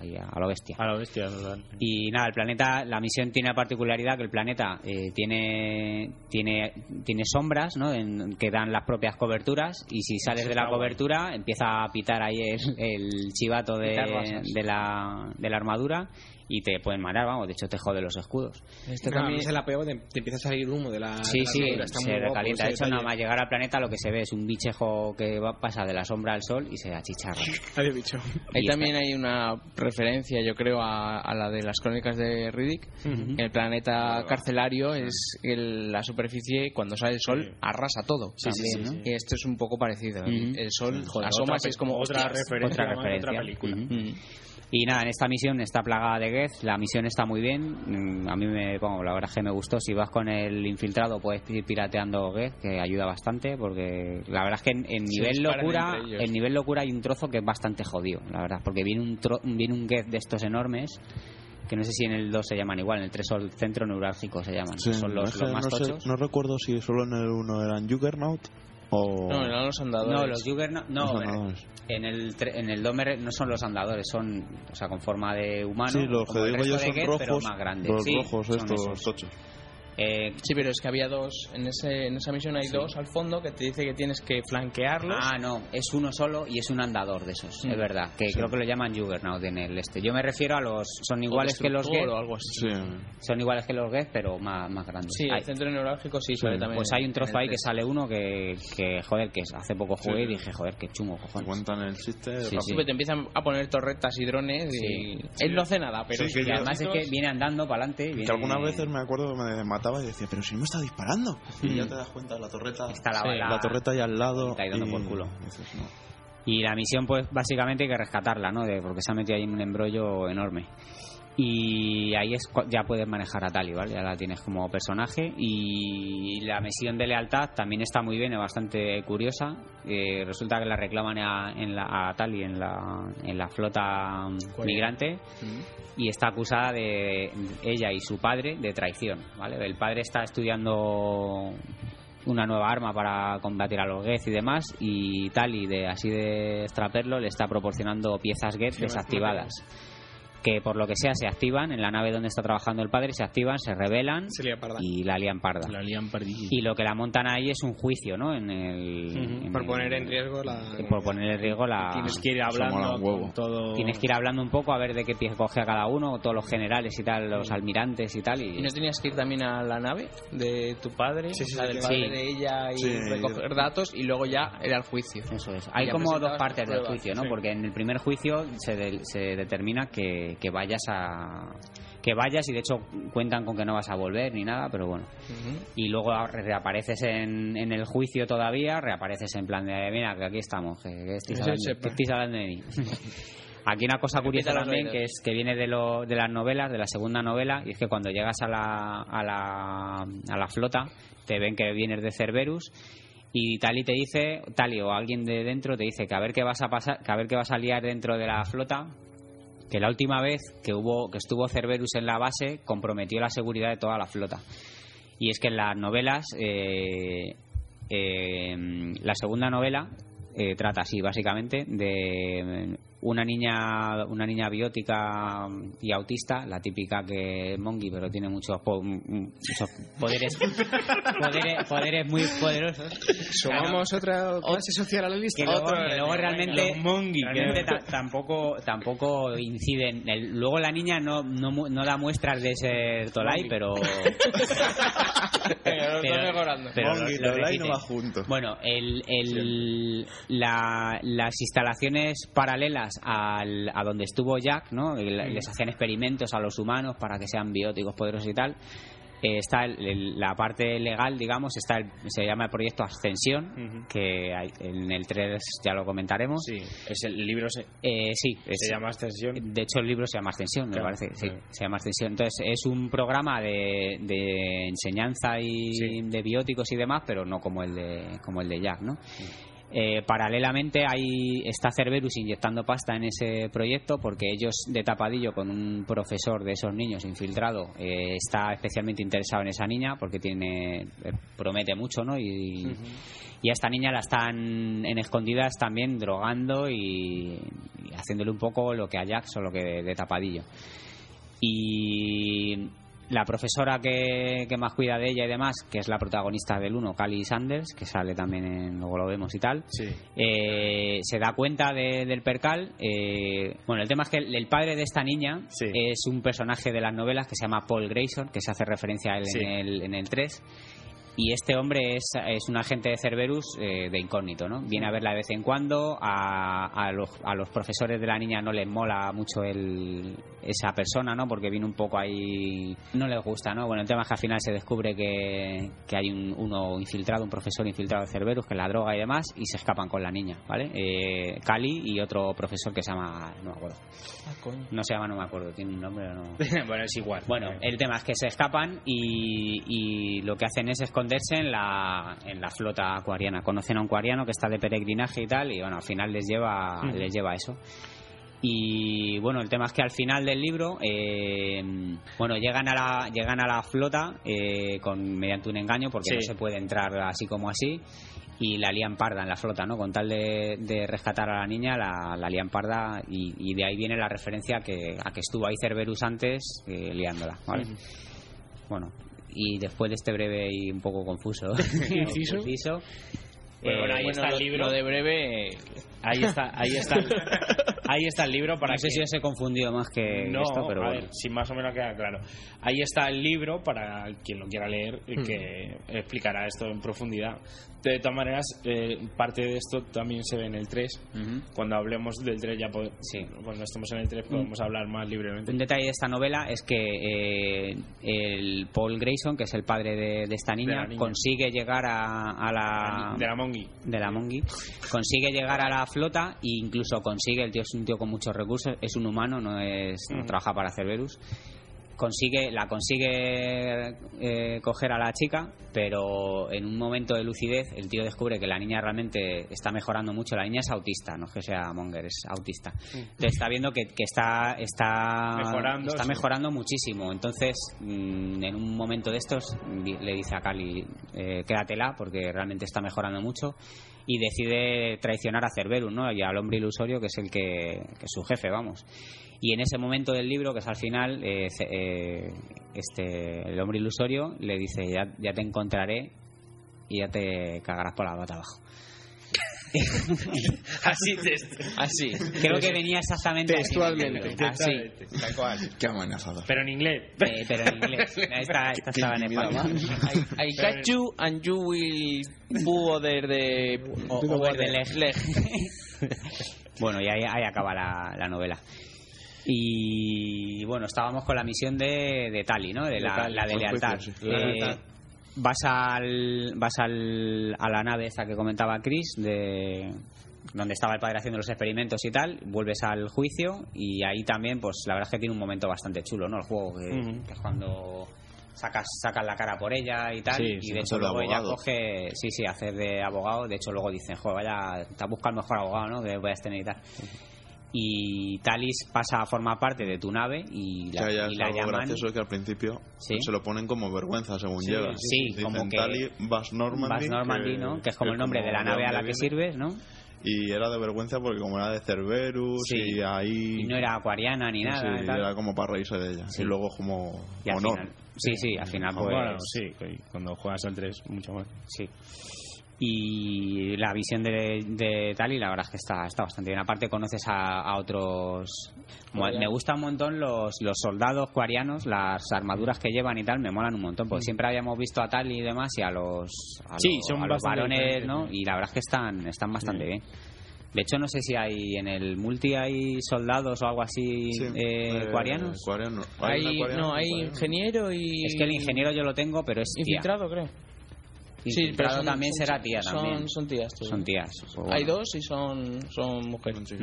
ahí a- a lo bestia. A la bestia, total. Y nada, el planeta, la misión tiene la particularidad que el planeta eh, tiene, tiene, tiene sombras ¿no? en, que dan las propias coberturas y si sales de la cobertura empieza a pitar ahí el, el chivato Pitar de, basas. de, la, de la armadura y te pueden matar, vamos, de hecho te jode los escudos. Este No, también a mí es el apego, te, te empieza a salir humo de la. de Sí, Ah, sí, la armadura, está se muy guapo recalienta. ese De hecho, detalle. nada más llegar al planeta lo que se ve es un bichejo que va, pasa de la sombra al sol y se achicharra. Adiós, bicho. Ahí Y está. también hay una referencia, yo creo, a, a la de las crónicas de Riddick. El planeta carcelario es el- la superficie cuando sale el sol Sí. arrasa todo. también, sí, ¿no? sí. Y esto es un poco parecido. Ujú. El sol Joder, asoma otra y es como pe- otra "Hostias". referencia, Otra más de referencia. otra película. Ujú. Mm. Y nada, en esta misión está plagada de Geth, la misión está muy bien, mm, a mí me, bueno, la verdad es que me gustó, si vas con el infiltrado puedes ir pirateando Geth, que ayuda bastante, porque la verdad es que en, en Se nivel disparan locura, entre ellos. en nivel locura hay un trozo que es bastante jodido, la verdad, porque viene un, tro- viene un Geth de estos enormes, que no sé si en el 2 se llaman igual, en el 3 o el centro neurálgico se llaman, que son los, es que los más no, sé- tochos. no recuerdo si solo en el 1 eran Juggernaut o... No, no los andadores. No, los Juggernaut, no, los pero- andadores. En el, tre- en el Domer no son los andadores, son o sea, con forma de humano. Sí, los que ah, como el digo yo resto de son Geth, pero rojos, más grandes. los Sí, rojos son estos esos. tochos. Eh, Sí, pero es que había dos. En, ese, en esa misión hay dos al fondo que te dice que tienes que flanquearlos. ah, no, es uno solo y es un andador de esos, Mm. es verdad. Que creo que lo llaman Juggernaut en el este. Yo me refiero a los. Son o iguales que los destructor Geth, o algo así. Sí, son iguales que los Geth, pero más, más grandes. Sí, Hay- el centro neurálgico sí, sale también. pues hay un trozo en el ahí que tres. sale uno que, que, joder, que hace poco jugué y Sí. dije, joder, qué chungo, te cojones. cuentan el chiste Sí, rápido. sí. Pues te empiezan a poner torretas y drones y... Él no hace nada, pero... Sí, que sí, Y además es que viene andando para adelante. Que algunas veces me acuerdo que me mataba y decía, pero si me está disparando. Y ya te das cuenta, la torreta Está la- Sí, la- torreta ahí al lado. Está ahí dando por culo. dices, no. Y la misión, pues básicamente hay que rescatarla, ¿no? De- porque se ha metido ahí en un embrollo enorme. Y ahí es cua- ya puedes manejar a Tali, ¿vale? Ya la tienes como personaje. Y la misión de lealtad también está muy bien, es bastante curiosa. Eh, resulta que la reclaman a, en la, a Tali en la, en la flota mm, migrante y está acusada de ella y su padre de traición, ¿vale? El padre está estudiando una nueva arma para combatir a los Geth y demás y Tali de así de extraperlo le está proporcionando piezas Geth desactivadas que por lo que sea se activan en la nave donde está trabajando el padre, se activan, se rebelan Se lía parda. y la lían parda. La lían pardillo. Y lo que la montan ahí es un juicio, ¿no? En el, en Por el- poner en riesgo la... por poner en riesgo la... Tienes que ir mola hablando un huevo. con todo. Tienes que ir hablando un poco a ver de qué pie coge a cada uno, o todos los generales y tal, los almirantes y tal. ¿Y Y, no tenías que ir también a la nave de tu padre, Sí, sí, la sí, del sí. padre Sí. de ella y Sí. recoger datos y luego ya era el juicio? Eso es. Hay Ya como presentabas dos partes tus del pruebas, juicio, ¿no? sí. Porque en el primer juicio se, de- se determina que, que vayas a que vayas y de hecho cuentan con que no vas a volver ni nada, pero bueno. Y luego a- reapareces en, en el juicio todavía, reapareces en plan de, mira, que aquí estamos, que, que estáis, Sí, hablando, sepa. que estáis hablando de mí. Aquí una cosa curiosa Repita los también oídos. que es que viene de, lo, de las novelas, de la segunda novela, y es que cuando llegas a la, a la, a la flota te ven que vienes de Cerberus y Tali te dice, Tali o alguien de dentro te dice que a ver qué vas a pasar, que a ver qué vas a liar dentro de la flota, que la última vez que hubo que estuvo Cerberus en la base comprometió la seguridad de toda la flota. Y es que en las novelas, eh, eh, la segunda novela eh, trata así, básicamente, de una niña, una niña biótica y autista, la típica que es monkey, pero tiene muchos, po- muchos poderes, poderes, poderes muy poderosos. Sumamos otra clase social a la lista. Que luego, que luego realmente, Los mongi, realmente que- ta- tampoco, tampoco inciden. El- luego la niña no, no, mu- no da muestras de ser Tolai, pero. Pero lo está mejorando. pero Mongi, lo- lo Tolai no repite. va junto. Bueno, el, el- la- las instalaciones paralelas al- a donde estuvo Jack, ¿no? El- Les hacían experimentos a los humanos para que sean bióticos poderosos y tal. Eh, está el- el- la parte legal, digamos, está el- se llama el proyecto Ascensión, que hay- en el 3 ya lo comentaremos. Sí, es el libro se, Eh, sí, se es- llama Ascensión. de hecho, el libro se llama Ascensión, me Claro, parece. Sí, claro. Eh, se llama Ascensión. Entonces, es un programa de, de enseñanza y Sí. de bióticos y demás, pero no como el de, como el de Jack, ¿no? Eh, paralelamente hay, está Cerberus inyectando pasta en ese proyecto porque ellos de tapadillo con un profesor de esos niños infiltrado eh, está especialmente interesado en esa niña porque tiene eh, promete mucho ¿no? y, y a esta niña la están en escondidas también drogando y, y haciéndole un poco lo que a Jax o lo que de, de tapadillo y la profesora que, que más cuida de ella y demás, que es la protagonista del uno, Cali Sanders, que sale también, en, luego lo vemos y tal, Sí. eh, se da cuenta de- del percal. eh, bueno, el tema es que el, el padre de esta niña Sí. es un personaje de las novelas que se llama Paul Grayson, que se hace referencia a él Sí. en, el, en el 3. Y este hombre es, es un agente de Cerberus eh, de incógnito, ¿no? Viene a verla de vez en cuando, a, a los, a los profesores de la niña no les mola mucho el, esa persona, ¿no? Porque viene un poco ahí... No les gusta, ¿no? Bueno, el tema es que al final se descubre que, que hay un, uno infiltrado, un profesor infiltrado de Cerberus, que la droga y demás, y se escapan con la niña, ¿vale? Eh, Cali y otro profesor que se llama... No me acuerdo. Ah, No se llama, no me acuerdo, tiene un nombre o no... bueno, es igual. Bueno, el tema es que se escapan y, y lo que hacen es esconderse en la, en la flota acuariana. Conocen a un acuariano que está de peregrinaje y tal, y bueno, al final les lleva, les lleva eso. Y bueno, el tema es que al final del libro, eh, bueno, llegan a la, llegan a la flota eh, con, mediante un engaño, porque Sí. no se puede entrar así como así, y la lían parda en la flota, ¿no? Con tal de, de rescatar a la niña, la, la lían parda, y, y de ahí viene la referencia que, a que estuvo ahí Cerberus antes eh, liándola, ¿vale? Bueno, y después de este breve y un poco confuso Inciso. inciso, Pero bueno, ahí eh, Bueno, está lo- el libro. lo de breve eh, Ahí está, ahí está. Ahí está el libro para no sé que- si os he confundido más que no, esto, pero a bueno. ver, si más o menos queda claro. Ahí está el libro para quien lo quiera leer, eh, que explicará esto en profundidad. De todas maneras, eh, parte de esto también se ve en el 3. Ujú. Cuando hablemos del 3 ya podemos... Sí. Cuando estemos en el 3 podemos hablar más libremente. Un detalle de esta novela es que eh, el Paul Grayson, que es el padre de, de esta niña, la niña. consigue llegar a, a la... De la Mongi. de la Mongi, consigue llegar a la flota e incluso consigue, el tío es un tío con muchos recursos, es un humano, no es no Ujú. trabaja para Cerberus, consigue, la consigue eh, coger a la chica, pero en un momento de lucidez el tío descubre que la niña realmente está mejorando mucho, la niña es autista, no es que sea Monger, es autista. Entonces está viendo que, que está, está Mejorando, está sí. mejorando muchísimo. Entonces, mm, en un momento de estos, di- le dice a Cali, eh, quédatela porque realmente está mejorando mucho. y decide traicionar a Cerberus, ¿no? Y al hombre ilusorio que es el que, que es su jefe, vamos. Y en ese momento del libro, que es al final, eh, ce- eh, este, el hombre ilusorio le dice, ya, ya te encontraré y ya te cagarás por la bata abajo. Así te Así. Creo que venía exactamente así. Textualmente. Así. Tal cual. Qué amenazador. Pero en inglés. Ah, Eh, pero en inglés. Esta, esta estaba en español. I catch you and you will poo over the... O- over the leg. bueno, y ahí, ahí acaba la, la novela. Y bueno, estábamos con la misión de, de Tali, ¿no? De la, la de por lealtad. juicio, sí. Eh, vas al, vas al, a la nave esta que comentaba Chris, de donde estaba el padre haciendo los experimentos y tal, vuelves al juicio y ahí también, pues la verdad es que tiene un momento bastante chulo, ¿no? El juego, que, Ujú. que es cuando sacas, sacas la cara por ella y tal, Sí, y sí, de hecho hacer de luego ella abogado. coge, sí, sí, hacer de abogado, de hecho luego dicen, joder, vaya, te has buscado el mejor abogado, ¿no? Que vayas a tener y tal. Y Talis pasa a formar parte de tu nave y Ya, la, ya, y es la algo llaman. gracioso que al principio Sí. se lo ponen como vergüenza según Sí, llega. sí, Dicen como que- Tali Vas Vas Normandy. Normandy, ¿no? Que es como el nombre de la como nave a dónde la que viene. sirves, ¿no? Y era de vergüenza porque como era de Cerberus Sí. y ahí... Y no era acuariana ni nada. Sí, y tal. era como para reírse de ella. Sí. Y luego como Ah, Y al honor. final- sí, sí, al final pues... Bueno, sí, cuando juegas al 3, mucho más. sí. Y la visión de, de Tali, la verdad es que está, está bastante bien. Aparte conoces a, a otros... Mo- Me gustan un montón los, los soldados cuarianos, las armaduras que llevan y tal, me molan un montón, porque siempre habíamos visto a Tali y demás y a los, a Sí, lo- son a los bastante varones, diferentes, ¿no? ¿no? Y la verdad es que están, están bastante bien. De hecho, no sé si hay en el multi hay soldados o algo así Sí. eh, Eh, cuarianos. cuariano. Hay un Hay, acuariano y no, un hay cuariano. ingeniero y... Es que el ingeniero yo lo tengo, pero es tía. Infiltrado, creo. Infiltrado son- también son- será tía son, también. Son tías. todos. Son tías. o bueno. Hay dos y son, son mujeres. Sí.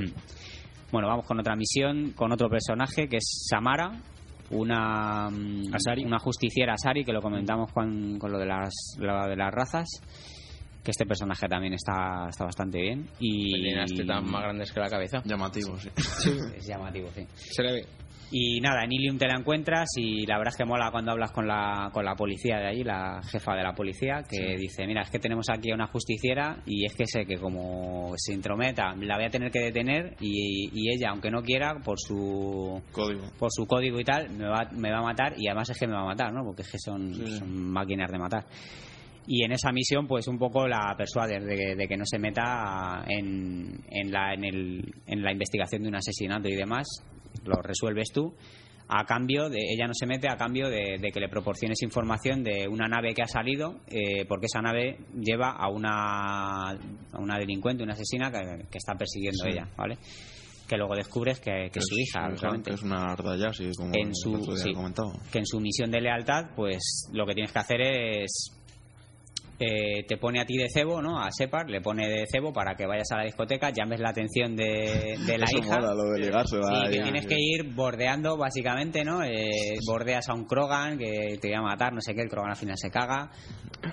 Bueno, vamos con otra misión, con otro personaje que es Samara, una mm, Asari. una justiciera Asari que lo comentamos con, con lo de las lo de las razas. Que este personaje también está, está bastante bien. Y Eh, Peleas tetas más grandes que la cabeza. Llamativo, sí. es llamativo, sí. Se le ve. Y nada, en Ilium te la encuentras y la verdad es que mola cuando hablas con la, con la policía de allí, la jefa de la policía, que dice, mira, es que tenemos aquí a una justiciera y es que sé que como se intrometa, la voy a tener que detener y, y ella, aunque no quiera, por su Código. por su código y tal, me va, me va a matar y además es que me va a matar, ¿no? Porque es que son, Sí. son máquinas de matar. Y en esa misión, pues un poco la persuades de, que- de que no se meta en, en, la, en, el- en la investigación de un asesinato y demás, lo resuelves tú. A cambio, de, ella no se mete a cambio de, de que le proporciones información de una nave que ha salido, eh, porque esa nave lleva a una, a una delincuente, una asesina que, que está persiguiendo Sí. Pues, ella, ¿vale? Que luego descubres que, que es su hija, realmente Es una ardallasi, como En el su- otro día sí. comentaba. que en su misión de lealtad, pues lo que tienes que hacer es. eh, te pone a ti de cebo, ¿no? A Separ, le pone de cebo para que vayas a la discoteca, llames la atención de, de la Eso hija. mola, lo de ligarse, Sí, va, que ahí. tienes que ir bordeando básicamente, ¿no? Eh, bordeas a un Krogan que te va a matar, no sé qué, el Krogan al final se caga.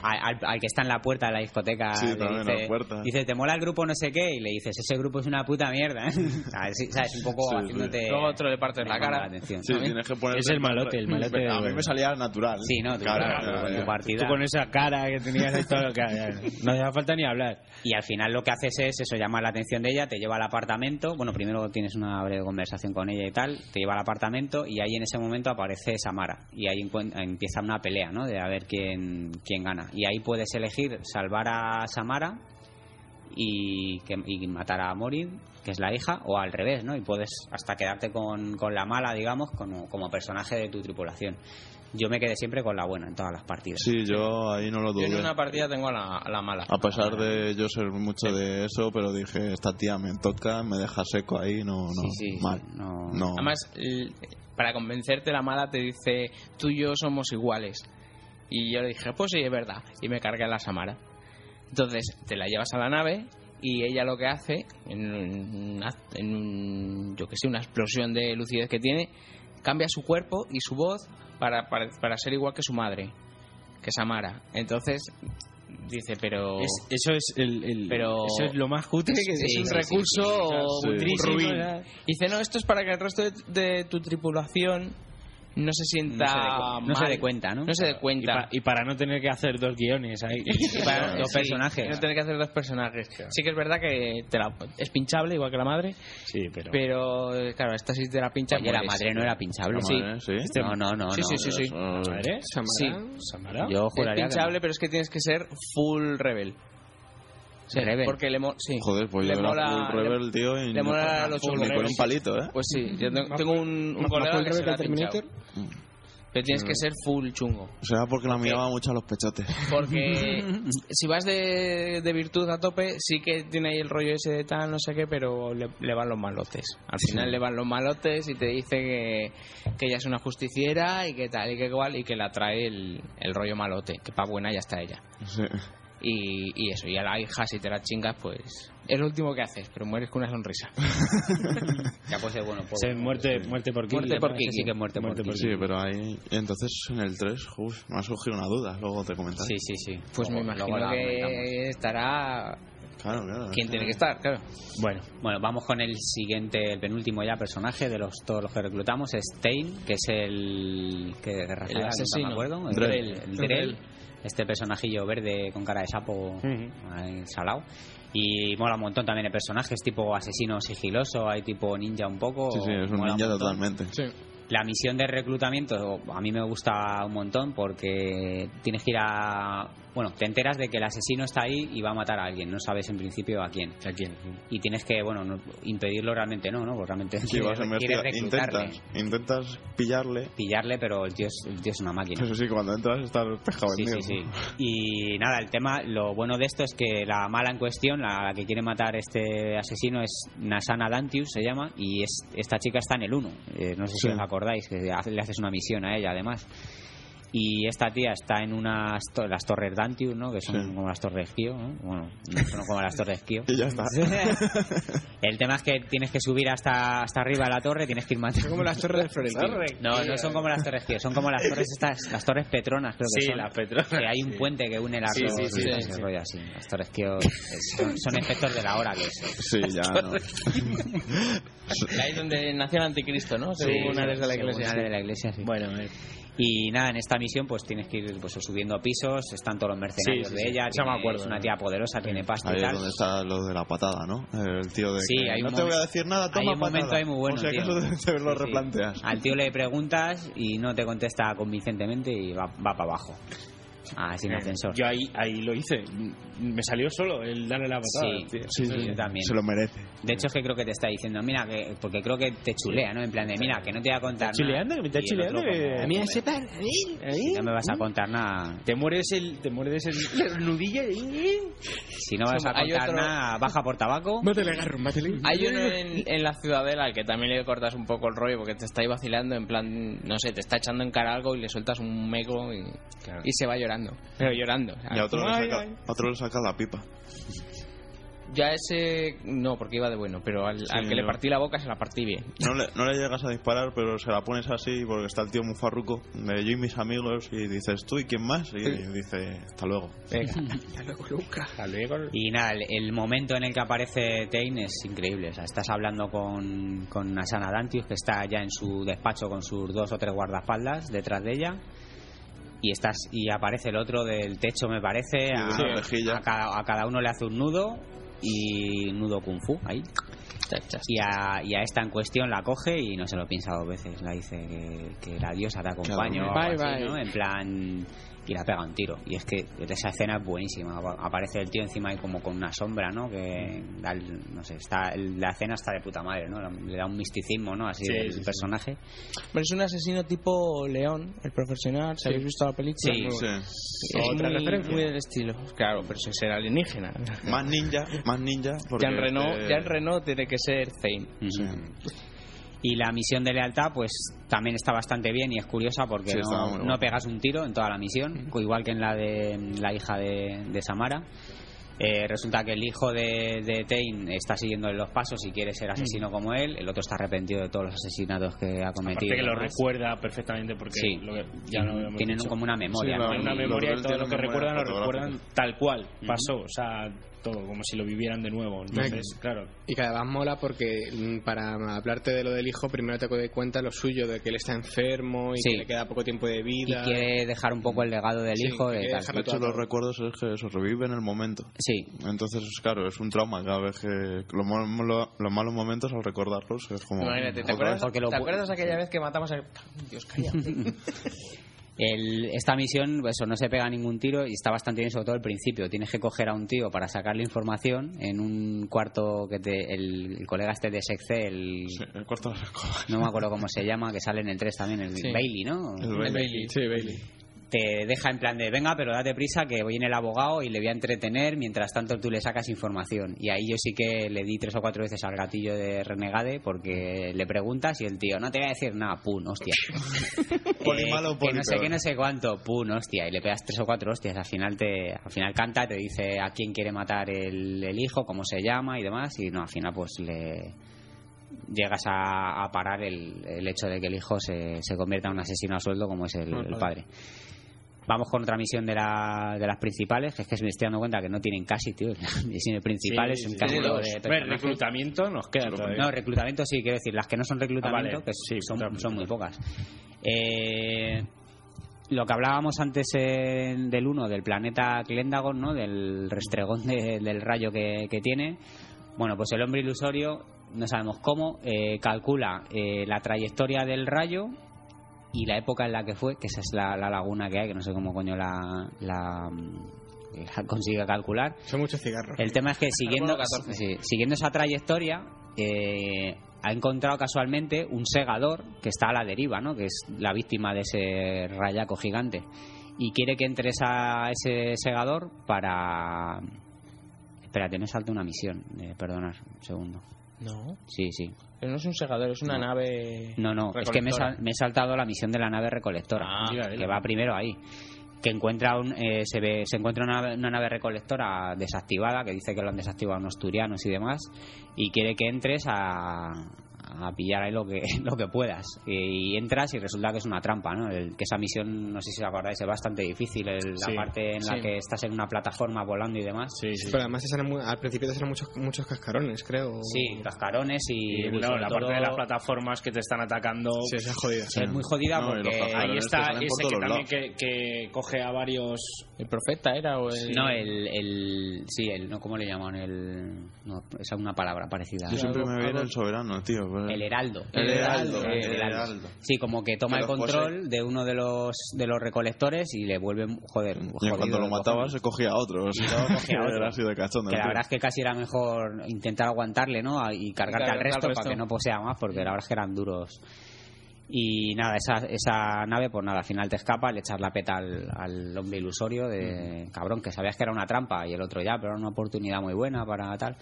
Al, al- al que está en la puerta de la discoteca Sí, le también en la dice, puerta. dice, te mola el grupo no sé qué, y le dices, ese grupo es una puta mierda. ¿eh? ¿Sabes? ¿Sabes? Un poco Sí, sí. haciéndote... Luego otro le partes la llamando cara. atención. Sí, tienes que poner... Es el malote, el malote de A mí verdad. me salía natural. Sí, no, tú, Cara, claro, con tu eh, partida. Tú con esa cara que tenías ahí todo lo que eh, No hacía falta ni hablar. Y al final lo que haces es eso, llamar la atención de ella, te lleva al apartamento, bueno, primero tienes una breve conversación con ella y tal, te lleva al apartamento y ahí en ese momento aparece Samara y ahí encuen- empieza una pelea, ¿no? De a ver quién, quién gana. Y ahí puedes elegir salvar a Samara y, que, y matar a Morid, que es la hija, o al revés, ¿no? Y puedes hasta quedarte con, con la mala, digamos, como, como personaje de tu tripulación. Yo me quedé siempre con la buena en todas las partidas. Sí, yo ahí no lo Yo dudé. en una partida tengo a la, a la mala. A pesar de yo ser mucho de eso, pero dije, esta tía me toca, me deja seco ahí, no, no, Sí, sí, mal. no- No. Además, l- para convencerte la mala te dice, tú y yo somos iguales. Y yo le dije, pues sí, es verdad. Y me cargué a la Samara. Entonces, te la llevas a la nave y ella lo que hace, en, un act- en un- yo que sé, una explosión de lucidez que tiene, cambia su cuerpo y su voz para, para, para ser igual que su madre, que Samara. Entonces, dice, pero... Es- eso es el, el- Pero- eso es lo más cutre que es sí, un sí, recurso sí. o Sí. un Cutrísimo, ruin. ¿verdad? Dice, no, esto es para que el resto de, de tu tripulación no se sienta No se dé cu- no se mal. dé cuenta, ¿no? No se dé Y, cuenta. pa- y para no tener que hacer dos guiones ahí. Y para- Dos sí, personajes. No tener que hacer dos personajes. Sí que es verdad que te la- es pinchable, igual que la madre, Sí, pero. pero claro, esta sí te la pincha. pues, Oye, la mueres. madre no era pinchable. La madre, ¿eh? sí. No, no, no. Este- Sí, no. sí, sí, sí. Ah, ¿Madre? Samara. Sí. ¿Samara? Yo Es juraría que no. pinchable, pero es que tienes que ser full rebel. Sí, Rebel. Porque le, mo- sí. Joder, pues eh. Le yo era mola- full rebel, le- tío, y le ni- mola a los ni rebeldes. con un palito, ¿eh? Pues sí, yo tengo, tengo un, un ¿Más- colega más que full se rebel la ha que el pinchado. Terminator? Mm. Pero tienes que ser full chungo. Será porque la miraba mucho a los pechotes. Porque si vas de, de virtud a tope, sí que tiene ahí el rollo ese de tal, no sé qué, pero le, le van los malotes. Al final le van los malotes y te dice que, que ella es una justiciera y que tal y que igual y que la trae el, el rollo malote, que pa' buena ya está ella. Sí. Y, y eso, y a la hija si te la chingas, pues es lo último que haces, pero mueres con una sonrisa. Ya puede ser bueno. pues, poco. Se- muerte, muerte por Kiki. Muerte le por parece Kiki, que muerte por Pues Kiki. Sí, pero ahí... Entonces, en el 3, uf, me ha surgido una duda, luego te comentaré. Sí, sí, sí. Pues me Luego- imagino luego la comentamos. que estará Mm. Claro, claro. ¿eh? quien tiene que estar, claro. Bueno, Bueno, vamos con el siguiente, el penúltimo ya personaje de los todos los que reclutamos, es Tain, que es el que El asesino. me acuerdo, el Drell. el Drell, este personajillo verde con cara de sapo ahí, salado. Y mola un montón también el personaje, es tipo asesino sigiloso, hay tipo ninja un poco. Sí, sí, es un mola ninja montón. totalmente. La misión de reclutamiento a mí me gusta un montón porque tienes que ir a... Bueno, te enteras de que el asesino está ahí y va a matar a alguien, no sabes en principio a quién ¿a quién? y tienes que, bueno, no- impedirlo realmente no, ¿no? Porque realmente Si vas a quieres- quieres investigar, reclutarle, intentas, intentas pillarle. pillarle, pero el tío es, el tío es una máquina. Eso sí, cuando entras estás pescado Sí, sí, vendido. sí. Y nada, el tema, lo bueno de esto es que la mala en cuestión, la, la que quiere matar este asesino es Nasana Dantius, se llama, y es, esta chica está en el 1. Eh, no sé si Sí. os acordáis, que hace- le haces una misión a ella además. Y esta tía está en unas to- las torres Dantius, ¿no? Que son Sí. como las torres Kio, ¿no? Bueno, no son como las torres Kio. Y ya está. El tema es que tienes que subir hasta, hasta arriba de la torre, tienes que ir matando. Como las torres de Florentino. No, no son como las torres tío, son como las torres estas, las torres Petronas, creo que Sí, son. las Petronas, Que hay un puente que une las Sí, dos, sí, sí, y sí, ese sí. rollo así. Las torres tío, son, son efectos de la hora que es. Sí, ya no. Ahí es donde nació el anticristo, ¿no? Según Ares de la según Iglesia. Ares de la iglesia, sí. Bueno, eh, Y nada, en esta misión pues tienes que ir pues, subiendo pisos, están todos los mercenarios Sí, sí, de sí. ella, Ya me tiene- acuerdo, es una ¿no? tía poderosa, tiene pasta Ahí y es tal. donde está lo de la patada, ¿no? El tío de Sí, que, hay un no te voy a momento- decir nada, toma hay un momento patada". ahí muy bueno, O sea que tío. eso te- te lo Sí, sí. replanteas. Al tío le preguntas y no te contesta convincentemente y va, va para abajo. Ah, sin ascensor. Eh, Yo ahí, ahí lo hice. Me salió solo el darle la patada. Sí, tío. sí, sí, yo también. Se lo merece. De hecho, es que creo que te está diciendo, mira, que, porque creo que te chulea, ¿no? En plan de, mira, que no te voy a contar Está nada. chuleando, que me está Y el otro chuleando, como, que- ¿Eh? ¿Mm? "Joder, pan. ¿eh? si no me vas a contar nada. Te mueres el. Te mueres el. nudillo Si no me vas a Hay contar otro- nada, baja por tabaco. Mátale, agarro, mátale. Hay uno en, en la Ciudadela al que también le cortas un poco el rollo porque te está ahí vacilando, en plan, no sé, te está echando en cara algo y le sueltas un meco y, y se va llorando. Pero llorando. Ah, o sea, Y a otro, ay, le saca, ay. a otro le saca la pipa. Ya ese, no, porque iba de bueno, pero al, al que le no. partí la boca se la partí bien. No le, no le llegas a disparar, pero se la pones así porque está el tío muy farruco de yo y mis amigos y dices tú y quién más y dice hasta luego. Hasta luego. Y nada, el, el momento en el que aparece Tain es increíble. O sea, estás hablando con, con Asana Dantius, que está ya en su despacho con sus dos o tres guardaespaldas detrás de ella. Y estás y aparece el otro del techo, me parece. de una A, rejilla. a cada, a cada uno le hace un nudo y nudo kung fu ahí. Y a, y a esta en cuestión la coge y no se lo piensa dos veces. La dice que, que la diosa te acompañe o algo Bye, así, bye. ¿no? En plan. Y la pega un tiro. Y es que esa escena es buenísima. Apa- Aparece el tío encima ahí como con una sombra, ¿no? Que da el- no sé, está, el- la escena está de puta madre, ¿no? Le da un misticismo, ¿no? Así Sí, del sí, sí. personaje. Pero es un asesino tipo León, el profesional, si habéis visto la película. Sí. Muy bueno. Sí. Es Otra muy, referencia. muy del estilo. Claro, pero ese será alienígena. Más ninja, más ninja. Porque Ya en Renault, este- ya en Renault tiene que ser Zane. Mm. Sí. Y la misión de lealtad, pues también está bastante bien y es curiosa porque Sí, está muy no, bueno. no pegas un tiro en toda la misión, igual que en la de la hija de, de Samara. Eh, resulta que el hijo de, de Tain está siguiendo los pasos y quiere ser asesino como él. El otro está arrepentido de todos los asesinatos que ha cometido. Aparte que y lo demás. recuerda perfectamente porque Sí. lo que ya lo hemos Tienen dicho. como una memoria. Sí, ¿no? claro. una Los memoria y dos todo lo tienen que memoria recuerdan lo fotográfica. recuerdan tal cual pasó, o sea, todo como si lo vivieran de nuevo. Entonces, claro, Y cada vez mola porque mm, para hablarte de lo del hijo, primero te doy cuenta lo suyo, de que él está enfermo y Sí. que le queda poco tiempo de Y vida. quiere dejar un poco el legado del Sí, hijo. De quiere tal. De dejarlo- hecho, los recuerdos es que se revive en el momento. Sí, Entonces, claro, es un trauma cada vez que los malos, los malos momentos al recordarlos es como... Imagínate, ¿te otra acuerdas, vez. porque lo ¿te pu- acuerdas aquella vez que matamos al... Dios, cállate. El- esta misión, pues, eso, no se pega ningún tiro y está bastante bien, sobre todo al principio. Tienes que coger a un tío para sacarle información en un cuarto que te- el, el colega este de Sexce, el, Sí, el cuarto de las cosas. no me acuerdo cómo se llama, que sale en el 3 también, el Sí. Bailey, ¿no? El Bailey. Sí, Bailey. Te deja en plan de, venga, pero date prisa que viene el abogado y le voy a entretener, mientras tanto tú le sacas información. Y ahí yo sí que le di tres o cuatro veces al gatillo de Renegade porque le preguntas y el tío, no te voy a decir nada, pun, hostia. Poli malo, Eh, que poli no sé peor. qué, no sé cuánto, pun, hostia, y le pegas tres o cuatro hostias, al final te, al final canta, te dice a quién quiere matar el, el hijo, cómo se llama y demás, y no, al final pues le llegas a, a parar el, el hecho de que el hijo se, se convierta en un asesino a sueldo como es el, el padre. Vamos con otra misión de, la, de las principales, que es que me estoy dando cuenta que no tienen casi, tío. Las misiones principales Sí, son sí, casi sí. todo A de ver, personajes. reclutamiento nos queda todavía. No, reclutamiento sí, quiero decir, las que no son reclutamiento, Ah, vale. que Sí, son, reclutamiento. son muy pocas. Eh, lo que hablábamos antes en- del uno, del planeta Clendagon, ¿no? del restregón de- del rayo que, que tiene, bueno, pues el hombre ilusorio, no sabemos cómo, eh, calcula eh, la trayectoria del rayo y la época en la que fue, que esa es la, la laguna que hay, que no sé cómo coño la- la- la consigue calcular. Son muchos cigarros. El tema es que siguiendo, Carbono 14. sí, siguiendo esa trayectoria eh, ha encontrado casualmente un segador que está a la deriva, ¿no? que es la víctima de ese rayaco gigante. Y quiere que entres a ese segador para... Espérate, me salta una misión. Eh, perdonad, un segundo. no, Sí, sí. pero no es un segador, es una No. nave... No, no, es que me, he recolectora. sal- me he saltado la misión de la nave recolectora, Ah, mira, que mira. va primero ahí. Que encuentra un, eh, se, ve, se encuentra una, una nave recolectora desactivada, que dice que lo han desactivado unos turianos y demás, y quiere que entres a, a pillar ahí lo que, lo que puedas. Y, entras y resulta que es una trampa, ¿no? El- que esa misión, no sé si os acordáis, es bastante difícil, el- Sí, la parte en la sí. que estás en una plataforma volando y demás. Sí, sí. Pero además te salen mu- al principio te salen muchos, muchos cascarones, creo. Sí, cascarones y... Y, uy, claro, sobre la parte de todo- las plataformas que te están atacando. Sí, esa es jodida. Es muy jodida No, y los porque cascarones Ahí ahí Claro, es que está salen por ese que todos también que, que coge a varios. ¿El profeta era o el...? No, el, el. Sí, el. No, ¿Cómo le llaman? El. No, es una palabra parecida. Yo siempre me viene algo- el soberano, tío. pero- El heraldo. El heraldo, Eh, el heraldo. Sí, como que toma Que el los control de uno de los de los recolectores y le vuelve. Joder, Y jodido cuando lo de matabas cojones. se cogía a otro. O sea, luego cogía a otro. Era así de cachondo. Que la tío. verdad es que casi era mejor intentar aguantarle, ¿no? A- Y cargarte cargarte al resto, al resto. para que no posea más, porque la verdad es que eran duros. Y nada, esa, esa nave, pues nada, al final te escapa, le echas la peta al, al hombre ilusorio de Mm. cabrón, que sabías que era una trampa y el otro ya, pero era una oportunidad muy buena para tal.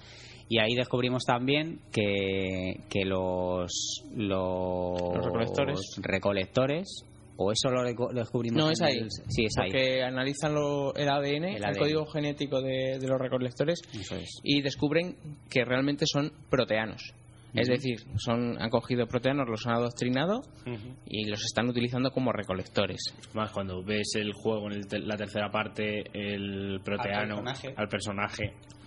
Y ahí descubrimos también que, que los, los, Los recolectores. recolectores, o eso lo reco- lo descubrimos. No, en es ahí. el- sí, es ahí. Porque analizan lo- el ADN, el, ADN. código genético de, de los recolectores, Eso es. y descubren que realmente son proteanos. Es Ujú. decir, son, han cogido proteanos, los han adoctrinado y los están utilizando como recolectores. Más cuando ves el juego en el te- la tercera parte, el proteano, al personaje. personaje.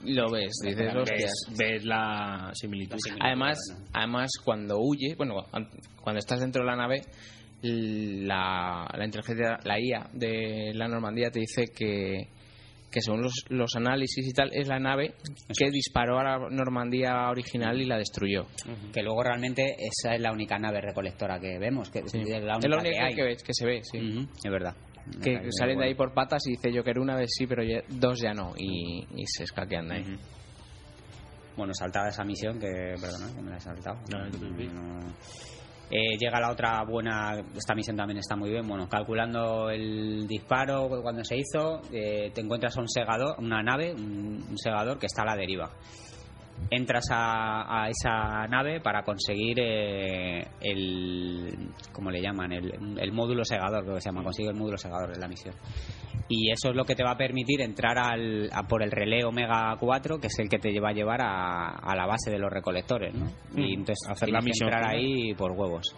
Lo ves, dices, hostias. ves, ves la similitud. Además, además cuando huye, bueno, an- cuando estás dentro de la nave, la, la inteligencia, la IA de la Normandía te dice que, que según los, los análisis y tal, es la nave que disparó a la Normandía original y la destruyó. Que luego realmente esa es la única nave recolectora que vemos. Que es la única, es la única hay. que, ves- que se ve, sí. Ujú, es verdad. Que Ahí, salen Mm. de ahí bueno. por patas y dice yo que era una vez sí, pero ya- dos ya no. Y, y se escaquean de ahí. Ujú. Bueno, saltada esa misión, que perdona, que me la he saltado. No, no te preocupes. No. Eh, llega la otra buena, esta misión también está muy bien, bueno, calculando el disparo cuando se hizo, eh, te encuentras a un segador, una nave, un, un segador que está a la deriva. Entras a, a esa nave para conseguir eh, el, ¿cómo le llaman? El, el módulo segador, creo que se llama, consigue el módulo segador, es la misión. Y eso es lo que te va a permitir entrar al, a por el relé Omega 4, que es el que te va a llevar a, a la base de los recolectores. ¿no? Y entonces Hacer tienes la que misión entrar final. ahí por huevos.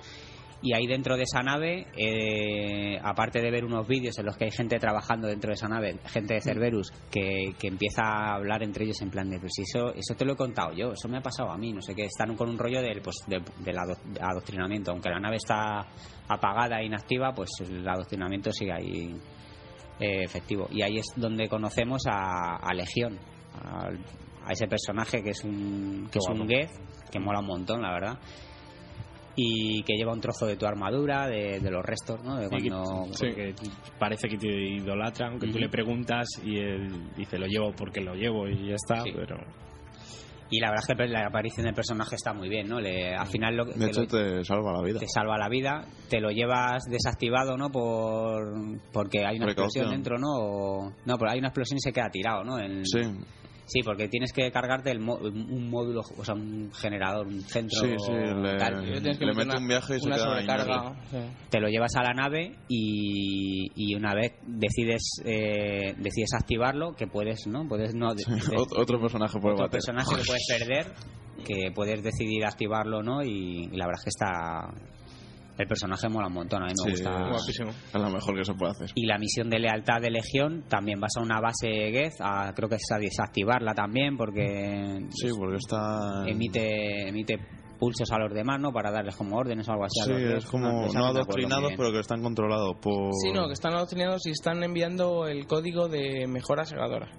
Y ahí dentro de esa nave, eh, aparte de ver unos vídeos en los que hay gente trabajando dentro de esa nave, gente de Cerberus, que, que empieza a hablar entre ellos en plan de, pues eso, eso te lo he contado yo, eso me ha pasado a mí, no sé qué, están con un rollo del, pues, de- del ado- adoctrinamiento. Aunque la nave está apagada e inactiva, pues el adoctrinamiento sigue ahí eh, efectivo. Y ahí es donde conocemos a, a Legión, al- a, ese personaje que es un, que es un Geth, que mola un montón, la verdad. Y que lleva un trozo de tu armadura, de, de los restos, ¿no? De Sí, cuando... porque parece que te idolatran, que tú Ujú. le preguntas y él dice lo llevo porque lo llevo y ya está, Sí. pero Y la verdad es que la aparición del personaje está muy bien, ¿no? Le, al final lo, De te hecho, lo- te salva la vida. te salva la vida, te lo llevas desactivado, ¿no? Por porque hay una Precaución. explosión dentro, ¿no? O- no, pero hay una explosión y se queda tirado, ¿no? En- Sí, Sí, porque tienes que cargarte el mo- un módulo, o sea, un generador, un centro. Sí, eh, sí, le- tal. Pero tienes que Le meter mete una- un viaje y se una queda sobrecarga. Te lo llevas a la nave y, y una vez decides eh, decides activarlo, que puedes, ¿no? Puedes no. de- de- Ot- otro personaje por otro bater. personaje que puedes perder, que puedes decidir activarlo o no, y, y la verdad es que está. El personaje mola un montón, a mí me Sí, gusta. guapísimo. Es lo mejor que se puede hacer. Y la misión de lealtad de Legión también vas a una base Geth, a- creo que es a desactivarla también, porque Sí, porque está. emite emite pulsos a los demás, ¿no? Para darles como órdenes o algo así. a Sí, los es Geth. Ah, como. esa No me acuerdo muy adoctrinados, bien. pero que están controlados por. Sí, no, que están adoctrinados y están enviando el código de mejora segadora.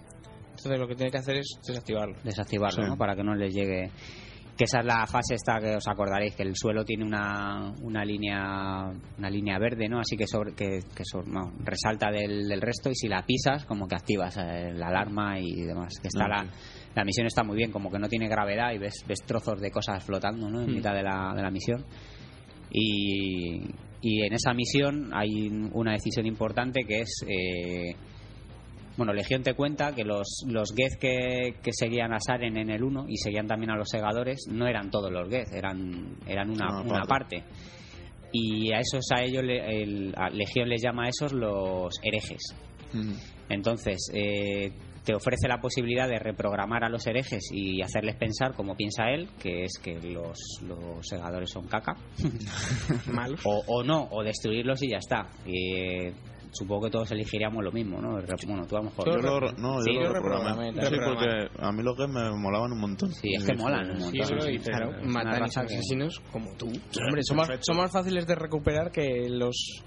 Entonces lo que tiene que hacer es desactivarlo. desactivarlo, Sí. ¿no? Para que no les llegue. Que esa es la fase esta que os acordaréis, que el suelo tiene una, una línea una línea verde, ¿no? Así que sobre, que, que sobre- no, resalta del, del resto y si la pisas, como que activas eh, la alarma y demás. Que está Ah, la, la misión está muy bien, como que no tiene gravedad y ves, ves trozos de cosas flotando, ¿no? En mitad de la, de la misión. Y, y en esa misión hay una decisión importante que es... eh, bueno, Legión te cuenta que los, los Geth que, que seguían a Saren en el 1 y seguían también a los segadores no eran todos los Geth, eran, eran una, Una una parte. Y a esos, a ellos, le- el- a Legión les llama a esos los herejes. Mm. Entonces, eh, te ofrece la posibilidad de reprogramar a los herejes y hacerles pensar como piensa él, que es que los, los segadores son caca. Mal. O, o no, o destruirlos y ya está. Y, eh, supongo que todos elegiríamos lo mismo, ¿no? Re- Bueno, tú a lo mejor. Yo lo, no, yo Sí, lo yo reprogramé. reprogramé, Sí, reprogramé. porque a mí los que me molaban un montón. Sí, es que molan un Sí, yo montón. creo que- Claro, Es una matan a raza que- asesinos como tú. Hombre, son más, son más fáciles de recuperar que los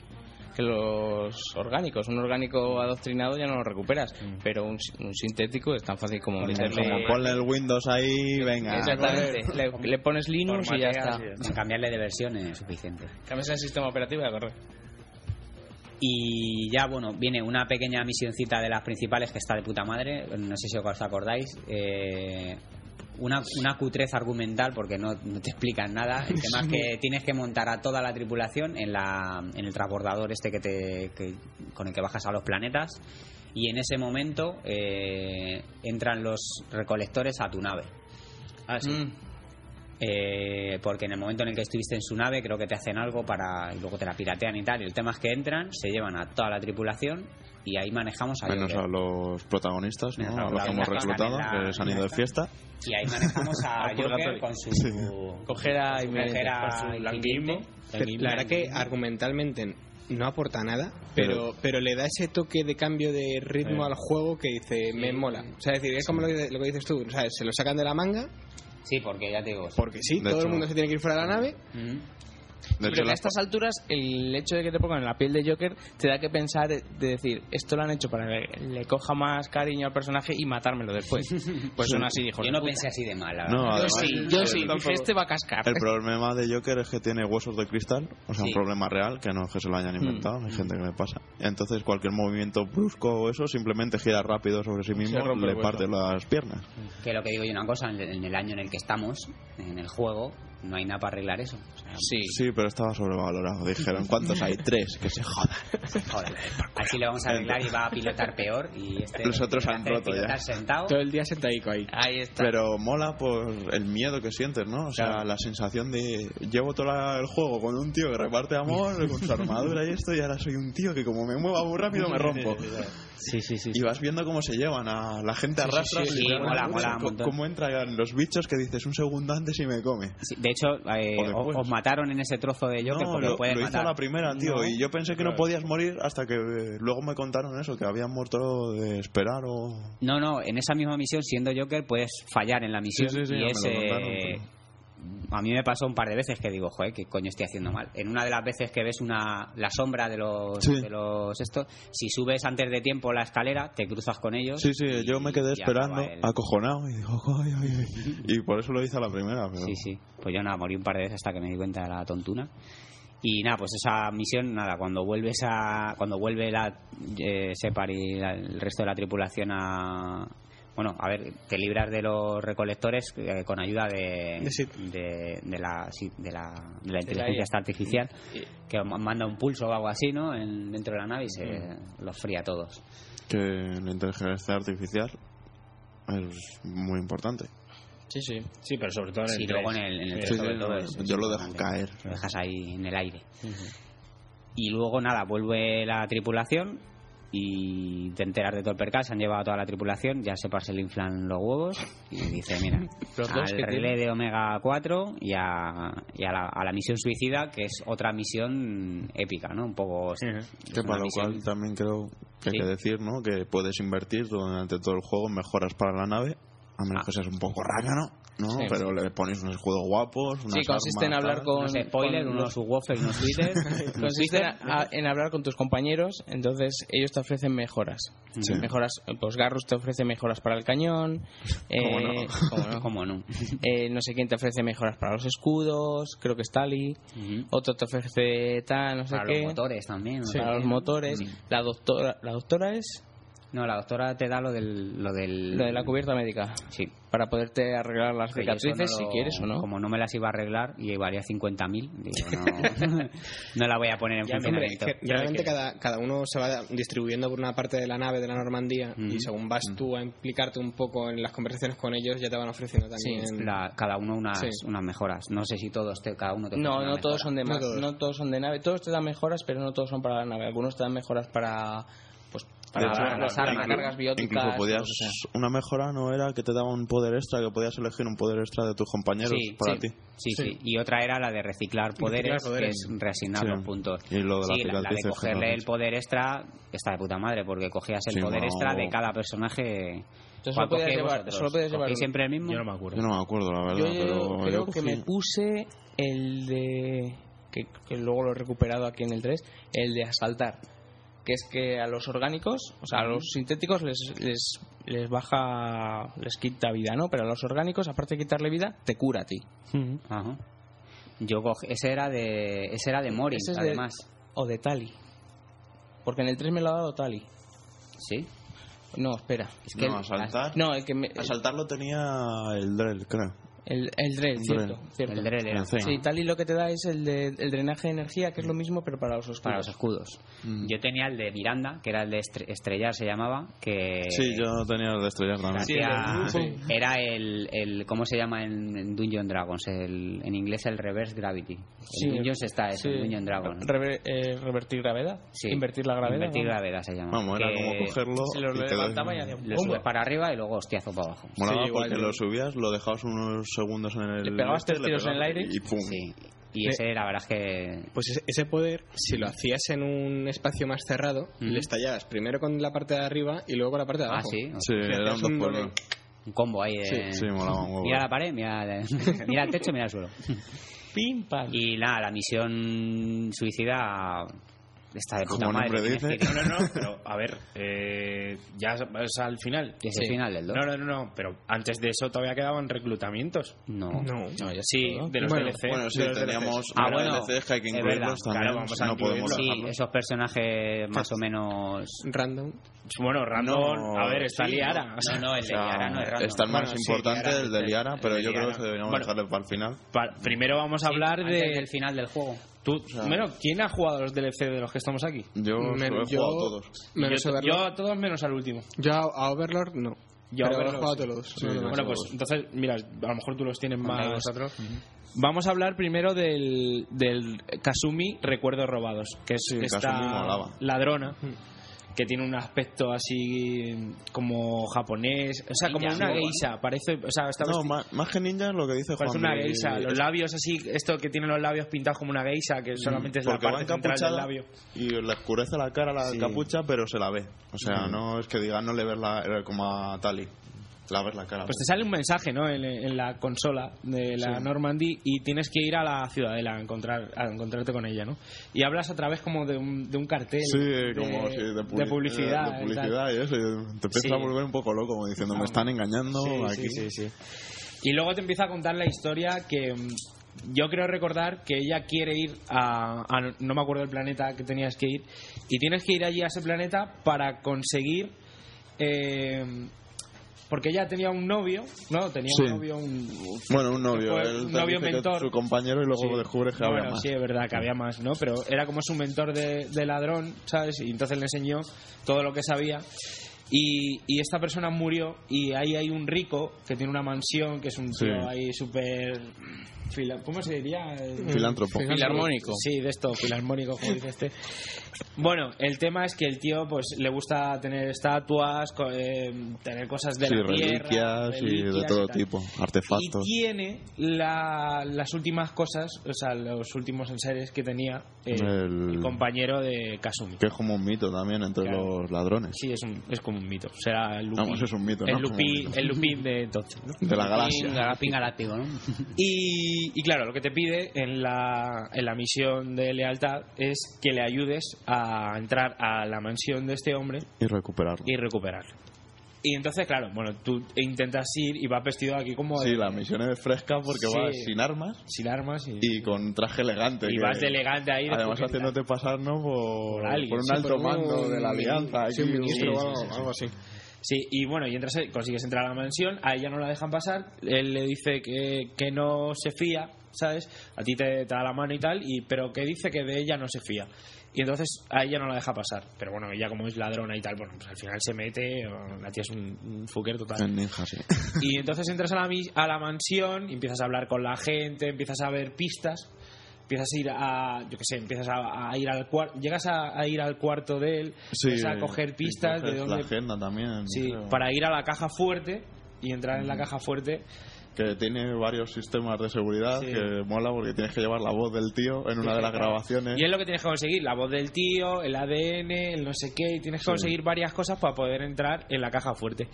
que los orgánicos. Un orgánico adoctrinado ya no lo recuperas, pero un, s- un sintético es tan fácil como meterle... Como ponle el Windows ahí, venga. Exactamente. Le, le pones Linux y ya está. Sin cambiarle de versión es suficiente. Cambias el sistema operativo y a correr. Y ya, bueno, viene una pequeña misioncita de las principales que está de puta madre. No sé si os acordáis. eh, una, una cutrez argumental porque no, no te explican nada. El tema es que tienes que montar a toda la tripulación en, la, en el transbordador este que te, que- con el que bajas a los planetas. Y en ese momento eh, entran los recolectores a tu nave. Ah, Mm. Eh, porque en el momento en el que estuviste en su nave creo que te hacen algo para y luego te la piratean y tal y el tema es que entran se llevan a toda la tripulación y ahí manejamos a Menos Joker. a los protagonistas, ¿no? Menos a a los los que hemos protagonistas, reclutado, en la- que se han ido de fiesta. y ahí manejamos a Al Joker purgatorio. con su Cojera y cojera merengue, con su y languismo. cliente. La verdad que argumentalmente no aporta nada, pero, pero le da ese toque de cambio de ritmo Sí. al juego que dice, me mola. O sea, es decir, es como lo que, lo que dices tú, o sea, se lo sacan de la manga, sí porque ya te digo porque sí, De todo hecho- el mundo se tiene que ir fuera de la nave, Mm. De hecho, Pero que a las- estas alturas, el hecho de que te pongan en la piel de Joker te da que pensar de decir, esto lo han hecho para que le coja más cariño al personaje y matármelo después. Pues son así, dijo. yo no pensé así de mal la No, verdad. Yo además, sí, yo el- sí. Dije, este va a cascar. El problema de Joker es que tiene huesos de cristal, o sea, Sí. un problema real, que no es que se lo hayan inventado, hay gente que le pasa. Entonces, cualquier movimiento brusco o eso, simplemente gira rápido sobre sí mismo, rompe el le hueso. parte las piernas. que lo que digo yo una cosa en el- en el año en el que estamos en el juego no hay nada para arreglar eso O sea, Sí. Sí, pero estaba sobrevalorado. Dijeron, ¿cuántos hay? Tres, que se jodan. joder, así le vamos a arreglar y va a pilotar peor y este Los otros va a han hacer roto ya. pilotar sentado todo el día sentadico ahí. Ahí está. Pero mola por el miedo que sientes, ¿no? O sea, Claro. la sensación de llevo todo la- el juego con un tío que reparte amor, con su armadura y esto, y ahora soy un tío que como me mueva muy rápido me rompo. Sí, sí, sí. Y vas viendo cómo se llevan a la gente arrastra. sí, sí, y sí, la mola, arrastra, mola un cómo- montón. Cómo entran los bichos que dices un segundo antes y me come. Sí, De hecho, eh, O os, después. os mataron en ese trozo de Joker pues. No, porque lo, pueden lo hizo matar. a la primera, tío. No. Y yo pensé que no Claro. podías morir hasta que eh, luego me contaron eso, que habían muerto de esperar o... No, no, en esa misma misión, siendo Joker, puedes fallar en la misión. Sí, sí, sí, y ya me es, lo eh, contaron, A mí me pasó un par de veces que digo, joder, ¿qué coño estoy haciendo mal? En una de las veces que ves una, la sombra de los, Sí. de los estos, si subes antes de tiempo la escalera, te cruzas con ellos. Sí, sí, yo me quedé y esperando, acaba el- acojonado, y digo, "Ay, ay, ay". Y por eso lo hice a la primera, pero... Sí, sí. Pues yo nada, morí un par de veces hasta que me di cuenta de la tontuna. Y nada, pues esa misión, nada, cuando vuelves a. Cuando vuelve la eh, Separ y la- el resto de la tripulación a. Bueno, a ver, te libras de los recolectores eh, con ayuda de, De Sid. de, de la, sí, de la, de la IA. inteligencia esta artificial que ma- manda un pulso o algo así, ¿no? En- dentro de la nave y se los fría a todos. Que la inteligencia artificial es muy importante. Sí, sí. Sí, pero sobre todo en el. Sí, luego en el, en el Sí, tres sí, sobre no, todo no, es- yo es lo dejo importante. caer. Lo dejas ahí en el aire. Y luego, nada, vuelve la tripulación y te enteras de todo el percal. Se han llevado a toda la tripulación, ya se se le inflan los huevos y dice, mira, Los dos al que relé de Omega 4 y, a, y a, la, a la misión suicida, que es otra misión épica, ¿no? Un poco... es Que una para lo misión- cual también creo que hay Sí. que decir, ¿no? Que puedes invertir durante todo el juego en mejoras para la nave, a menos Ah. que seas un poco rácano, ¿no? Sí, Pero le pones unos escudos guapos, unas Sí, consiste en armas, hablar tal. con... unos spoilers, con unos los- subwoofers, unos twitters. unos Consiste en, twitters. a- en hablar con tus compañeros, entonces ellos te ofrecen mejoras. Sí. Mejoras, pues Garrus te ofrece mejoras para el cañón, ¿Cómo eh, no? ¿cómo no? ¿Cómo no? Eh, no sé quién te ofrece mejoras para los escudos, creo que es Tali, Ujú. otro te ofrece tal, no sé Para qué, los motores también. ¿no? Sí, para los motores, Mm. la doctora, la doctora es No, la doctora te da lo del... Lo, del, lo de la cubierta médica, Sí. para poderte arreglar las Que yo eso cicatrices no si lo- quieres o no. Como no me las iba a arreglar y valía 50.000, digo, no, no la voy a poner en Ya, hombre, funcionamiento. es que- Realmente cada, cada uno se va distribuyendo por una parte de la nave de la Normandía Ujú. y según vas Mm. tú a implicarte un poco en las conversaciones con ellos ya te van ofreciendo Sí, también... la- cada uno unas, Sí. unas mejoras. No sé si todos, te- cada uno te No, ofrece no una mejora. todos son de No ma- todos. no todos son de nave. Todos te dan mejoras, pero no todos son para la nave. Algunos te dan mejoras para pues para hecho, las la- armas, inclu- cargas bióticas. Incluso podías, o sea. una mejora no era que te daba un poder extra, que podías elegir un poder extra de tus compañeros Sí, para sí, ti. sí, sí. Y otra era la de reciclar poderes, poderes. que es reasignar Sí. los puntos. Y lo de la sí, la, la cicatrices que de no has cogerle el dicho. poder extra está de puta madre, porque cogías el Sí, poder no. extra de cada personaje. Entonces, ¿Cuál solo podías cogíais llevar- vosotros? solo podías llevar ¿Cogí uno. siempre el mismo? Yo no me acuerdo. Yo no me acuerdo, la verdad, yo pero creo yo que me cogí- puse el de que, que luego lo he recuperado aquí en el 3, el de asaltar, que es que a los orgánicos, o sea, a los sintéticos les les les baja les quita vida, ¿no? Pero a los orgánicos aparte de quitarle vida, te cura a ti. Ajá. Yo cogí- ese era de ese era de Morin, Ese es de- además. O de Tali. Porque en el 3 me lo ha dado Tali. Sí. No, espera. Es que el- No, asaltar. No, el que me. A saltarlo tenía el Drell, creo. El, el Drell, Drell. cierto. cierto. El Drell era. En fin. Sí, tal y lo que te da es el, de, el drenaje de energía, que es lo mismo, pero para los oscuros. Para los escudos. Mm. Yo tenía el de Miranda, que era el de estre- estrellar, se llamaba. Que Sí, yo tenía el de estrellar también. hacía- Era el, el- ¿Cómo se llama en, en Dungeon Dragons? El- en inglés el Reverse Gravity. En Sí. Dungeons está eso, en Sí. Dungeon Dragons. Rever- eh, revertir gravedad. Sí. Invertir la gravedad. Invertir ¿no? gravedad se llama. Vamos, era Que como cogerlo. Se lo y te levantaba doy- y hacía Lo ¡pum! subes para arriba y luego hostiazo para abajo. Molaba Sí, igual, porque sí. lo subías, lo dejabas unos segundos en el. Le pegabas tres le tiros en el pegabas aire. Y pum. Sí. Eh. Y ese, la verdad es que. Pues ese, ese poder, si lo hacías en un espacio más cerrado, Ujú. le estallabas primero con la parte de arriba y luego con la parte de Ah, abajo. sí. Sí, eran hacías dos un por doble. uno. Un combo ahí de. Sí, sí, molaba un huevo. Mira la pared, mira, mira el techo, mira el suelo. ¡Pim, pam! Y nada, la misión suicida está de puta Como el madre. nombre tienes que dice. ir- No, no, no, pero a ver, eh, ya es al final. ¿Es el final del dos? No, no, no, no, pero antes de eso todavía quedaban reclutamientos. No. No. No, ya Sí, todo. de los Bueno, DLC. Bueno, sí, de los teníamos DLCs. Ah, era bueno, DLCs que hay que es incluirlos verdad, también. claro, vamos a no podemos incluirlos. Sí, dejarlos. esos personajes más o menos. Random. Bueno, Random, No, a ver, está sí, liada. No, no, el de O sea, Liara no es random. Está el más Bueno, sí, importante, Liara. el de Liara, pero El de yo creo Liara. que deberíamos Bueno. dejarlo para el final. Pa- primero vamos a hablar Antes de... del final del juego. tú- bueno, ¿quién ha jugado a los DLC de los que estamos aquí? Yo los Me- he yo- jugado todos. menos yo, yo Overlord. a todos menos al último. Yo a, a Overlord no. Yo a pero he Overlord, jugado a sí. todos. Sí, no yo- demás. Bueno, pues entonces, mira, a lo mejor tú los tienes más... Ahí Vamos a hablar primero del, del Kasumi Recuerdos Robados, que es Sí, esta Kasumi molaba. ladrona Hmm. que tiene un aspecto así como japonés, o sea, como Ninja, una ¿no? geisha, parece, o sea, está No, vesti- más, más que ninja lo que dice parece Juan. una de- geisha, los labios así, esto que tiene los labios pintados como una geisha, Mm, que solamente es la Porque va parte central del encapuchada labio. y le oscurece la cara la Sí. capucha, pero se la ve. O sea, no es que diga no le ves la, eh, como a Tali. La ves la cara. Pues te sale un mensaje, ¿no? En, en la consola de la Normandy y tienes que ir a la ciudadela a encontrar a encontrarte con ella, ¿no? Y hablas a través como de un, de un cartel. Sí, de, como si de, publi- de publicidad. de y publicidad y eso. y te empieza Sí. a volver un poco loco, como diciendo, me están engañando tal. Sí, aquí. sí, sí, sí. Y luego te empieza a contar la historia que mm, yo creo recordar que ella quiere ir a, a no- no me acuerdo el planeta que tenías que ir y tienes que ir allí a ese planeta para conseguir eh, porque ella tenía un novio, ¿no? Tenía Sí. un novio, un, Bueno, un novio. Fue Él un te novio dice que mentor. es su compañero y luego Sí. descubres que No, habla bueno, más. sí, es verdad que había más, ¿no? Pero era como su mentor de, de ladrón, ¿sabes? Y entonces le enseñó todo lo que sabía. Y, y esta persona murió y ahí hay un rico que tiene una mansión, que es un Sí. tío ahí súper... fila- ¿Cómo se diría? Filántropo. Filarmónico. Sí, de esto, filarmónico, como dice este. Bueno, el tema es que el tío pues le gusta tener estatuas, co- eh, tener cosas de Sí, la tierra, reliquias y de reliquias todo tal. tipo. Artefactos. Y tiene la- las últimas cosas, o sea, los últimos enseres que tenía eh, el, El- compañero de Kasumi. Que es como un mito también entre Claro. los ladrones. Sí, es, un- es como un mito. O sea, el Lupin, Vamos, es un mito, ¿no? el, Como Lupin- un mito. el Lupin de entonces, ¿no? De la galaxia. Galapín galáctico, ¿no? Eh, Y, y claro, lo que te pide en la, en la misión de lealtad es que le ayudes a entrar a la mansión de este hombre Y recuperarlo. y recuperarlo. Y entonces, claro, bueno, tú intentas ir y vas vestido aquí como de- Sí, la misión es fresca porque Sí. vas sin armas sin armas y, y con traje elegante. y que- vas de elegante ahí. de Además, jubilado. haciéndote pasar, ¿no? Por, Por alguien, por un sí, alto un- mando de la alianza. sí, un aquí, ministro sí, o sí, algo, sí, sí. algo así. Sí, y bueno, y entras, consigues entrar a la mansión, a ella no la dejan pasar, él le dice que, que no se fía, ¿sabes? A ti te, te da la mano y tal, y, pero que dice que de ella no se fía. Y entonces a ella no la deja pasar. Pero bueno, ella como es ladrona y tal, bueno, pues al final se mete, o la tía es un, un fucker total. Es ninja, sí. Y entonces entras a la, mis- a la mansión, y empiezas a hablar con la gente, empiezas a ver pistas, empiezas a ir a, yo qué sé, empiezas a, a ir al cuarto, llegas a, a ir al cuarto de él, empiezas a coger y pistas de coges dónde La agenda también. Sí, creo. para ir a la caja fuerte y entrar en la caja fuerte. Que tiene varios sistemas de seguridad Sí. que mola porque tienes que llevar la voz del tío en una de las grabaciones. Y es lo que tienes que conseguir, la voz del tío, el ADN, el no sé qué, y tienes que conseguir varias cosas para poder entrar en la caja fuerte.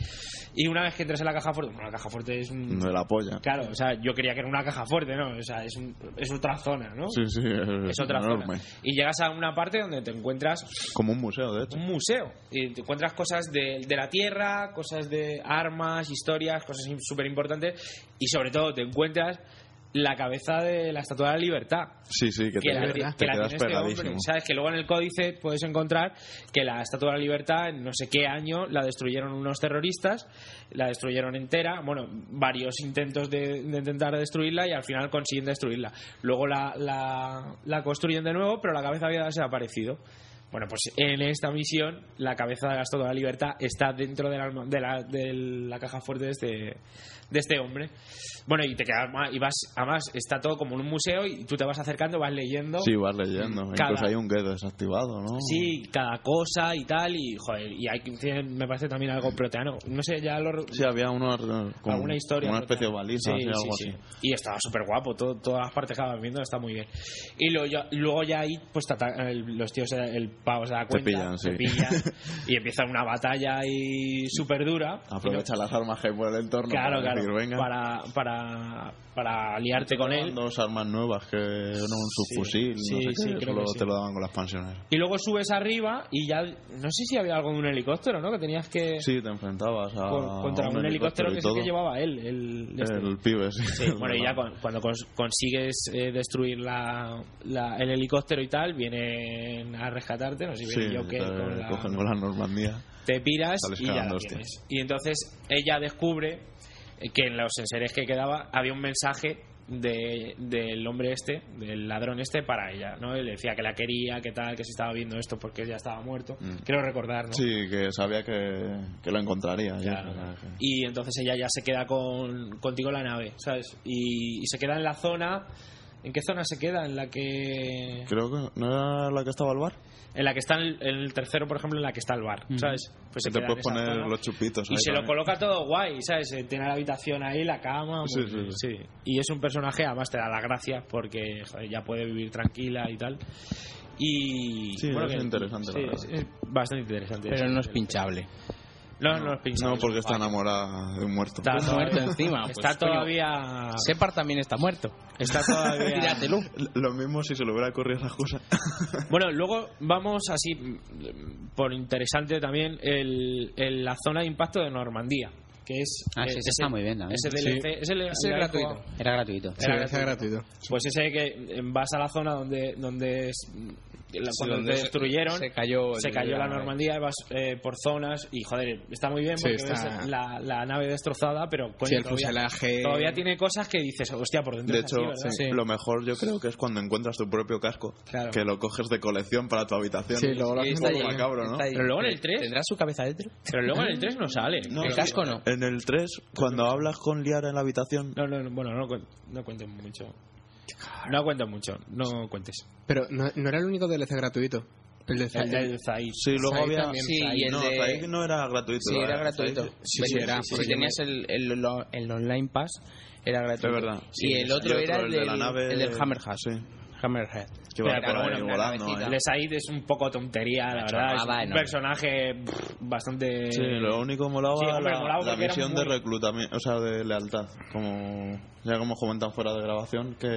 Y una vez que entras en la caja fuerte, bueno, la caja fuerte es un... De la polla. Claro, o sea, yo quería que era una caja fuerte, ¿no? O sea, es, un- es otra zona, ¿no? Sí, sí, es, Es otra enorme. zona. Y llegas a una parte donde te encuentras Como un museo, de hecho. un museo. Y te encuentras cosas de, de la tierra, cosas de armas, historias, cosas súper importantes. Y sobre todo te encuentras la cabeza de la Estatua de la Libertad. Sí, sí, que te, Que la, quedas- que te la quedas tiene este hombre, pegadísimo. Sabes que luego en el códice puedes encontrar que la Estatua de la Libertad en no sé qué año la destruyeron unos terroristas, la destruyeron entera, bueno, varios intentos de, de intentar destruirla y al final consiguen destruirla. Luego la, la, la construyen de nuevo, pero la cabeza había desaparecido. Bueno, pues en esta misión la cabeza de la Estatua de la Libertad está dentro del alma- de la, de la caja fuerte de este, de este hombre. Bueno, y te quedas ma- y vas, además está todo como en un museo y tú te vas acercando, vas leyendo. Sí, vas leyendo. Cada- Incluso hay un gueto desactivado, ¿no? Sí, cada cosa y tal, y joder, y hay, tiene- me parece también algo proteano. No sé, ya lo. Sí, había uno como alguna historia. como una especie de proteano. baliza, Sí, así, algo sí, así. sí. Y estaba súper guapo, todas las partes que estabas viendo está muy bien. Y luego ya, luego ya ahí, pues te ata- el- los tíos, eh, el pavo se da cuenta, pillan, sí. te pillan, y empieza una batalla ahí súper dura. Aprovecha las armas que hay por el entorno Claro, para claro, decir, venga, para, para, para liarte con él. daban dos armas nuevas que no un subfusil, Sí, no sé sí, qué, creo solo que sí. te lo daban con las expansiones. Y luego subes arriba y ya, no sé si había algo de un helicóptero, ¿no? Que tenías que... Sí, Ah, te enfrentabas a con- contra un, helicóptero, que es el que llevaba él. El, y este. todo. el pibe, sí. Sí, bueno, y ya cuan- cuando cons- consigues eh, destruir la, la- el helicóptero y tal, vienen a rescatarte, no sé si Sí, viene Joker te con la- cogen con la Normandía. te piras Sales y ya la cagando, tienes. Y entonces ella descubre que en los enseres que quedaba había un mensaje de- del hombre este, del ladrón este, para ella, ¿no? Y le decía que la quería, que tal, que se estaba viendo esto porque ya estaba muerto. Mm. Quiero recordar, ¿no? Sí, que sabía que, que lo encontraría. ya, Claro, o sea, claro. que- Y entonces ella ya se queda con, contigo en la nave, ¿sabes? Y, y se queda en la zona ¿En qué zona se queda? ¿En la que Creo que no era la que estaba al bar. en la que está el, el tercero, por ejemplo, en la que está el bar, ¿sabes? Pues Mm. te queda puedes en esa poner zona. los chupitos. Y ahí se lo también. coloca todo guay, ¿sabes? Eh, Tiene la habitación ahí, la cama. Sí, muy sí, bien, sí. Y es un personaje, además te da las gracias porque joder, ya puede vivir tranquila y tal. Y. Sí, es interesante, la sí, verdad. es, es bastante interesante. Pero Sí, no es sí. pinchable. No, no, es pinchable. No, porque está enamorada de un muerto. Está Un muerto todavía- encima, pues, Está coño. todavía. Separ también está muerto. Está todavía. Tíratelo. Lo mismo si se lo hubiera corrido a la cosa. Bueno, luego vamos así, mm, por interesante también, el, el- la zona de impacto de Normandía, que es... Ah, sí, eh, ese está muy bien también. Ese DLC, Eh. ese le- le Ese es habéis gratuito. jugado. Era gratuito. Sí, Era es gratuito. Pues ese que eh, vas a la zona donde, donde es, mm, la- Sí, cuando donde te se- destruyeron, se cayó el- se cayó la la- Normandía, y vas eh, por zonas y joder, está muy bien Sí, porque está- ves la, la nave destrozada, pero coño, Sí, el todavía, fuselaje- todavía tiene cosas que dices, hostia, por dentro De es así, hecho, ¿verdad? sí, lo mejor yo creo que es cuando encuentras tu propio casco, Claro. que lo coges de colección para tu habitación. Sí, luego lo es haces un poco ahí, macabro, ¿no? Pero luego en el 3, ¿Tendrá su cabeza dentro? pero luego en el 3 no sale. No, el sí. casco no. En el 3, cuando hablas con Liara en la habitación, No, no, no, bueno, no, cuen- no cuentes mucho. No cuentes mucho, no cuentes. Pero no, no era el único DLC gratuito. El de El Zelda. del Zaid. sí, luego Ahí había... también, Sí, y el no, de- Zahir no era gratuito. Sí, era ¿eh? gratuito. Zahir- Sí, sí, era, Si porque Pues tenías el, el, lo- el Online Pass, era gratuito. Es verdad. Y el otro, Y era el, de la del- nave- el del Hammerhead. Sí, Hammerhead. que va Pero por bueno, ahí una volando. navecita. ahí. El de Said es un poco tontería, la verdad. Es chorrada un enorme. personaje pff, bastante. Sí, lo único molaba Sí, hombre, la, molaba la porque era misión muy- de reclutamiento, o sea, de lealtad. Como ya como comentan fuera de grabación, que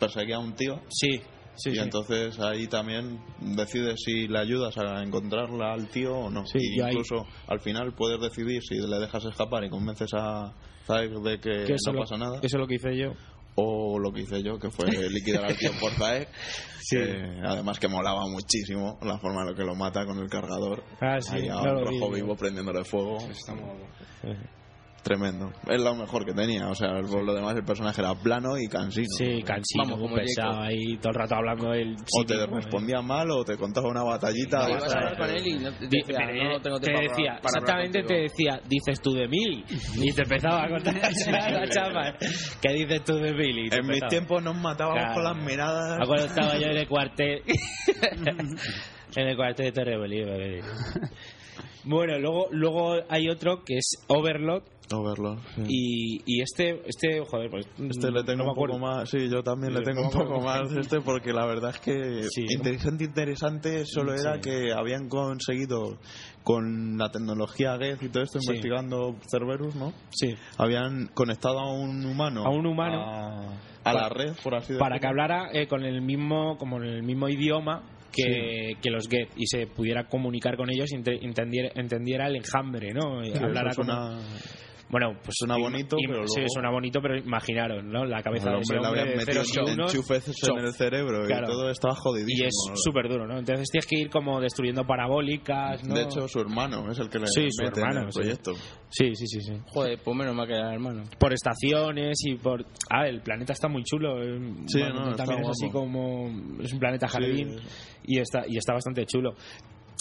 perseguía a un tío. Sí, sí, y sí. entonces ahí también decides si le ayudas a encontrarla al tío o no. Sí, y y ahí- incluso al final puedes decidir si le dejas escapar y convences a Zaire de que, Que eso no lo- pasa nada. Eso es lo que hice yo. O lo que hice yo, que fue liquidar al tío por Zaire. Eh, además que molaba muchísimo la forma en la que lo mata con el cargador. Ah, sí, Ahí a no un lo vi, rojo no. vivo prendiéndole fuego. Tremendo. Es lo mejor que tenía. O sea, por lo demás el personaje era plano y cansino. Sí, cansino, Vamos, muy como pesado ahí todo el rato hablando del. O te respondía mal o te contaba una batallita. Y o ibas a sea, hablar con él y no te Di- decía, pero, no, eh, no tengo te tiempo para- decía, para hablar exactamente te contigo. decía, dices tú de mil. Y te empezaba a contar la chapa. ¿Qué dices tú de mil? Y te En mis empezaba. tiempos nos matábamos Claro. con las miradas. Me acuerdo estaba yo en el cuartel. en el cuartel de Torre Bolívar. Bueno, luego, luego hay otro que es Overlord. No verlo. sí. Y, y este, este, joder, pues. Este le tengo no me un poco acuerdo. más. Sí, yo también le tengo un poco más de este porque la verdad es que Sí. interesante, interesante solo era que habían conseguido con la tecnología Geth y todo esto, Sí. investigando Cerberus, ¿no? Sí. Habían conectado a un humano. A un humano. Ah. A, a la red, por así decirlo. Para que hablara eh, con el mismo, como en el mismo idioma. Que, que los Get y se pudiera comunicar con ellos y ente- entendiera, entendiera el enjambre, ¿no? Y Sí, hablara eso como- suena- Bueno, pues Suena im- bonito, im- pero sí, luego- suena bonito, pero imaginaros, ¿no? La cabeza al de ese hombre le habían hombre de metido 0 segundos enchufes en el cerebro Claro. y todo estaba jodidísimo. y es ¿no? súper duro, ¿no? Entonces tienes que ir como destruyendo parabólicas, ¿no? De hecho, su hermano es el que le Sí, su mete en hermano, el sí. proyecto. sí, sí, sí, sí. Joder, pues menos mal que era hermano. Por estaciones y por... Ah, el planeta está muy chulo. eh, Sí, bueno, no, está también es así guapo. como... Es un planeta jardín Sí. y, está, y está bastante chulo.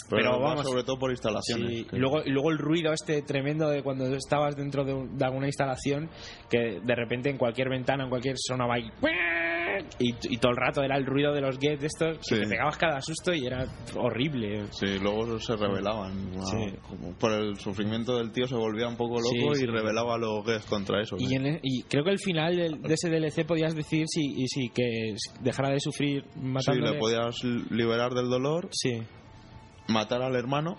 Pero, Pero va vamos- sobre todo por instalaciones. Sí, que- y luego, y luego el ruido este tremendo de cuando estabas dentro de, un- de alguna instalación que de repente en cualquier ventana, en cualquier sonaba ahí, y, y todo el rato era el ruido de los gates estos Sí. que te pegabas cada susto y era horrible. Sí, luego se revelaban. wow, Sí. como por el sufrimiento del tío se volvía un poco loco Sí, y sí. revelaba a los gays contra eso. Y, ¿eh? en- y creo que al final del- de, ese DLC podías decir si, y si que dejara de sufrir Sí, matándole. le podías liberar del dolor, Sí. matar al hermano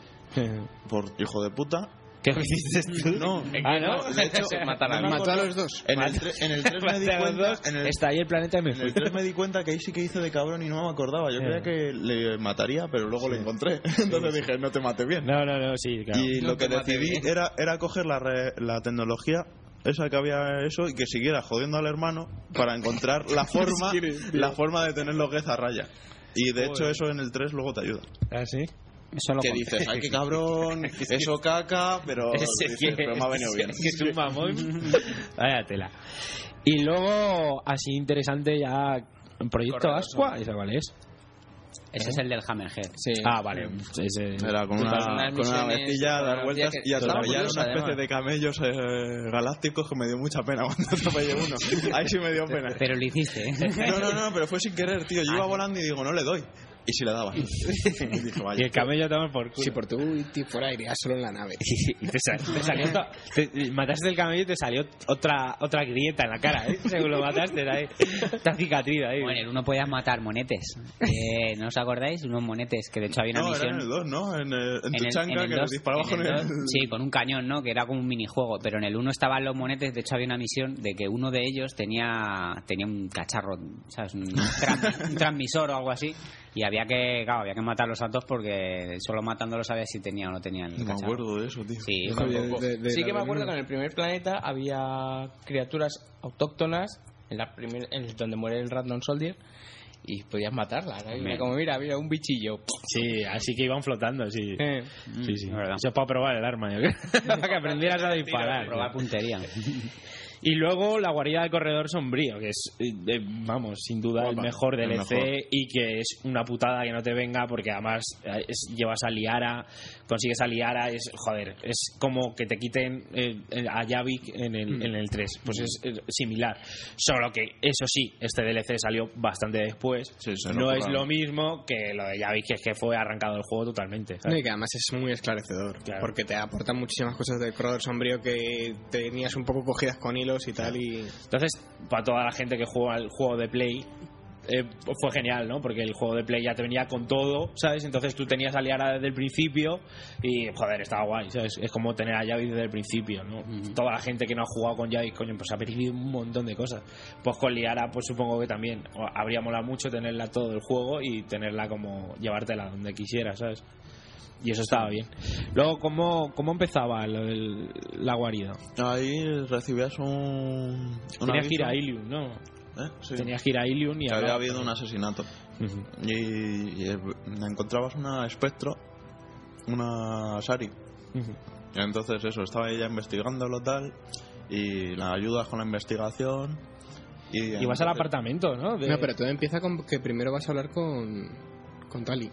por hijo de puta. ¿Qué dices tú? No, Ah, ¿no? de hecho, Matar a no me Mató a acuerdo- los dos. En el, tre- en el 3 me di Maté a los cuenta- dos, en el- Está ahí el planeta y me en fui. el 3 Pues me di cuenta que ahí sí que hice de cabrón y no me acordaba. Yo Sí. creía que le mataría, pero luego le encontré. Entonces dije, no te mate bien. No, no, no, sí, claro. Y No lo que te mate decidí bien. era, era coger la, re- la tecnología esa que había eso y que siguiera jodiendo al hermano para encontrar la forma la forma de tener los Gez a raya. Y de hecho eso en el 3 luego te ayuda. ¿Ah, sí? Eso lo Que conté. dices, ay, qué cabrón, eso caca, pero, Ese dices, que- pero me ha venido bien. ese que es un mamón. Vaya tela. Y luego, así interesante ya, Proyecto Corredor Asqua, ¿esa cuál es? Ese es el del Hammerhead. Sí. Ah, vale. Ese- Era con Pues una, para unas con una misiones, vestilla, para dar vueltas que- y atropellar Total, una especie además. de camellos eh, galácticos que me dio mucha pena cuando atropellé uno. Ahí sí me dio pena. Pero lo hiciste, ¿eh? Ah. No, no, no, pero fue sin querer, tío. Yo iba volando y digo, no le doy. Y si le daba. Y dije, Y vaya. el camello también por culo. Si por tu ti fuera iría solo en la nave. Y te, sa- te salió to- te- mataste el camello y te salió otra otra grieta en la cara, ¿eh? Según lo mataste, era ahí. Esta cicatriz ahí. Bueno, uno podía matar monetes. Eh, ¿No os acordáis? Unos monetes que de hecho había una No, era misión. en el 2, ¿no? En, el- en tu el- el chanca que nos dos- disparabas en con el el. dos- Sí, con un cañón, ¿no? Que era como un minijuego. Pero en el 1 estaban los monetes. De hecho, había una misión de que uno de ellos tenía, tenía un cacharro, ¿sabes? Un, tran- un transmisor o algo así. Y había que, claro, había que matarlos a todos porque solo matándolos sabes si tenía o no tenía el No me cacharro. acuerdo de eso, tío. Sí, Yo fue tampoco. De- de- de sí que me la acuerdo que reunión. en el primer planeta había criaturas autóctonas en la primer, en el- donde muere el Random Soldier y podías matarlas. ¿no? Y Hombre. Como mira, mira, un bichillo. Sí, así que iban flotando, sí. Eh, Sí, sí. es verdad. Eso es para probar el arma, yo creo. para que aprendieras a Para disparar. probar puntería. Y luego la guarida del corredor sombrío, que es, eh, eh, vamos, sin duda Guapa, el mejor el DLC mejor. y que es una putada que no te venga porque además eh, es- llevas a Liara, consigues a Liara, es, joder, es como que te quiten eh, el- a Yavik en el, Mm. en el 3, pues es eh, similar. Solo que, eso sí, este DLC salió bastante después, Sí, se lo no es curraron. lo mismo que lo de Yavik, que es que fue arrancado el juego totalmente. No, ¿sabes? y que además es muy esclarecedor, Claro. porque te aporta muchísimas cosas del corredor sombrío que tenías un poco cogidas con hilos y tal, y Entonces, para toda la gente que juega al juego de Play, eh, fue genial, ¿no? Porque el juego de Play ya te venía con todo, ¿sabes? Entonces tú tenías a Liara desde el principio y, joder, estaba guay, ¿sabes? Es como tener a Yavi desde el principio, ¿no? Ujú. Toda la gente que no ha jugado con Yavi, coño, pues ha perdido un montón de cosas. Pues con Liara, pues supongo que también o- habría molado mucho tenerla todo el juego y tenerla como llevártela donde quisieras, ¿sabes? Y eso estaba bien. Luego, ¿cómo, cómo empezaba lo del- la guarida? Ahí recibías un. una ¿eh? Tenías que ir a Ilium, ¿no? Sí. Tenías que ir a Ilium y Que a había habido un asesinato. Y, y, eh, encontrabas una espectro, una Sari. Entonces eso, estaba ella investigándolo tal y la ayudas con la investigación. Y, Y vas al entonces- apartamento, ¿no? De- No, pero todo empieza con que primero vas a hablar con, con Tali.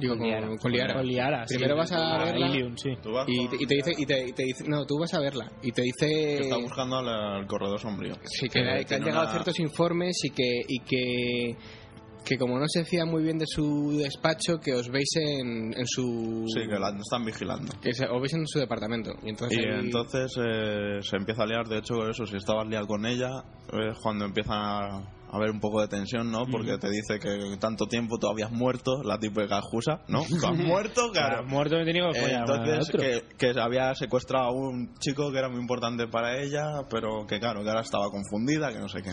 Digo, Con con, Liara. con Liara. Con Liara, Primero vas a verla Ilium, sí. Tú vas Y, te- con- y te dice, y, te, y te dice, no, tú vas a verla. Y que te dice está buscando al, al corredor sombrío. sí, que, que han tiene llegado una- ciertos informes y que y que, que como no se fía muy bien de su despacho, que os veis en, en su... Sí, que la están vigilando. que se- os veis en su departamento. Y entonces... Y ahí- entonces eh, se empieza a liar, de hecho, eso, si estabas liado con ella, es cuando empieza a a haber un poco de tensión, ¿no? Porque te dice que tanto tiempo tú habías muerto, la típica excusa, ¿no? Tú has muerto, Claro. claro. Muerto me he tenido que follar al Entonces, otro. que, que había secuestrado a un chico que era muy importante para ella, pero que claro, que ahora estaba confundida, que no sé qué.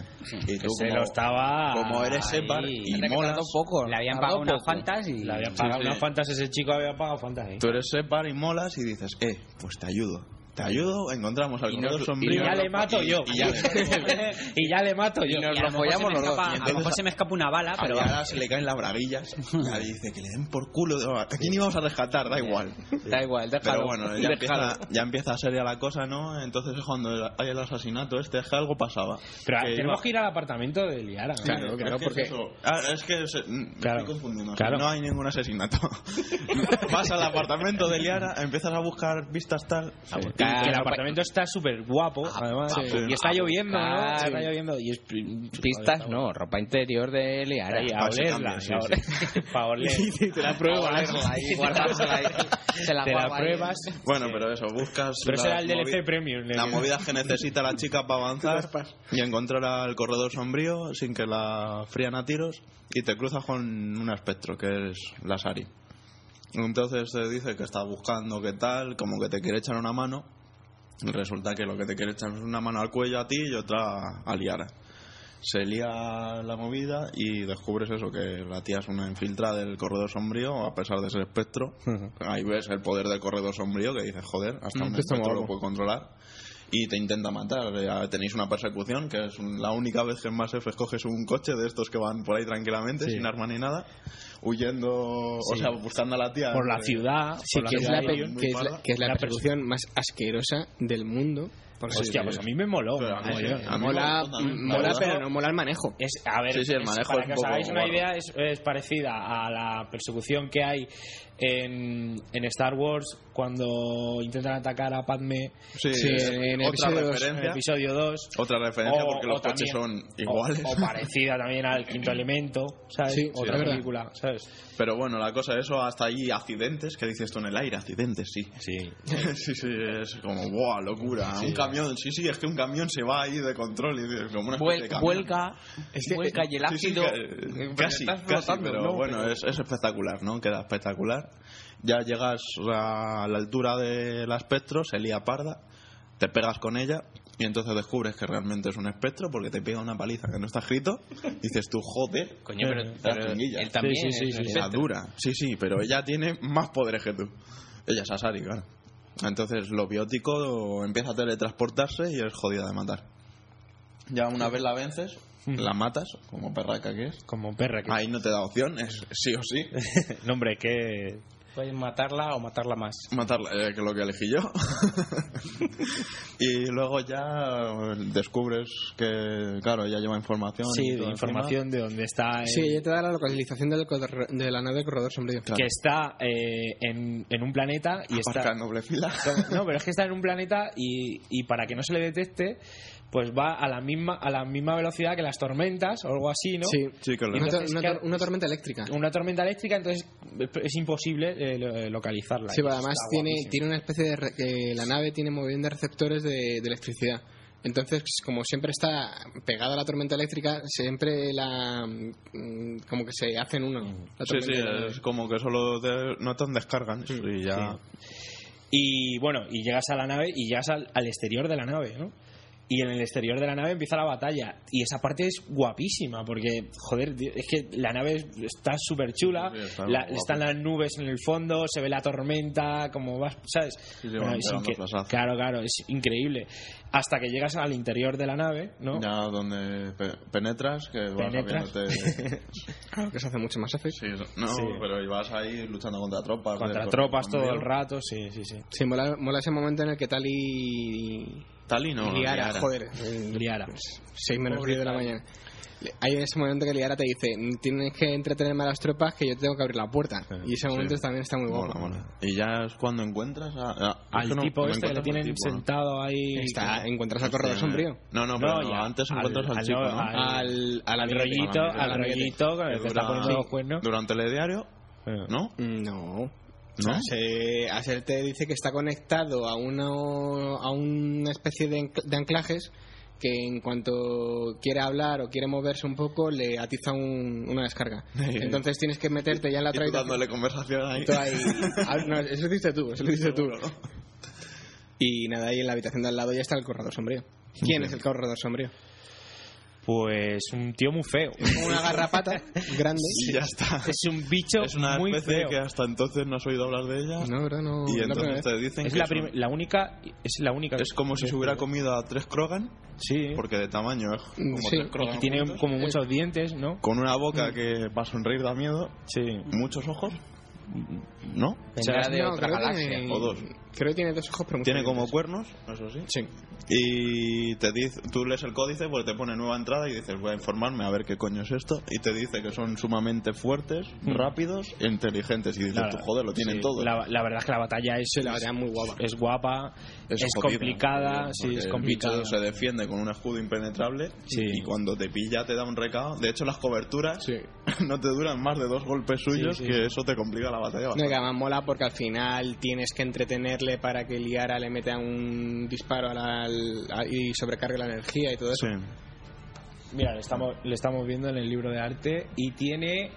Y Que se lo estaba... como eres ahí. Separ Tendrá y que molas, poco. Le habían tardó pagado unas poco. cuantas y... Le habían pagado sí. unas fantas, ese chico había pagado fantas ahí. tú eres Separ y molas y dices, eh, pues te ayudo. Te ayudo, encontramos al Y corredor nos- Y sombrío. ya le mato yo. Y ya le- Y ya le mato yo. Y a lo mejor se me escapa- A lo mejor se me escapa una Ah, bala, Pero pero... ahora se le caen las braguillas y ahí dice que le den por culo. ¿A quién íbamos a rescatar? Da igual. Da igual, déjalo. Pero bueno, ya empieza, ya empieza a seria la cosa, ¿no? Entonces es cuando hay el asesinato este, es que algo pasaba. Pero Que tenemos iba- que ir al apartamento de Liara. ¿no? Claro. es que porque- Es, eso. Ah, es que se- mm, me Claro, estoy confundiendo. O sea, claro. No hay ningún asesinato. Vas al apartamento de Liara, empiezas a buscar vistas tal. A Y buscar- que el apartamento está súper guapo, además. Ah, sí. Y está lloviendo, ¿no? buscar. Está lloviendo. Y es... joder, Pistas está no, ropa interior de Liara. Ahí, a Ah, sí, olerla. también, sí, a oler- Pa' oler. te la prueba. Ahí, guardársela ahí. Se la Te la guarda ahí. pruebas. Bueno, pero eso, buscas. Pero será las el DLC movi- Premium. Las ¿no? movidas que necesita la chica para avanzar y encontrar al corredor sombrío sin que la frían a tiros y te cruzas con un espectro que es la Sari. Entonces te dice que está buscando qué tal, como que te quiere echar una mano. Y Resulta que lo que te quiere echar es una mano al cuello a ti y otra a Liara. Se lía la movida y descubres eso, que la tía es una infiltrada del corredor sombrío, a pesar de ser espectro. Ahí ves el poder del corredor sombrío que dices, joder, Mm, hasta un esto está espectro lo guapo. puede controlar. Y te intenta matar. Eh, Tenéis una persecución, que es un- la única vez que en Mass Effect coges un coche de estos que van por ahí tranquilamente, Sí. sin arma ni nada, huyendo, o Sí. sea, buscando a la tía. eh, por la entre- ciudad, Sí, por que es, la, ciudad pe- y- muy que es la- parda. que es la La persecución más asquerosa del mundo. Por eso Hostia, digo pues yo. a mí me moló. Pero a mí mogollón, sí, ¿eh? a mí me Mola, gustó también. mola La verdad, pero no mola el manejo. Es, a ver, Sí, sí, el es- manejo para es que un os poco hagáis una guarro. idea, es, es parecida a la persecución que hay en, en Star Wars cuando intentan atacar a Padme Sí, Sí, es en otra episodio en dos, el referencia. episodio 2. Otra referencia porque los coches también- son iguales. O, o parecida también al quinto elemento, ¿sabes? Sí, sí, Otra es verdad. película, ¿sabes? Pero bueno, la cosa es eso, hasta ahí accidentes, que dices tú en el aire, accidentes, sí. Sí. sí, sí, es como, ¡buah, locura! Un camión, sí, sí, es que un camión se va ahí de control y dices, como una especie de Vuel- camión. vuelca, vuelca y el Sí, sí, ácido. ca- casi, estás casi, flotando, pero ¿no? bueno, eh. Pero- Es, es espectacular, ¿no? Queda espectacular. Ya llegas a la altura del espectro, se lía parda, te pegas con ella y entonces descubres que realmente es un espectro porque te pega una paliza que no está escrito. y dices tú, joder, eh, Coño, pero, las pero tinguillas. él también. Sí, sí, sí, es sí, un sí. Era espectro. dura, sí, sí, pero ella tiene más poderes que tú. Ella es Asari, claro. Entonces lo biótico empieza a teletransportarse y es jodida de matar. Ya una vez la vences, la matas, como perraca que es. Mm. Como perra que... Ahí no te da opción, es sí o sí. No, hombre, que... Puedes matarla o matarla más. Matarla, eh, que es lo que elegí yo. y luego ya eh, descubres que, claro, ya lleva información. y Sí, todo de encima. información de dónde está... el- Sí, ella te da la localización del corredor- de la nave del corredor sombrío. Claro. Que está eh, en, en un planeta y Aparca está... en doble fila. No, pero es que está en un planeta y, y para que no se le detecte, pues va a la misma a la misma velocidad que las tormentas o algo así, ¿no? Sí. Sí, que lo- Y Una, tor- entonces, una tor- claro, una tormenta eléctrica. Una tormenta eléctrica, entonces es imposible eh, lo- localizarla. Sí, Y pero eso además está tiene, guapísimo. tiene una especie de... re- que la nave tiene mogollón de receptores de, de electricidad. Entonces, pues, como siempre está pegada a la tormenta eléctrica, siempre la... mm, como que se hacen uno. la Sí, sí, tormenta y la nave. es como que solo te notan descargan y ya. Y bueno, y llegas a la nave y llegas al, al exterior de la nave, ¿no? Y en el exterior de la nave empieza la batalla. Y esa parte es guapísima, porque, joder, tío, es que la nave es- está súper chula. Sí, está guapo. están las nubes en el fondo, se ve la tormenta, como vas, ¿sabes? sí, van es pegando incre- flashazos. claro, claro, es increíble. Hasta que llegas al interior de la nave, ¿no? Ya donde pe- penetras, que vas Penetras. sabiéndote- Claro, que se hace mucho más fácil. Sí, no, Sí. pero y vas ahí luchando contra tropas. eh, Contra de- tropas todo el contra- rato, sí, sí, sí. Sí, mola, mola ese momento en el que Tali y... Tali no. Liara, Liara. joder. eh, Liara. pues. Seis menos 10 de la mañana. Hay ese momento que Liara te dice, tienes que entretenerme a las tropas que yo tengo que abrir la puerta. Y ese momento sí. también está muy guapo. Mola, mola. Y ya es cuando encuentras a- a- es Al que no- tipo no este que lo encuentras al tienen tipo, ¿no? sentado ahí. Está, encuentras al corredor Sí, sombrío. No, no, pero No, no, ya, antes al- encuentras al, al- chico, al- ¿no? Al, al al amiguete. rollito, al amiguete. rollito, que te está Dura- poniendo los cuernos. Durante el diario, Eh. ¿no? Mm, No. ¿No? O sea, se- Acer te dice que está conectado a, uno, a una especie de, enc- de anclajes que en cuanto quiere hablar o quiere moverse un poco le atiza un- una descarga. Entonces tienes que meterte ya en la Y tú otra habitación. dándole conversación ahí. Tú ahí- ah, no, eso lo dices tú, eso lo dices tú. Y nada, ahí en la habitación de al lado ya está el corredor sombrío. ¿Quién es el corredor sombrío? Pues un tío muy feo. Una garrapata grande. Y ya está. Es un bicho Es una muy especie feo. que hasta entonces no has oído hablar de ella. No, bro, no. Y no, entonces pero- te dicen Es que la, es un- prim- la única. Es la única. Es como si se hubiera comido a tres Krogan, Sí. Mm, porque de tamaño es como Sí. tres Krogan. Y tiene juntos, como Mm. muchos dientes, ¿no? Con una boca que va a sonreír da miedo, Sí. muchos ojos, ¿no? Vendrá de no, otra creo que galaxia. tiene- o dos. Creo que tiene dos ojos, pero muy Tiene como diferentes. cuernos, eso sí. Sí. Y te dice, tú lees el códice, pues te pone nueva entrada y dices, voy a informarme a ver qué coño es esto. Y te dice que son sumamente fuertes, rápidos e inteligentes. Y dices, La- tú, joder, lo tienen Mm. sí. todo. La, la verdad es que la batalla es, Sí, la batalla es muy guapa. es guapa, es, jodida, complicada, porque sí, es el complicada. bicho se defiende con un escudo impenetrable Sí. y cuando te pilla te da un recado. De hecho, las coberturas Sí. no te duran más de dos golpes suyos, sí, que eso te complica la batalla No, bastante. que además mola porque al final tienes que entretenerle para que Liara le meta un disparo al, al- a- y sobrecargue la energía y todo eso. Sí. Mira, le estamos, le estamos viendo en el libro de arte y tiene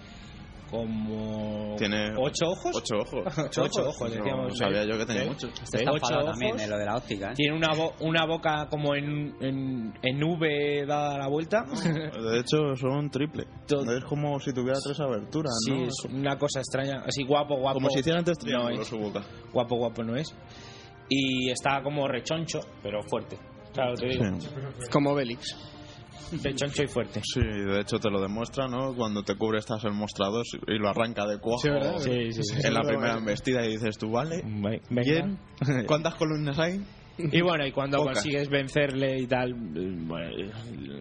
como. Tiene ¿Ocho ojos? Ocho ojos. Ocho ojos, No decíamos. ¿eh? sabía yo que tenía muchos. Este Ocho está enfadado ojos. también de lo de la óptica. ¿eh? Tiene una, bo- una boca como en, en, en V dada la vuelta. De hecho, son triple. Todo- Es como si tuviera tres aberturas, Sí, ¿no? es una cosa extraña. Así guapo, guapo. Como si hicieran tres No triángulos es. su boca. Guapo, guapo no es. Y está como rechoncho, pero fuerte. Claro, te digo. Sí. Como Bélix. Rechoncho y fuerte. Sí, de hecho te lo demuestra, ¿no? Cuando te cubre estás el mostrador y lo arranca de cuajo Sí, ¿verdad? Sí, sí, sí. en la Sí, primera sí. embestida y dices tú, vale, Ve- venga. bien, ¿cuántas columnas hay? Y bueno, y cuando Pocas. consigues vencerle y tal, eh, bueno,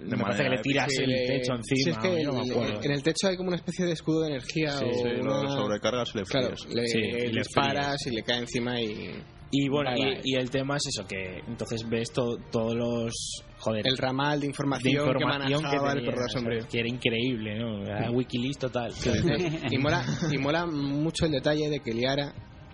me parece que manera le épica. tiras Sí, el le- techo encima. sí, es que yo no me el- acuerdo. en el techo hay como una especie de escudo de energía. Sí, o sí, lo una- sobrecargas y le Claro, fríes. le, Sí, y le le fríes. disparas y le cae encima y. Y bueno, y- Vale. y, el tema es eso, que entonces ves to- todos los... Joder, El ramal de de información, información que que, manejaba el tenía, perro o sea, sombrío. que era increíble, ¿no? Era Wikileaks total. y mola y mola mucho el detalle de que Liara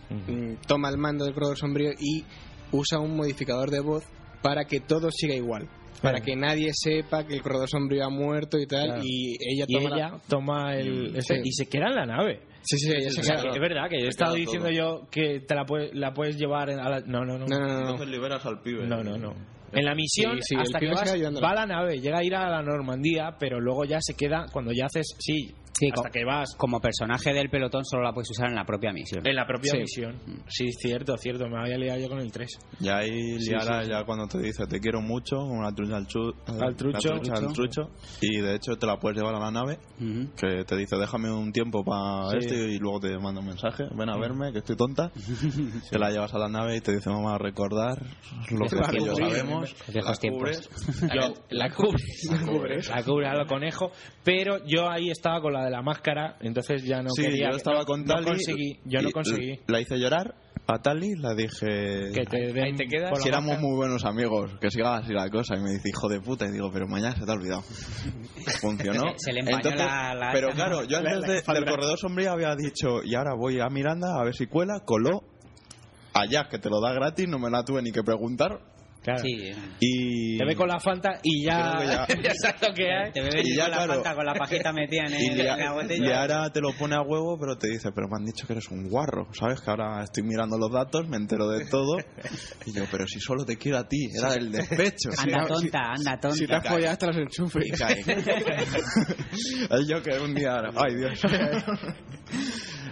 mm, toma el mando del Crodor Sombrío y usa un modificador de voz para que todo siga igual para Claro. que nadie sepa que el Crodor Sombrío ha muerto y tal Claro. y ella y toma la- ella toma el... este, Sí. Y se queda en la nave. sí sí ella O se sea, queda- que es verdad que he Se estado queda diciendo yo que te la, puedes- la puedes llevar en- a la... No, no, no. no no no, no. Entonces liberas al pibe. No, no, no. En la misión, Sí, sí, el hasta que pibe se vas, queda ayudándola. va a la nave, llega a ir a la Normandía, pero luego ya se queda, cuando ya haces, sí, Sí, hasta co- que vas Como personaje del pelotón solo la puedes usar en la propia misión. en la propia Sí. Mm. misión. Sí, cierto, cierto, me había liado yo con el 3. Y ahí Sí, Liara sí, sí. ya cuando te dice te quiero mucho, como la trucha al, chu- Al trucho. la trucha al trucho, y de hecho te la puedes llevar a la nave, Ujú. que te dice déjame un tiempo para Sí. esto y luego te manda un mensaje, ven a verme, que estoy tonta, te la llevas a la nave y te dice vamos a recordar lo que Viejos tú y yo tiempos. sabemos, Viejos la tiempos. cubres, Yo, la cubres. La cubres. La cubres a lo conejo. Pero yo ahí estaba con la de la máscara, entonces ya no sí, quería. yo estaba no- con no Tali, conseguí, yo y no conseguí. La hice llorar a Tali, la dije... Que te den te quedas. por la Si éramos máscara. muy buenos amigos, que siga así la cosa. Y me dice, hijo de puta. Y digo, pero mañana se te ha olvidado. Funcionó. Se- se le empañó la- la- Pero claro, yo antes de- del corredor sombrío había dicho, y ahora voy a Miranda a ver si cuela, coló. Allá, que te lo da gratis, no me la tuve ni que preguntar. Claro. Sí. Y. Te ve con la Fanta y ya. Creo que ya sabes lo que hay. Te beben Y Ah. ya, con la claro. pata, con la pajita metida en, y el- en la Lia- botella. Liara te lo pone a huevo, pero te dice, pero me han dicho que eres un guarro, ¿sabes? Que ahora estoy mirando los datos, me entero de todo. Y yo, pero si solo te quiero a ti, era el despecho. Anda tonta, anda tonta. si te has follado hasta los enchufes y cae. El Joker un día ahora. Ay, Dios.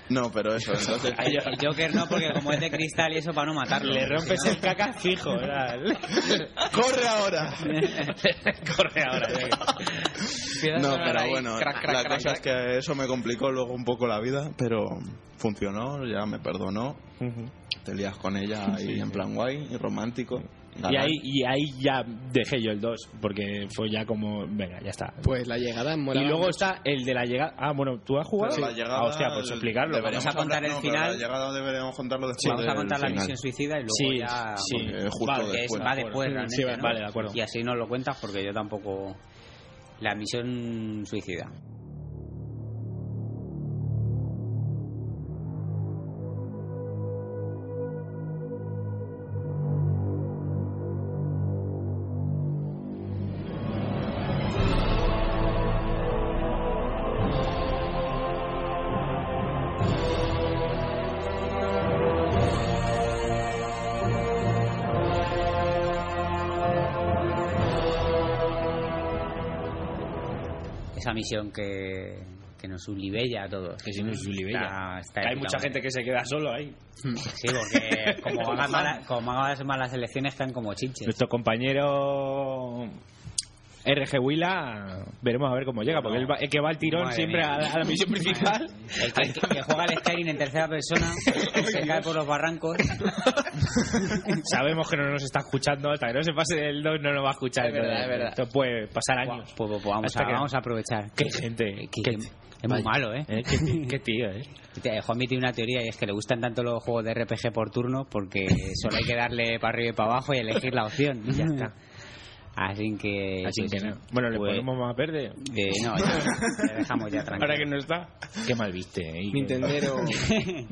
No, pero eso, entonces. El el Joker no, porque como es de cristal y eso para no matarlo. Le rompes el caca fijo. Era el- ¡Corre ahora! Corre ahora. venga. No, pero bueno, la cosa es que eso me complicó luego un poco la vida, pero funcionó, ya me perdonó. Te lías con ella y en plan guay y romántico. Y ahí, y ahí ya dejé yo el 2, porque fue ya como, venga, ya está. pues la llegada mola y luego está el de la llegada. Ah, bueno, ¿tú has jugado? Pero la Sí. llegada, Ah, hostia, pues el- explicarlo. deberíamos Vamos a contar el no, pero La final. llegada deberíamos contarlo después. Sí, vamos a del contar la final. misión suicida y luego Sí, ya. sí. Porque pues, eh, justo Vale, Porque es- después. va después, Sí, realmente. va- ¿no? vale, de acuerdo. Y así no lo cuentas porque yo tampoco. La misión suicida. Esa misión que, que nos libella a todos. Que si no es Zulibella. Está- está Hay épica, mucha vamos. gente que se queda solo ahí. Sí, porque como hagas malas, como hagas malas elecciones están como chinches. Nuestro compañero RG Willa, veremos a ver cómo llega, porque él va- el que va al tirón Madre siempre mía. a la, a la misión principal. El que, que juega al Skyrim en tercera persona, se cae por los barrancos. Sabemos que no nos está escuchando, hasta que no se pase el 2 no nos va a escuchar. Es verdad, Entonces, es verdad. Esto puede pasar Pues, años. pues, pues vamos, Hasta a, que- vamos a aprovechar. Qué gente. Que- qué- que- es muy malo, ¿eh? eh, qué, qué tío, eh. Eh, Juanmi tiene una teoría y es que le gustan tanto los juegos de RPG por turno porque solo hay que darle para arriba y para abajo y elegir la opción. Y ya está. Así que. Así pues, que no. Bueno, le pues, ponemos más verde. eh, no, ya, le dejamos ya tranquilo. Ahora que no está. Qué mal viste, eh. Nintendero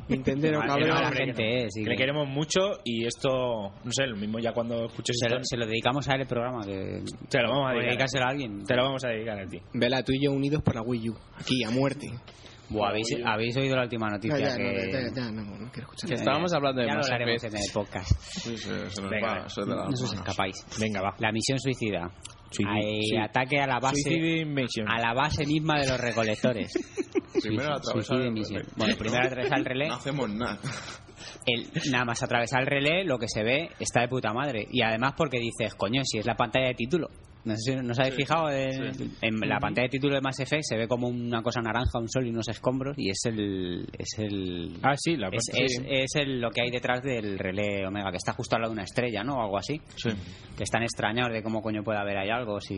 Nintendero Mal- cabrón mala hombre, que gente, eh, sí Que le que- queremos mucho y esto, no sé, lo mismo ya cuando escuches se, lo, pues esto, se lo dedicamos a él el programa. Que, te lo vamos a por dedicar. dedicárselo a alguien. Te lo vamos a dedicar a ti. Vela tú y yo unidos por la Wii U aquí a muerte Buah, ¿habéis, habéis oído la última noticia no, ya, que. no, ya, ya, no, no quiero escuchar Que estábamos hablando de ya lo Mass hablaremos en Effect. el podcast. Sí, se, se nos Venga, va, se te da No las os manos. escapáis. Venga, va. La misión suicida. Suicid- Hay sí. ataque a la base. Suicide Mission. A la base misma de los recolectores. Primero atravesar Suicide el Mission. relé. Bueno, primero atravesar el relé. No hacemos nada. El- nada más atravesar el relé, lo que se ve está de puta madre. Y además porque dices, coño, si es la pantalla de título. No sé si nos habéis fijado en, en la pantalla de título de Mass Effect se ve como una cosa naranja, un sol y unos escombros y es el es el Ah, sí, la es, parte- es- es el- lo que hay detrás del relé Omega que está justo al lado de una estrella, ¿no? O algo así. Sí. Que están extrañados de cómo coño puede haber ahí algo si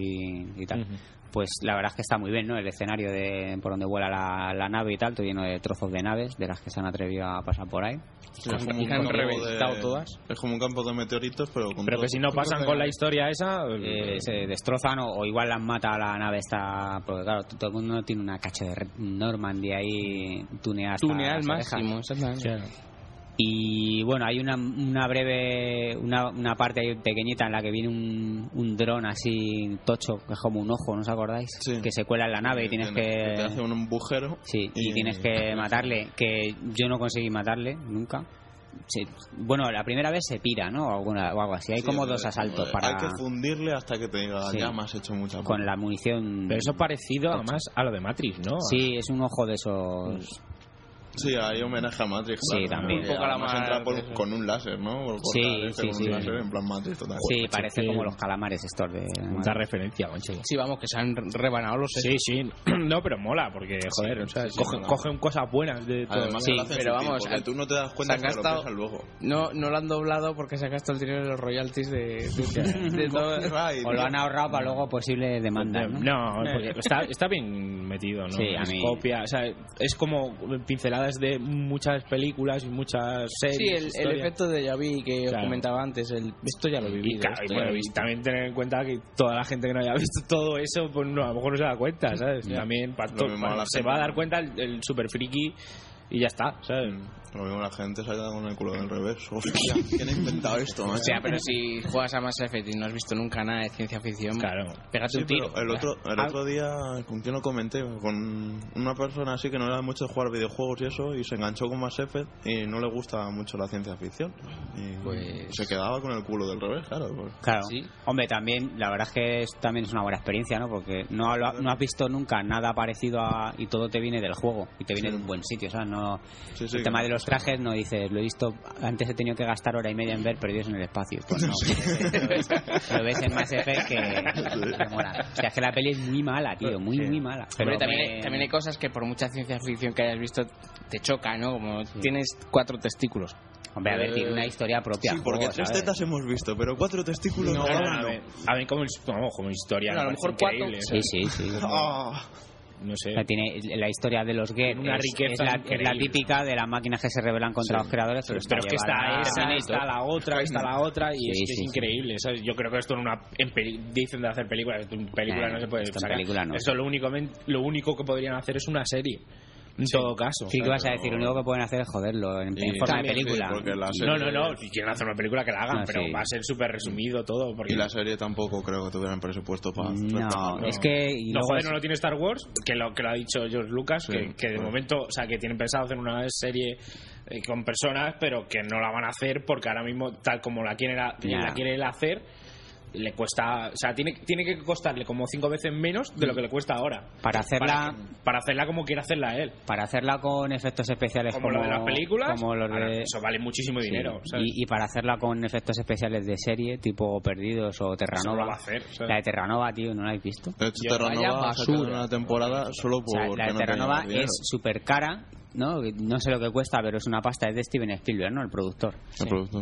y tal. Ujú. Pues la verdad es que está muy bien, ¿no? El escenario de por donde vuela la, la nave y tal, todo lleno de trozos de naves de las que se han atrevido a pasar por ahí. Sí, es como Y un han campo reventado de- todas. pues Es como un campo de meteoritos, pero con Pero que todo- si no pasan con la historia esa... Mm. eh, se destrozan o, o igual las mata la nave esta porque claro todo el mundo tiene una cacho de re- Normandy ahí tuneada hasta Tunea al las orejas. máximo, exactamente. Claro. y bueno hay una, una breve una, una parte ahí pequeñita en la que viene un, un dron así tocho que es como un ojo ¿no os acordáis? Sí. que se cuela en la nave y tienes que Te hace un agujero. Sí, y, tienes que matarle, que yo no conseguí matarle nunca. Sí, Bueno, la primera vez se pira, ¿no? O, alguna- o algo así. Hay Sí, como es dos como asaltos de, para Hay que fundirle hasta que te diga, Sí. ya me has hecho mucha con la munición. Pero eso es parecido además a lo de Matrix, ¿no? Sí, es un ojo de Pues, esos. Sí, hay homenaje a Matrix. Sí, también. Un Un poco a la mar- entra por- con un láser, ¿no? Por Sí, cortar este sí, con sí. un láser en plan Matrix total. Sí, parece que- como los calamares estos de. Mucha referencia, manche. Sí, vamos, que se han rebanado los Sí, sí. No, pero mola, porque, joder, o sea, sí, sí, cogen, mola. cogen cosas buenas de todo. Además, Sí, lo hacen pero sutil, vamos, porque al- tú no te das cuenta se que han lo gastado- piensas luego. No, no lo han doblado porque se ha gastado el dinero de los royalties de, de- de todo. Copyright. O lo han ahorrado para luego posible demanda, Pues, No, ¿no? porque está, está bien metido, ¿no? Sí, a Es mí- copia, o sea, es como pinceladas de muchas películas y muchas series. Sí, el, el historias. efecto de ya vi que os Claro. comentaba antes, el, esto ya lo he Y, vivido. claro, y esto ya bueno, lo he y visto. también tener en cuenta que toda la gente que no haya visto todo eso, pues no, a lo mejor no se da cuenta, ¿sabes? También para Lo to- mismo a la se gente, va a dar ¿no? cuenta el, el super friki y ya está, Eh. ¿sabes? Lo mismo la gente se ha quedado con el culo del revés. Hostia, ¿quién ha inventado esto? O macho? sea, pero si juegas a Mass Effect y no has visto nunca nada de ciencia ficción, Claro. pégate Sí, un pero tiro. el otro, el Ah. otro día, ¿con quién lo comenté? Con una persona así que no le da mucho jugar videojuegos y eso, y se enganchó con Mass Effect y no le gusta mucho la ciencia ficción. Y Pues- se quedaba con el culo del revés, claro. pues. Claro. Sí. Hombre, también, la verdad es que es, también es una buena experiencia, ¿no? Porque no, lo- no has visto nunca nada parecido a... Y todo te viene del juego. Y te viene Sí. de un buen sitio, ¿sabes? No, Sí, sí, el tema que- de los trajes no dices, lo he visto... Antes he tenido que gastar hora y media en ver Perdidos en el Espacio. Pues no. lo, ves, lo ves en Mass Effect que, que mola. O sea, es que la peli es muy mala, tío. Muy, muy mala. Hombre, Pero también, me- también hay cosas que por mucha ciencia ficción que hayas visto te choca, ¿no? Como tienes cuatro testículos. Hombre, a ver, tiene una historia propia. Sí, el porque juego, tres ¿sabes? tetas hemos visto, pero cuatro testículos no. Claro, no, a, no. ver, a ver, como, his- no, como historia, Bueno, a me lo parece mejor cuatro. increíble, Sí, ¿sabes? sí, sí. Ah, No sé. O sea, tiene la historia de los Get Una es, riqueza es la, es la increíble. típica de las máquinas que se rebelan contra los creadores pero, pero es que está llevada- esa, está la otra, está la otra y Sí, es, que sí, es sí. increíble, ¿sabes? Yo creo que esto en una en peli- dicen de hacer películas, en película Eh, no se puede esto en sacar. película no. Eso lo único lo único que podrían hacer es una serie. En todo caso. Sí, o que sea, vas a decir, lo único que pueden hacer es joderlo en, en Y forma de también, sí, película. porque la No, serie- no, no, si quieren hacer una película que la hagan, Ah, pero sí. va a ser súper resumido todo porque Y la serie tampoco creo que tuvieran presupuesto para... No, es que y no, luego joder, es- no lo tiene Star Wars, que lo, que lo ha dicho George Lucas, que, que de bueno. momento, o sea, que tienen pensado hacer una serie eh, con personas, pero que no la van a hacer porque ahora mismo, tal como la quiere, la, Ya. la quiere él hacer, le cuesta, o sea, tiene, tiene que costarle como cinco veces menos de lo que le cuesta ahora. para hacerla Para, para hacerla como quiere hacerla él. para hacerla con efectos especiales Como, como, lo de las películas, como los ahora, de eso vale muchísimo sí. dinero. ¿sabes? y, y para hacerla con efectos especiales de serie tipo Perdidos o Eso no lo va a Terranova. hacer. ¿sabes? La de Terranova, tío, no la habéis visto. De hecho, Yo- vaya Terranova ha sacado basura. una temporada solo O sea, por... la de Terranova es súper cara, ¿no? No sé lo que cuesta, pero es una pasta. Es de Steven Spielberg, ¿no? El productor.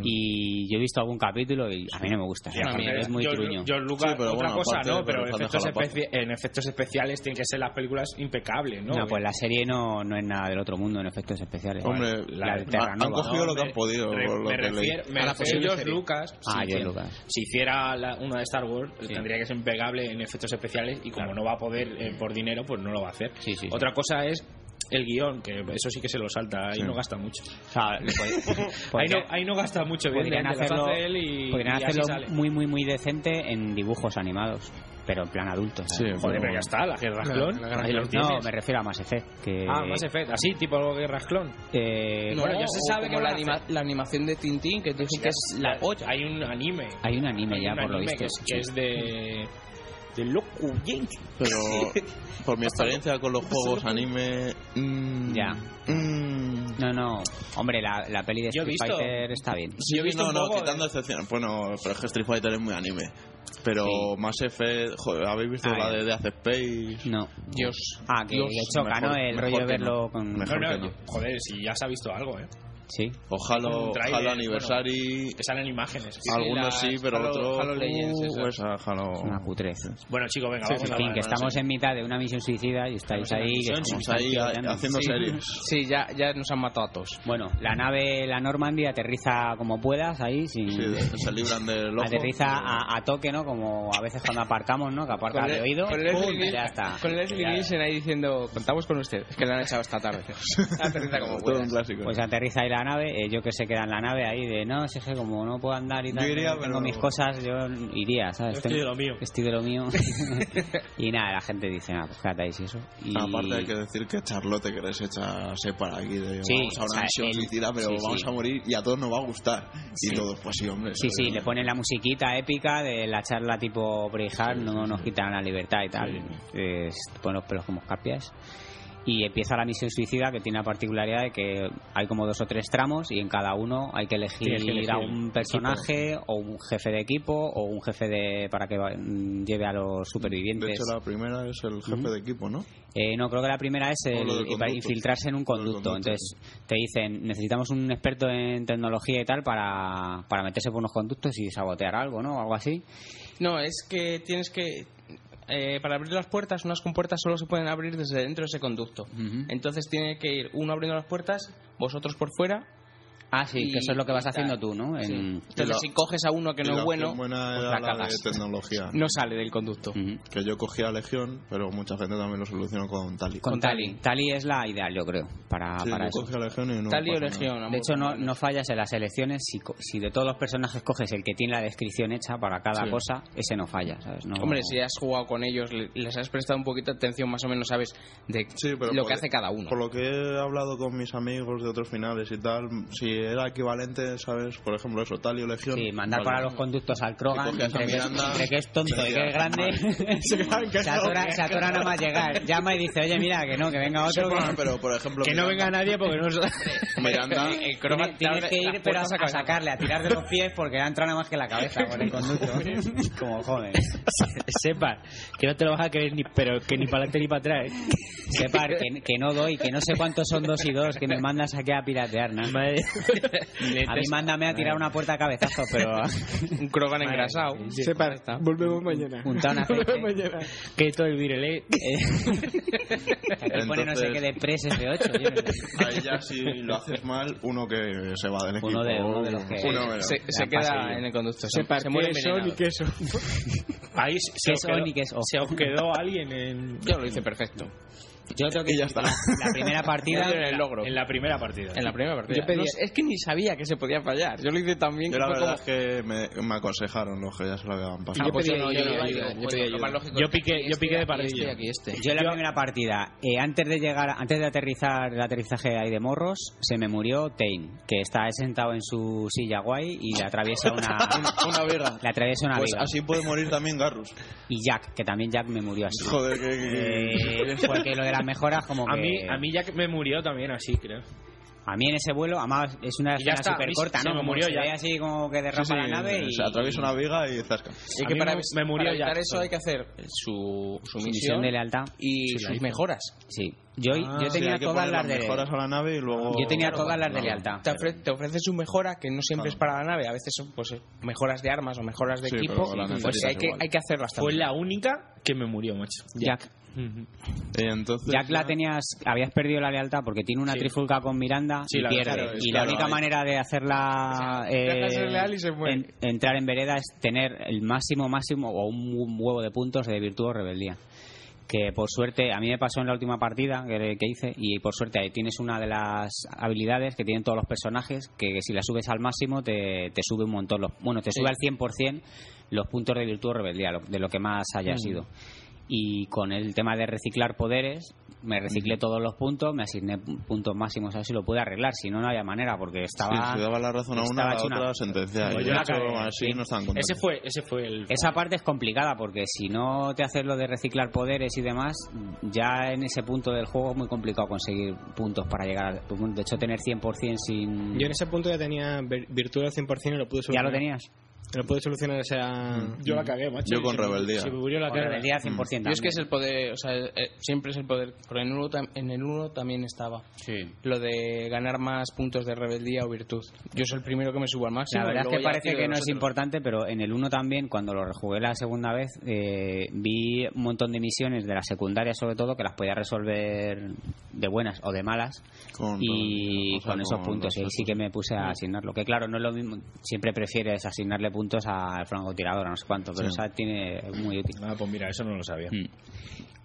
Y yo he visto algún capítulo y a mí no me gusta. Y aparte, es muy George- truño. George Lucas, Sí, pero otra bueno, cosa, aparte, ¿no? Pero pero te efectos deja la especi- en efectos especiales tienen que ser las películas impecables, ¿no? No, pues la serie no, no es nada del otro mundo en efectos especiales. Hombre, la de han- Terranova. han cogido lo que han podido. Re- por lo me que leí. refiero, me A la refiero posible George serie. Lucas. Ah, si George hiciera- Lucas. Si hiciera la- una de Star Wars, tendría que ser impecable en efectos especiales y como no va a poder eh, por dinero, pues no lo va a hacer. Sí, sí, sí. Otra cosa es el guión, que eso sí que se lo salta, ahí Sí. no gasta mucho. O sea, le pod- Ahí no, podría- ahí no gasta mucho, podrían evidentemente, las hacerlo, hace él y, podrían y así hacerlo sale. muy, muy, muy decente en dibujos animados, pero en plan adulto. ¿sabes? pues, Sí, Joder, pero ya está, la guerra clon, la guerra ahí lo clon. tienes. no, me refiero a Mass Effect. Que, Ah, más efecto, así, tipo guerra clon. eh, No, bueno, ya se o sabe como que la, van a anima- hacer. la animación de Tintín, que tú dices que es la Hay un anime. Hay un anime Hay ya, un por lo anime visto. que es, que es de. de loco bien. Pero por mi experiencia con Pues los juegos anime. mm, Ya. mm, No, no. Hombre, la, la peli de Yo he Street visto- Fighter está bien. Sí, Yo he visto no, un no, poco quitando excepciones. Bueno, pero es que Street Fighter es muy anime. Pero más Effect, joder, ¿habéis visto Ah, la ya. de Death Space? No. Dios. Ah, que, Dios, que choca, ¿no? mejor- El mejor rollo de que verlo no. con. Mejor. No, no, que no. yo- joder, si ya se ha visto algo, ¿eh? Sí. O Halo, Un trailer, Halo bueno. Anniversary. Que salen imágenes. algunos las sí, pero Halo- otros. Halo Legends, uh, esas. esa, Halo. Una cutrez. Bueno, chicos, venga, Sí, vamos sí, a En fin, hablar. que estamos en mitad de una misión suicida y estáis ahí. que misión, como Estamos Pues ahí estáis ha- tirando. haciendo series. Sí, ya, ya nos han matado a todos. Bueno, la nave, la Normandia, aterriza como puedas ahí, sin. Sí, de- se libran del ojo. aterriza a, a toque, ¿no? Como a veces cuando aparcamos, ¿no? Que aparca Con de el- oído. con ¡pum! Leslie Nielsen- ya está. Con Leslie Ya. Nielsen ahí diciendo, contamos con usted, que le han echado esta tarde. Aterriza como Todo un puedas. clásico. Pues aterriza ahí la nave, eh, yo que se queda en la nave ahí de no, si es que como no puedo andar y tal, Yo iría, tengo pero- mis cosas, yo iría, ¿sabes? Yo estoy Tengo- de lo mío. Estoy de lo mío. y nada, la gente dice, ah, pues quédate ahí si eso. Y... Aparte hay que decir que Charlotte que les echa separa aquí de Sí, vamos a o sea, una misión él- suicida, pero sí, vamos sí. a morir y a todos nos va a gustar. Y todos, pues sí, hombre. Sí, sí, ¿no? le ponen la musiquita épica de la charla tipo Breihard, no nos quitan la libertad y tal. Eh, ponen los pelos como escarpias. Y empieza la misión suicida que tiene la particularidad de que hay como dos o tres tramos y en cada uno hay que elegir, Tienes que elegir a el un personaje o un jefe de equipo o un jefe de para que va- mm, lleve a los De supervivientes. hecho, la primera es el jefe de equipo, ¿no? Eh, no, creo que la primera es O lo del el- y para conducto. infiltrarse en un Lo del conducto. conducto, Entonces te dicen, necesitamos un experto en tecnología y tal para, para meterse por unos conductos y sabotear algo, ¿no? Algo así. No, es que tienes que... eh, para abrir las puertas, unas compuertas solo se pueden abrir desde dentro de ese conducto. Ujú. Entonces tiene que ir uno abriendo las puertas, vosotros por fuera. Ah, sí, y- que eso es lo que vas y haciendo tal. tú, ¿no? Sí. En- Entonces Y la- si coges a uno que Y no la es bueno, opción buena pues era la la, de cagas. tecnología. No sale del conducto. Ujú. Que yo cogía a Legión, pero mucha gente también lo solucionó con Tali. Ah, Con Tali. Tali. Tali es la ideal, yo creo, para, Sí, para yo eso. cogí a Legión y no Tal y pasa o nada. legión. amor. De hecho, no, no fallas en las elecciones. Si, co- si de todos los personajes coges el que tiene la descripción hecha para cada Sí. cosa, ese no falla, ¿sabes? No, Hombre, si has jugado con ellos, le- les has prestado un poquito de atención, más o menos sabes de Sí, pero lo por- que hace cada uno. Por lo que he hablado con mis amigos de otros finales y tal, si era equivalente, ¿sabes? Por ejemplo, eso, Talio Legión. Sí, mandar para los conductos al Krogan, Te coges a entre que, Miranda. entre que es tonto y que es grande, se atora, se atora nada más llegar. Llama y dice, oye, mira, que no, que venga Sí, otro. que- bueno, Ah, pero por ejemplo. Que no Miranda- venga nadie porque no Miranda. El croma Tienes, te abre tienes que las ir pero a, puertas a a cabeza. sacarle, a tirar de los pies porque ha entrado nada más que la cabeza por el conducto. Como joven. sepas que no te lo vas a creer ni, pero que ni para adelante ni para atrás. Separ, que, que no doy, que no sé cuántos son dos y dos, que me mandas aquí a piratear, ¿no? A mí mándame a tirar una puerta a cabezazos, pero a- Un Krogan engrasado. Separ, volvemos mañana. untar un Volvemos aceite. mañana. que todo el virelé. Aquí Eh, pone no sé qué de pres de 8. Ahí ya si lo haces mal, uno que se va del equipo. Uno de- uno de los que- Uno menos. Se, se han queda pasado. en el conducto. Se, Separ, se muere queso envenenado. ni queso. Ahí se Que os, es quedó, on y que es off. se os quedó alguien en, Yo lo hice perfecto. Yo creo que Y ya está. la primera partida Yo en el logro. en la primera partida. En la primera partida. Yo pedí- No sé, es que ni sabía que se podía fallar. Yo lo hice también. Yo que la fue verdad como- es que me, me aconsejaron los que ya se lo habían pasado. Ah, pues pedí yo no, yo ayuda, no, yo yo- yo- pedí ayuda. lo más lógico Yo es piqué- aquí yo piqué de este, aquí parrilla. este, aquí este. Yo en la Yo- primera partida, eh, antes de llegar, antes de aterrizar el aterrizaje ahí de morros, se me murió Tain, que está sentado en su silla guay y le atraviesa una, Una birra. le atraviesa una Pues viga. así puede morir también Garrus. Y Jack, que también Jack me murió así. Joder, que. que- Eh, porque lo de las mejoras como que a mí, a mí ya que me murió también así, creo. a mí en ese vuelo además es una Y ya escena está, súper corta se no me Como murió se Jack. ve así como que derrama Sí, sí, la nave y Se atraviesa una viga y zasca. Y A que mí para, me- me murió para evitar ya, eso pero- hay que hacer su, su su misión misión de lealtad y Sí, la sus hizo. mejoras. sí yo yo Sí, tenía hay que todas poner las de mejoras a la nave y luego. yo tenía todas las de claro. lealtad Te, ofre- te ofrece su mejora, que no siempre Claro. es para la nave, a veces son pues, mejoras de armas o mejoras de Sí, equipo. pero la Pues necesitas hay que, igual. hay que hacerlas Fue también. la única que me murió, macho. Jack Ujú. Y entonces. Jack la tenías, habías perdido la lealtad porque tiene una Sí. trifulca con Miranda Sí, y la- pierde. claro, es y claro, la única ahí. manera de hacerla deja de eh, ser leal y se muere. en- entrar en vereda es tener el máximo máximo o un, un huevo de puntos de virtud o rebeldía. Que por suerte, a mí me pasó en la última partida que, que hice, y por suerte ahí tienes una de las habilidades que tienen todos los personajes, que si la subes al máximo te, te sube un montón, los, bueno, te sube al 100% los puntos de virtud o rebeldía, lo- de lo que más haya sido y con el tema de reciclar poderes me reciclé todos los puntos, me asigné puntos máximos a ver si lo pude arreglar, si no, no había manera porque estaba... Sí, si daba la razón a estaba una, a hecho la una- otra sentencia. Pues Y yo de la hecho, cagué, así sí. no están contentos. Ese fue, ese fue el. Esa parte es complicada porque si no te haces lo de reciclar poderes y demás, ya en ese punto del juego es muy complicado conseguir puntos para llegar al punto. De hecho, tener 100% sin... Yo en ese punto ya tenía vir- virtud al 100% y lo pude ¿Ya lo solucionar. tenías? Lo pude solucionar, o sea... Yo la cagué, macho. Yo con Se me- rebeldía. Se me murió la Con cara. rebeldía 100% también. Ah, Mm. Yo es que es el poder, o sea, eh, siempre es el poder. Pero en el 1 en el uno también estaba. Sí. Lo de ganar más puntos de rebeldía o virtud. Yo soy el primero que me subo al máximo. La verdad y es que luego ya parece tiro que de no los es otros. importante, pero en el 1 también, cuando lo rejugué la segunda vez, eh, vi un montón de misiones de la secundaria, sobre todo, que las podía resolver de buenas o de malas, Con- y o sea, con esos con puntos. las Y sí que me puse a asignarlo. Que claro, no es lo mismo, siempre prefieres asignarle puntos al francotirador, a no sé cuánto, pero Sí. esa tiene es muy útil. Ah, pues mira, eso no lo sabía.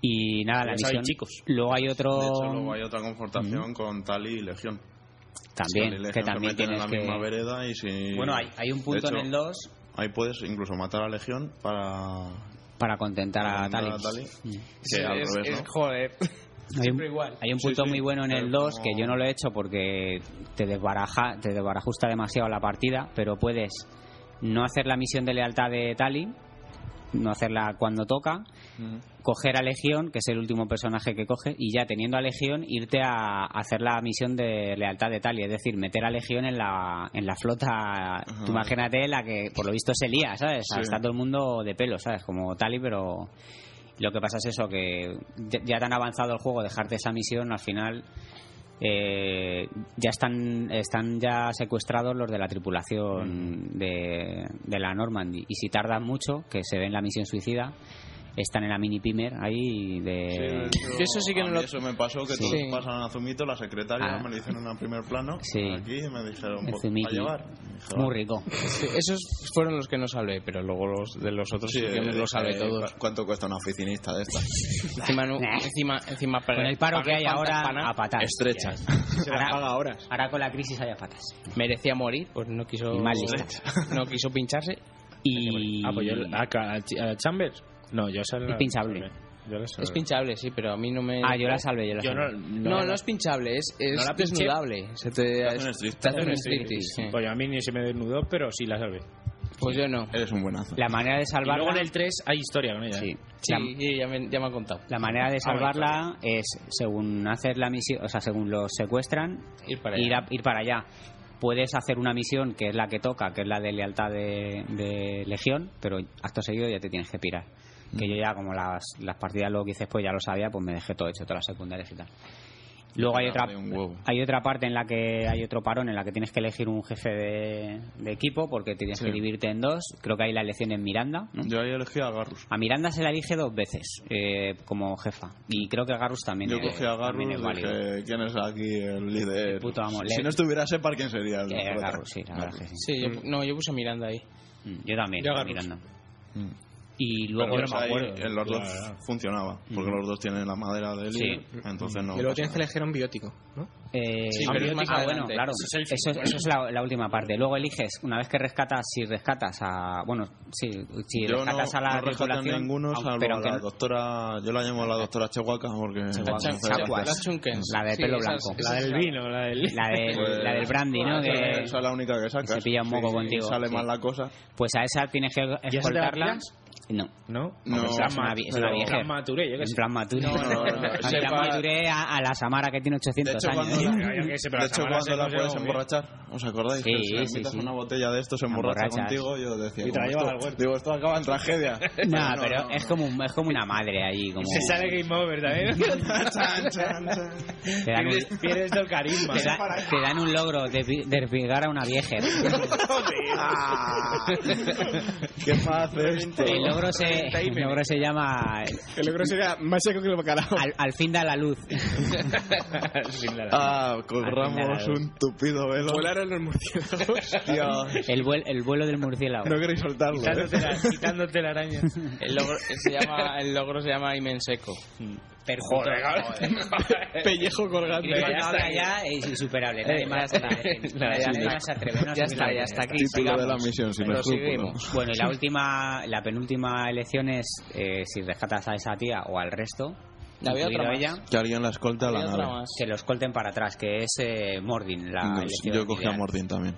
Y nada, la Pues Pero saben misión. chicos. Luego hay otro. De hecho, luego hay otra confrontación con Tali y Legión. Tali y También, Legión que se también meten en tienes la que. misma vereda y si... Bueno, hay, hay un punto de en el hecho, 2 Ahí puedes incluso matar a Legión para... para contentar a matar Tali. a Tali. Mm. Que al es, revés, es- ¿no? joder. Hay un, Siempre igual. hay un Sí, punto sí, muy bueno en pero el 2 como- que yo no lo he hecho porque te desbaraja, te desbarajusta demasiado la partida, pero puedes no hacer la misión de lealtad de Tali, no hacerla cuando toca, coger a Legión, que es el último personaje que coge, y ya teniendo a Legión irte a hacer la misión de lealtad de Tali, es decir, meter a Legión en la, en la flota, tú imagínate la que por lo visto se lía, ¿sabes? O sea, Sí. Está todo el mundo de pelo, ¿sabes? Como Tali, pero lo que pasa es eso, que ya- ya tan avanzado el juego, dejarte esa misión al final... eh, ya están están ya secuestrados los de la tripulación Mm. de, de la Normandy y si tardan mucho que se ve en la misión suicida están en la mini pimer ahí Eh, de Yo eso sí que a no mí lo- Eso me pasó que Sí. todos Sí. pasan a Zumito, la secretaria Ah. me lo hicieron en primer plano. Sí. Aquí y me dijeron, El "Pues, Zumiki. ¿a llevar? Y dije, muy "Vale". rico Eh, Sí, esos fueron los que no salvé, pero luego los de los otros sí, Sí, que me eh, los salvé eh, todos. ¿cu- ¿Cuánto cuesta una oficinista de estas? Encima, no- Nah. encima, encima para- con el paro que para hay no ahora pana- a patas Estrechas. Se la paga ahora. ahora con la crisis hay a patas merecía morir, pues no quiso Y más lista. no quiso pincharse. y Ah, pues yo a, Ca- a Ch- a Chambers. No, yo esa la- Es pinchable. Yo la Es salvé. pinchable, sí, pero a mí no me ah yo la salvé yo la Yo salvé no, No, no, es pinchable, es, es No la pinché. desnudable. Se te, hace un striptease. te hace un Sí, striptease, sí. sí. Pues a mí ni se me desnudó, pero sí la salvé. Pues yo no. Eres un buenazo. la manera de Y luego salvarla en el 3 hay historia con ella. sí. ¿eh? Sí, La- ya me, ya me ha contado. la manera Ah, de vale, salvarla es según haces la misión o sea según los secuestran Ir para ir, allá. a- ir para allá. Puedes hacer una misión que es la que toca, que es la de lealtad de, de Legión, pero acto seguido ya te tienes que pirar. Que yo ya, como las, las partidas luego que hice después ya lo sabía, pues me dejé todo hecho, todas las secundarias y tal. Luego hay Me otra, abre Ah, un huevo. hay otra parte en la que hay otro parón en la que tienes que elegir un jefe de, de equipo porque tienes que dividirte en dos. Creo que hay la elección en Miranda. ¿no? Yo ahí elegí a Garrus. A Miranda se la elige dos veces eh, como jefa. Y creo que a Garrus también, Yo es- cogí a Garrus también y es válido. dije, ¿quién es aquí el líder? El puto amo, Si le- no estuviera Separ, ¿quién sería el Eh, prota? Garrus, sí, la verdad que sí. Sí, yo, no, yo puse a Miranda ahí. Mm, Yo también, Yo estaba Garrus. mirando. Mm. Y Pero luego, pues ahí, en los la dos verdad. funcionaba, porque los dos tienen la madera de líder, entonces no. y luego pasa tienes que elegir un biótico, ¿no? eh, Sí, ah, pero es ah, más bueno, adelante. claro, Ese es el eso, fin. eso es la, la última parte. Luego eliges, una vez que rescatas, si rescatas a, bueno, sí, si Yo rescatas a la no rescaté a tripulación, ninguno, aun- salvo pero a aunque la no- doctora. Yo la llamo la doctora Chehuaca porque. Chehuaca. Muchas Chun- gracias. las Chunkens. La de Sí, pelo esas- blanco. esas- La del vino, la del. la, de- Pues- la del brandy, ¿no? Esa Que, es la única que sacas. que se pilla un moco Sí, contigo, y Sale sí. mal la cosa. pues a esa tienes que ¿Y esa te la escoltarla. No, ¿No? No, Hombre, será es una ma- vie- es una pero- vieja. gran mature, yo qué en sé. plan mature. No, no, no, no, En sepa- plan mature a, a la Samara que tiene 800 De hecho, años. cuando Pero yo qué sé, pero de la Samara hecho, se cuando la nos lleva puedes muy emborrachar, ¿os acordáis? Sí, que si le sí, invitas sí. una botella de esto se emborracha Emborrachas. contigo, yo decía. Y te la como llevas esto- al huerto. Digo, esto acaba en tragedia. Nah, No, no, pero no, es no. como un- es como una madre ahí, como Se sale Game Over también. Chan, chan, chan. te dan un- Pierdes- Pierdes todo el carisma. Te, da- te dan un logro de pi- desvirgar a una vieja. Ah, ¿Qué más esto? El logro se, el logro se llama El logro sería más seco que el bacalao. al, al fin da la luz. Sí, claro. Ah, Al corramos final. un tupido velo. Volaron los murciélagos. Dios, El, vuel- el vuelo del murciélago. no queréis soltarlo. ¿eh? Quitándote la- Quitándote la araña. El logro se llama, el logro se llama Imenseco. Perfecto. Eh, Pellejo colgando. Pero ya ya, está. ya es insuperable. Nadie más, nadie- nadie Ya más se atreve. no se atreve. Título de la misión, sin Lo escrúpulos. seguimos. Bueno, y la última, la penúltima elección es eh, si rescatas a esa tía o al resto. La había otra incluido más. ella, Que alguien la escolta a la Había otra nave. más. que los colten para atrás, que es eh, Mordin. La No, elección Pues yo cogí a ideal. Mordin también.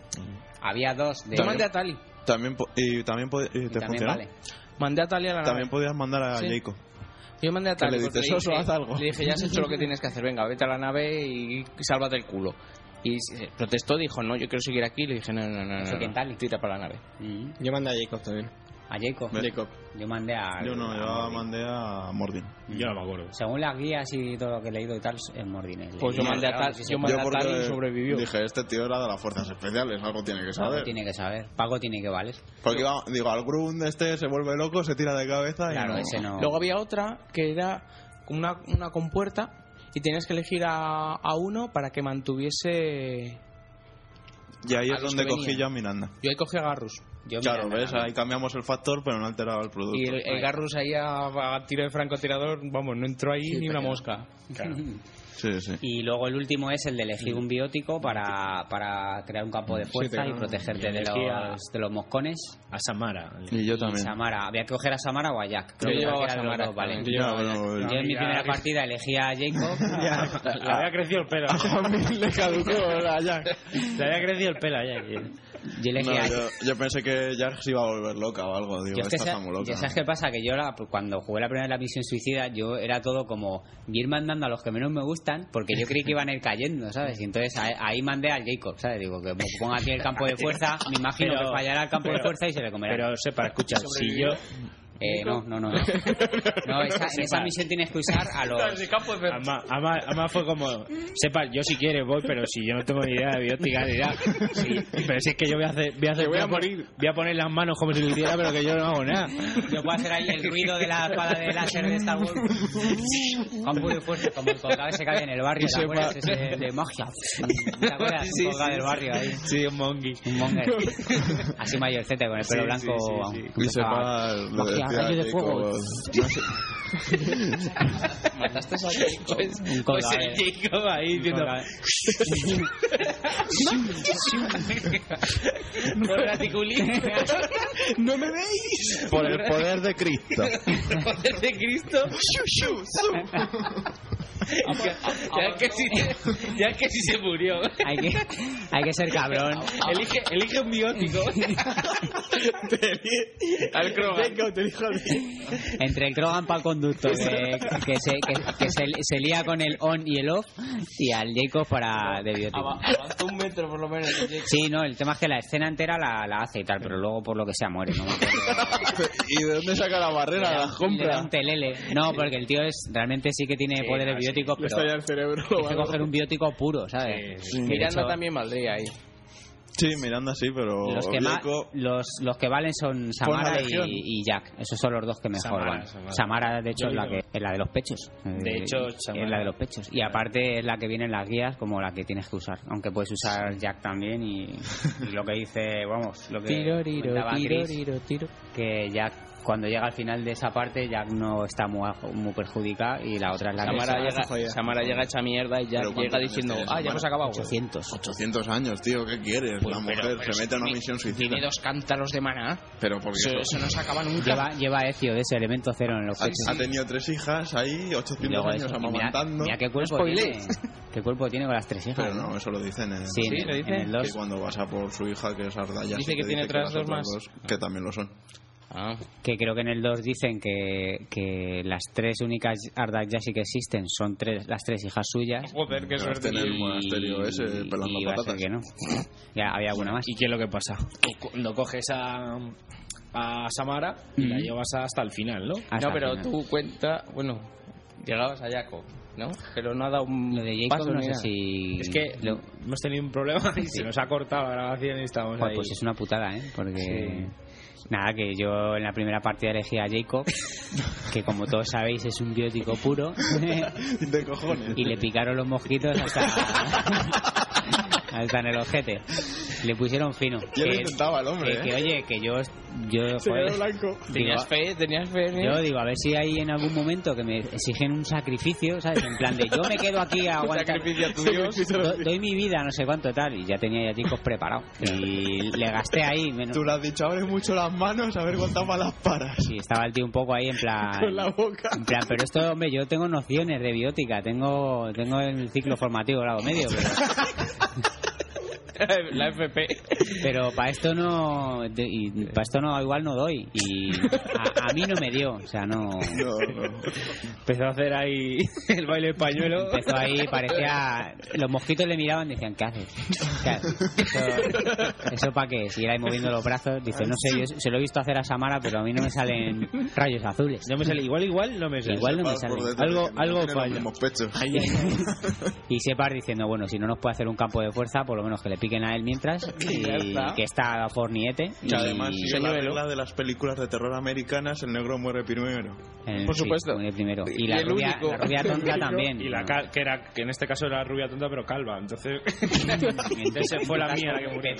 Había dos de. Yo mandé a Tali. También po- y también po- y y te también funcionó. vale. Mandé a Tali a la nave. También podías mandar a Sí. Jacob. Yo mandé a Que Tali. le porque dices, "Oso, dije- haz algo". Le dije, ya has hecho lo que tienes que hacer. Venga, vete a la nave y sálvate el culo. Y se- protestó, dijo, no, yo quiero seguir aquí. Le dije, no, no, no, Eso no, que no. Tali. Tira para la nave. Mm. Yo mandé a Jacob también. A Jacob. Jacob. Yo mandé a. Yo no, a yo Mordin. mandé a Mordin. Yo no me acuerdo. Según las guías y todo lo que he leído y tal, es Mordin. es Pues yo leído, mandé a claro, Tali. sí, sí, Yo mandé Yo a Tali y sobrevivió. dije, este tío era de las fuerzas especiales, algo tiene que Pago saber. tiene que saber, Pago tiene que valer. Porque iba- digo, al Grun este se vuelve loco, se tira de cabeza Claro, y no. ese no. Luego había otra que era como una, una compuerta y tenías que elegir a, a uno para que mantuviese. Y ahí A es los donde que cogí venían. yo a Miranda. Yo ahí cogí a Garrus. Yo Claro, Miranda ves, también. ahí cambiamos el factor, pero no alteraba el producto. Y el, el Ahí. Garrus ahí a, a tiro de francotirador, vamos, no entró ahí ni una pequeño. mosca. Sí, sí. Y luego el último es el de elegir Mm. un biótico para, para crear un campo de fuerza te- y protegerte y de elegí a- los, de los moscones. A Samara. Y yo también. Samara, había que coger a Samara o a Jack. Creo Yo que llevaba cualquiera a de los Samara, dos, vale. también. Yo, Ya, bueno, yo- el- en mi Ya, primera que- partida elegí a Jacob. Le había crecido el pelo. A mí le caducó la Jack. Le había crecido el pelo a Jack. yo elegí No, a yo, yo pensé que Jack se iba a volver loca o algo. Digo, Yo es que esta sa- está muy loca. ya ¿Sabes qué pasa? Que yo la- cuando jugué la primera vez la misión suicida, yo era todo como ir mandando a los que menos me gustan, porque yo creí que iban a ir cayendo, ¿sabes? Y entonces a- ahí mandé al Jacob, ¿sabes? Digo, que me ponga aquí el campo de fuerza, me imagino Pero- que fallará el campo de pero- fuerza y se le comerá. Pero sepa, escucha, si yo. Eh, no, no, no. No, No, esa- en esa misión tienes que usar a los... Ama, ama- ama fue como, sepa, yo si quieres voy, pero si yo no tengo ni idea de biótica ni nada. Sí, pero si es que yo voy a hacer, voy a, hacer- Que voy a pon- morir. voy a poner las manos como si lo hiciera, pero que yo no hago nada. Yo puedo hacer ahí el ruido de la espada de láser de Star Wars. Campo de fuerza, como el colgado ese que había en el barrio, ¿te acuerdas? Ese de magia. ¿Te acuerdas? El colgado del barrio ahí. Sí, un mongi. Un monger. Así mayorcete, con el pelo blanco. Ah, aunque Y se estaba- va, Magia, lo decía rayo de fuego. Jacob. Mataste a Pues Jacob. Un colgado de- Jacob ahí un colgado de- Por raticulín. Por el poder de Cristo. de Cristo. Ah, ya, que sí, ya que sí se murió. Hay que, hay que ser cabrón. Elige, elige un biótico. Al Krogan. Entre el Krogan para el conducto, que, que se, que- que se, se lía con el on y el off, y al Jacob para de biótico. Ava- Avanzó un metro por lo menos. Sí, no, el tema es que la escena entera la, la hace y tal, pero luego por lo que sea muere, no me acuerdo. ¿Y de dónde saca la barrera? Le da- Las le da compras. un telele. No, porque el tío es realmente sí que tiene poderes bióticos, pero el cerebro. hay que coger un biótico puro, ¿sabes? Sí, sí. Que de Miranda hecho, también valdría ahí. Sí, Miranda sí, pero Los que, ma- Jacob- los, los que valen son Samara y, legión. y Jack. Esos son los dos que mejor Samara, van. Samara. Samara, de hecho, Yo es la, digo- que, es la de los pechos. De Eh, hecho, Samara- es la de los pechos. Y aparte es la que viene en las guías como la que tienes que usar. Aunque puedes usar Jack también y, y lo que dice, vamos, lo que comentaba Chris, que Jack cuando llega al final de esa parte Jack no está muy, muy perjudicada y la otra es la que Samara se- llega, jodida. Samara llega hecha mierda y ya Pero llega ¿cuántos diciendo, años tiene ah, ya hemos Samara? acabado. Pues, 800. 800 años, tío, ¿qué quieres? Pues la mujer se mete a una misión suicida. Tiene dos cántaros de maná. Pero porque Eso, eso- eso no se acaba nunca. Lleva, lleva Ezio de ese elemento cero en Ah, los ha, pechos. ha tenido tres hijas ahí, Y 800 luego años eso, y mira, amamantando. mira qué cuerpo tiene. Qué cuerpo tiene con las tres hijas. Pero no, eso lo dicen en, Sí, Sí, en, lo el- dicen. en el que dos. cuando vas a por su hija, que es Ardaya, Dice sí que te tiene otras las dos otras más. que también lo son. Ah. Que creo que en el 2 dicen que, que las tres únicas Ardak Yassi que existen son tres, las tres hijas suyas. Joder, qué Pero suerte. tener un Y- monasterio ese pelando y va a ser patatas. que no. Ya había alguna más. ¿Y qué es lo que pasa? Que cuando coges a, a Samara y la Ujú. llevas hasta el final, ¿no? Hasta no, pero el final. tú cuenta, bueno, llegabas a Jacob, ¿no? Pero no ha dado un Lo de paso Jacob no ni sé nada. si... Es que lo- hemos tenido un problema y se nos ha cortado la grabación y estamos Joder, ahí. pues es una putada, ¿eh? Porque... Nada, que yo en la primera partida elegí a Jacob, que como todos sabéis es un biótico puro. De cojones. y le picaron los mosquitos hasta, hasta en el ojete. Le pusieron fino. Yo lo Que- intentaba el hombre, que, que, ¿eh? oye, que yo yo, joder, blanco. digo, Tenías fe, tenías fe. ¿eh? yo digo, a ver si hay en algún momento que me exigen un sacrificio, ¿sabes? En plan de yo me quedo aquí a aguantar. Sacrificio a tu Dios. Do- doy mi vida, no sé cuánto tal, y ya tenía ya chicos preparados. Y le gasté ahí. menos- Tú le has dicho, abre mucho las manos a ver cuántas balas paras. Sí, estaba el tío un poco ahí en plan. Con la boca. En plan, pero esto, hombre, yo tengo nociones de biótica, tengo tengo el ciclo formativo grado medio, pero, La FP. pero para esto no de- y para esto no igual no doy y a, a mí no me dio, o sea, no Empezó a hacer ahí el baile español. empezó ahí parecía los mosquitos le miraban y decían, "¿Qué haces?" ¿Qué haces? Eso, para qué? Si era ahí moviendo los brazos, dice, "No sé, yo se lo he visto hacer a Samara, pero a mí no me salen rayos azules." No me sale, igual, igual no me sale. Igual no me sale. Algo- algo falla. falla. Y Separ diciendo, bueno, si no nos puede hacer un campo de fuerza, por lo menos que le piquen a él mientras. Y Ya está. que está forniete. Y además, y- sigue la Señuelo. regla de las películas de terror americanas, el negro muere primero. en- por sí, supuesto. en el primero. Y, Y la, el rubia, único. la rubia tonta también. Y la cal- que era que en este caso era rubia tonta pero calva, entonces entonces fue la mía la que murió.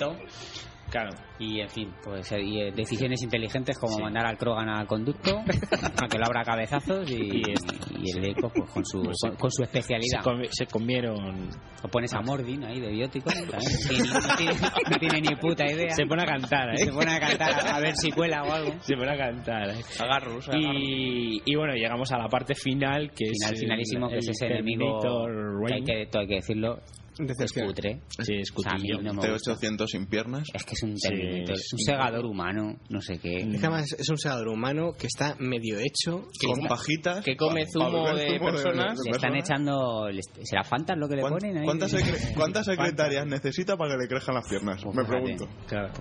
Claro. Y en fin, pues eh, y, eh, decisiones inteligentes como mandar al Krogan al conducto, a que lo abra a cabezazos y, Y este. y el Eco pues, con su, con, con su Se, especialidad. comi- se comieron O pones a Mordin ahí de biótico. también, que ni- no, tiene, no tiene ni puta idea. se pone a cantar, Y se ¿eh? pone a cantar a a ver si cuela o algo. Se pone a cantar. ¿eh? Agarros, agarros. Y, y bueno, llegamos a la parte final que es final el- finalísimo que es el ese enemigo Terminator que hay Reign. que, todo hay que decirlo es Decepción. cutre Sí, es O sea, a mí cutillo. no me gusta. T800 sin piernas. es que es un Sí, Terminator es un un- segador humano no sé qué Es que además es un segador humano que está medio hecho. Que con está- pajitas. que come pa- zumo pa- de personas. le están personas. echando les- será Fantas lo que le ¿eh? ¿Cuán- ponen ahí? ¿Cuántas, secre- cuántas secretarias necesita para que le crezcan las piernas? Pues Me fíjate. pregunto. Claro.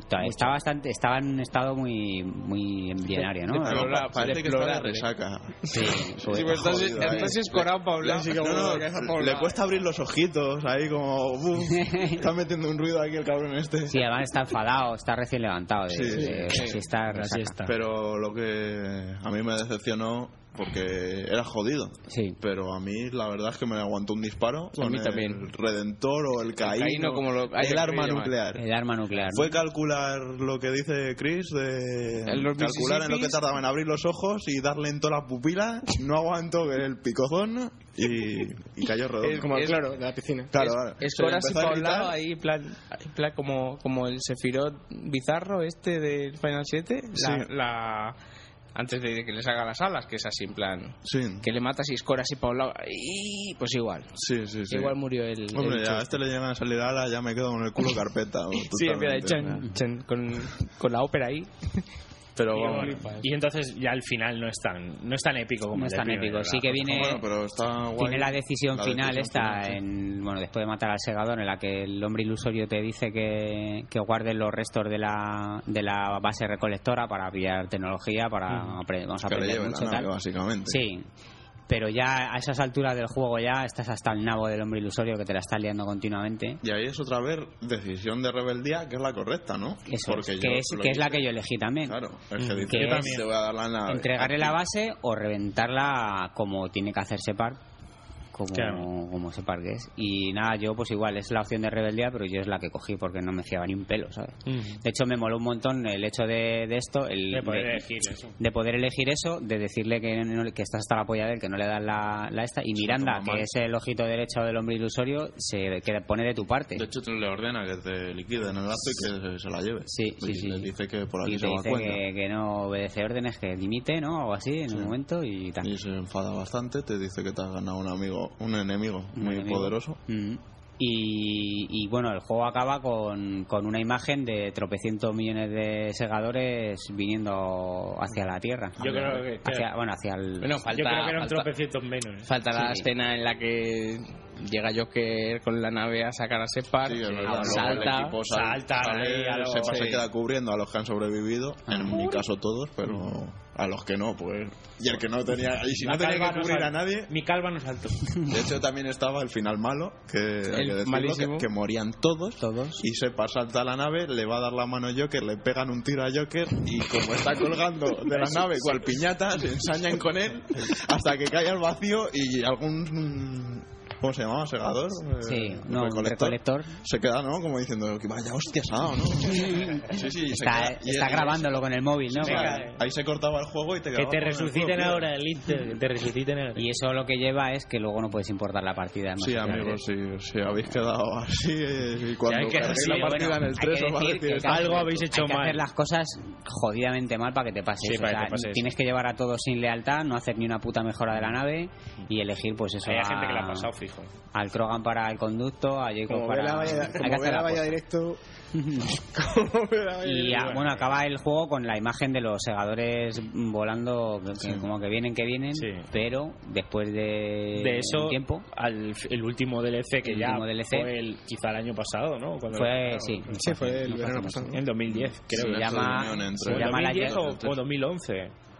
Está- está bastante estaba en un estado muy muy embrionario ¿no? Además, Deplora- pa- parece que está de deplorable. resaca. sí pues, Sí, sobre- pero estás, jodido, estás eh. escorado para hablar. Le- no, no, le cuesta abrir los ojitos, ahí como... "Uf, está metiendo un ruido aquí el cabrón este. sí además está enfadado está recién levantado de, Sí, sí, de- sí. sí, está Así resaca. está. Pero lo que a mí me decepcionó, porque era jodido. sí Pero a mí la verdad es que me aguantó un disparo con mí también. el Redentor o el Caíno, Caíno, como lo- hay que el arma llamar. nuclear. el arma nuclear ¿no? Fue calcular lo que dice Chris, de En los calcular en lo que Mississippis. tardaba en abrir los ojos y darle en todas las pupilas. No aguantó el picozón y, y cayó redondo. Es Como el Es- cloro de la piscina. claro, claro. Es, Se ahora empezó sí a para un gritar. lado, ahí, en plan, en plan como, como el Sefirot bizarro este del Final 7. La, Sí. la- antes de que les haga las alas, que es así, en plan. Sí, Que le matas y escoras y para un lado. Y pues igual. sí, sí. sí. Igual murió el. Hombre, el ya a este le llegan a salir ala, ya me quedo con el culo carpeta. Sí, en totalmente. plan, chan, chan, con, con la ópera ahí. Pero Y vamos. Olipa. Y entonces ya el final no es tan no es tan épico como no el es del tan primero, épico sí que ¿verdad? viene Bueno, pero está guay. Tiene la decisión La final decisión esta, final, sí. en, bueno, después de matar al segador, en la que el hombre ilusorio te dice que, que guardes los restos de la, de la base recolectora para pillar tecnología, para apre- vamos a que le aprender lleve la mucho nave, tal. básicamente. Sí, pero ya a esas alturas del juego ya estás hasta el nabo del hombre ilusorio que te la está liando continuamente. Y ahí es otra vez decisión de rebeldía que es la correcta, ¿no? Eso, Porque yo que, es, lo que es la hice. que yo elegí también. Claro, es que dice, Que yo es también te voy a dar la nave. Entregarle la base o reventarla como tiene que hacer Separ, como, Claro. como Separ que es. Y nada, yo pues igual, es la opción de rebeldía, pero yo es la que cogí porque no me fiaba ni un pelo, ¿sabes? Mm. De hecho, me moló un montón el hecho de, de esto, el, De poder elegir eso. de poder elegir eso, de decirle que, no- que estás hasta la polla del que no le das la, la esta. Y Miranda, toma que mal. es el ojito derecho del hombre ilusorio, se que pone de tu parte. De hecho, te le ordena que te liquiden el lazo y que se, se la lleve. Sí, sí, Y sí, Le sí. dice que por Y aquí se te va a dice cuenta. que, que no obedece órdenes, que dimite, ¿no? O algo así, en un momento y tal. Y se enfada bastante, te dice que te has ganado un amigo, un enemigo Un muy enemigo. poderoso. Mm. Y, y, bueno, el juego acaba con, con una imagen de tropecientos millones de segadores viniendo hacia la Tierra. Yo creo que- Hacia, bueno, hacia el... Bueno, falta, Yo creo que eran falta- tropecientos menos. ¿eh? Falta la Sí. escena en la que llega Joker con la nave a sacar a Separ, Sí, es verdad. salta, Luego el equipo sale- salta sale, ahí a lo- se pasa, sí. queda cubriendo a los que han sobrevivido. En mi caso, todos, pero a los que no, pues. Y el que no tenía. Y si La no tenía calva que cubrir sal- a nadie, Mi calva no saltó. De hecho, también estaba el final malo, que, hay que decirlo, malísimo. que- que morían todos. Todos. Y se salta a la nave, le va a dar la mano a Joker, le pegan un tiro a Joker y como está colgando de la nave cual piñata, se ensañan con él hasta que cae al vacío y algún mm, ¿Cómo se llamaba? ¿Segador? Eh, Sí, no, un recolector. Se queda, ¿no? Como diciendo, que vaya hostia asado, ¿no? Sí, sí, se Está, queda. Y está es- grabándolo con el móvil, ¿no? Claro, Ahí se cortaba el juego y te Que quedaba te con el resuciten juego, ahora, listo, que te resuciten ahora. Y eso lo que lleva es que luego no puedes importar la partida. en tío. Sí, más amigos, sí, sí, habéis quedado así eh, y cuando hay que- carguéis sí, la partida bueno, en el hay 3 que os va a decir decir... que "Está cada- Algo habéis hay hecho que mal. hacer las cosas jodidamente mal para que te pase Sí, eso. para O que sea, te pase eso. tienes que llevar a todos sin lealtad, no hacer ni una puta mejora de la nave y elegir, pues eso. Hay a- gente que la ha pasado fijo. Al Krogan para el conducto, a Jacob Como para. ve la valla, hay que como ve hacer la la valla cosa. directo. como ve la valla Y directo. ah, bueno, acaba el juego con la imagen de los segadores volando, que- que como que vienen, que vienen, Sí. pero después de, De eso, un tiempo al, el último DLC que El ya último DLC. fue el, quizá el año pasado, ¿no? Cuando lo fue, sacaron. sí, Sí, fue el no verano hace pasado. mucho. En 2010, creo. Se que la llama- reunión entre- se llama la- 2010 o, Yeti. o 2011.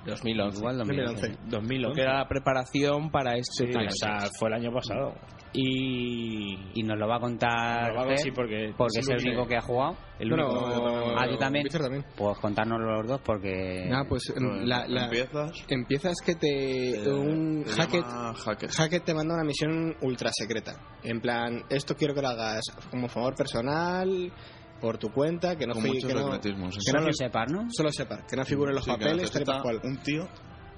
2011. Igual 2011. 2011. Porque era la preparación para este. Sí, tal. o sea, fue el año pasado. Y... Y nos lo va a contar Lo hago Fer, así porque, porque es el Luis, único que ha jugado. el único Bueno, Ah, tú también. Víctor también. Pues contárnoslo los dos porque... Nada, pues la, la- Empiezas... empiezas que te eh, un te hacket llama Hackett. Hackett te manda una misión ultra secreta. En plan, esto quiero que lo hagas como favor personal, por tu cuenta, que no, Con fi- muchos que no- secretismos. Que sí. no lo sepas, ¿no? solo sepa, que no figure en los Sí, que papeles, tal y necesita tal cual. un tío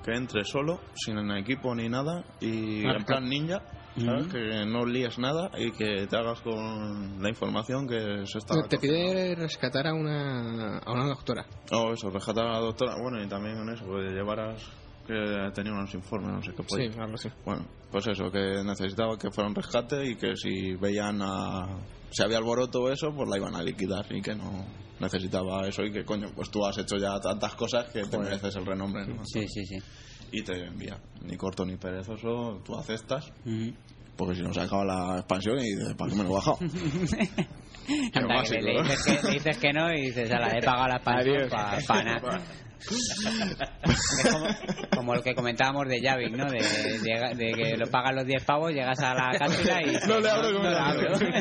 que entre solo, sin un equipo ni nada, y en plan ninja, ¿sabes? Ujú. que no líes nada y que te hagas con la información que se está... Te pide rescatar a una, a una doctora. Oh, eso, rescatar a la doctora. Bueno, y también eso, que llevaras... que tenía unos informes, no sé qué Sí, podía. algo así. Bueno, pues eso, que necesitaba que fuera un rescate y que si veían a... Si había alboroto o eso, pues la iban a liquidar y que no necesitaba eso y que, coño, pues tú has hecho ya tantas cosas que te mereces el renombre, ¿no? Sí, sí, sí. y te envía. Ni corto ni perezoso, tú aceptas, Ujú. porque si no se acaba la expansión y dices, ¿para qué me lo he bajado? Qué Anda, que básico, le, le ¿no? dices que, le dices que no y dices, la he pagado la expansión para nada. Es como, como lo que comentábamos de Javik, ¿no? De, de- de que lo pagas los 10 pavos, llegas a la cápsula y... No le abro no, como no la abro.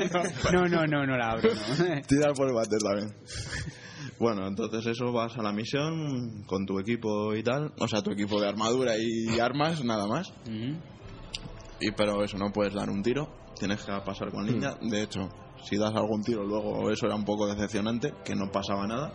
No, no, no, no la abro. no. Tirar por el váter también. Bueno, entonces eso vas a la misión con tu equipo y tal, o sea, tu equipo de armadura y armas, nada más. Ujú. Y pero eso no puedes dar un tiro, tienes que pasar con ninja. De hecho, si das algún tiro luego eso era un poco decepcionante, que no pasaba nada.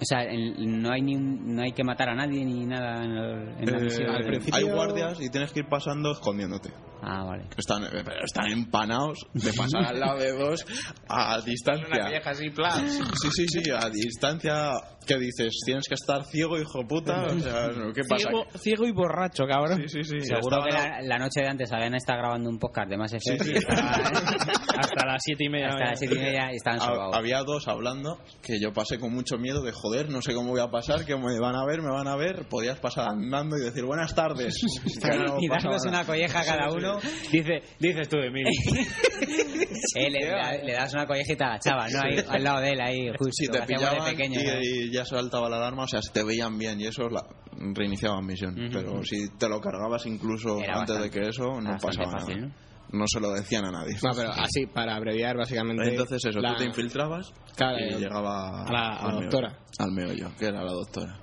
O sea, en- no hay ni un- no hay que matar a nadie ni nada en, lo- en la Eh, misión. al principio- Hay guardias y tienes que ir pasando escondiéndote. Ah, vale. Están, eh, pero están empanados de pasar al lado de dos a Una distancia. vieja así, plan. Sí, sí, sí, a distancia. ¿Qué dices? Tienes que estar ciego, hijo puta. O sea, ¿qué pasa? Ciego, ciego y borracho, cabrón. Sí, sí, sí. Seguro estaban que a- la, la noche de antes habían estado grabando un podcast de más efectos sí. hasta las 7 y media. hasta las siete y media y estaban a- sobaos. había dos hablando que yo pasé con mucho miedo de joder, no sé cómo voy a pasar, que me van a ver, me van a ver. Podías pasar andando y decir buenas tardes. Que no y pasaba darnos nada. una colleja a cada uno. Dice, dices tú de mí. Eh, le, le- le das una collejita a la chava, ¿no? Ahí, al lado de él, ahí, justo. Si te que hacíamos de ¿eh? pillaban pequeño, y, ¿no? y ya saltaba la alarma, o sea, si te veían bien y eso la, reiniciaban misión. Ujú. Pero si te lo cargabas incluso Era antes bastante- de que eso, no bastante pasaba nada. fácil, ¿no? ¿no? se lo decían a nadie. No, pero así, para abreviar, básicamente. Entonces eso, la- tú te infiltrabas Claro, y eh, llegaba a la- a la al meollo, doctora. al meollo, que era la doctora.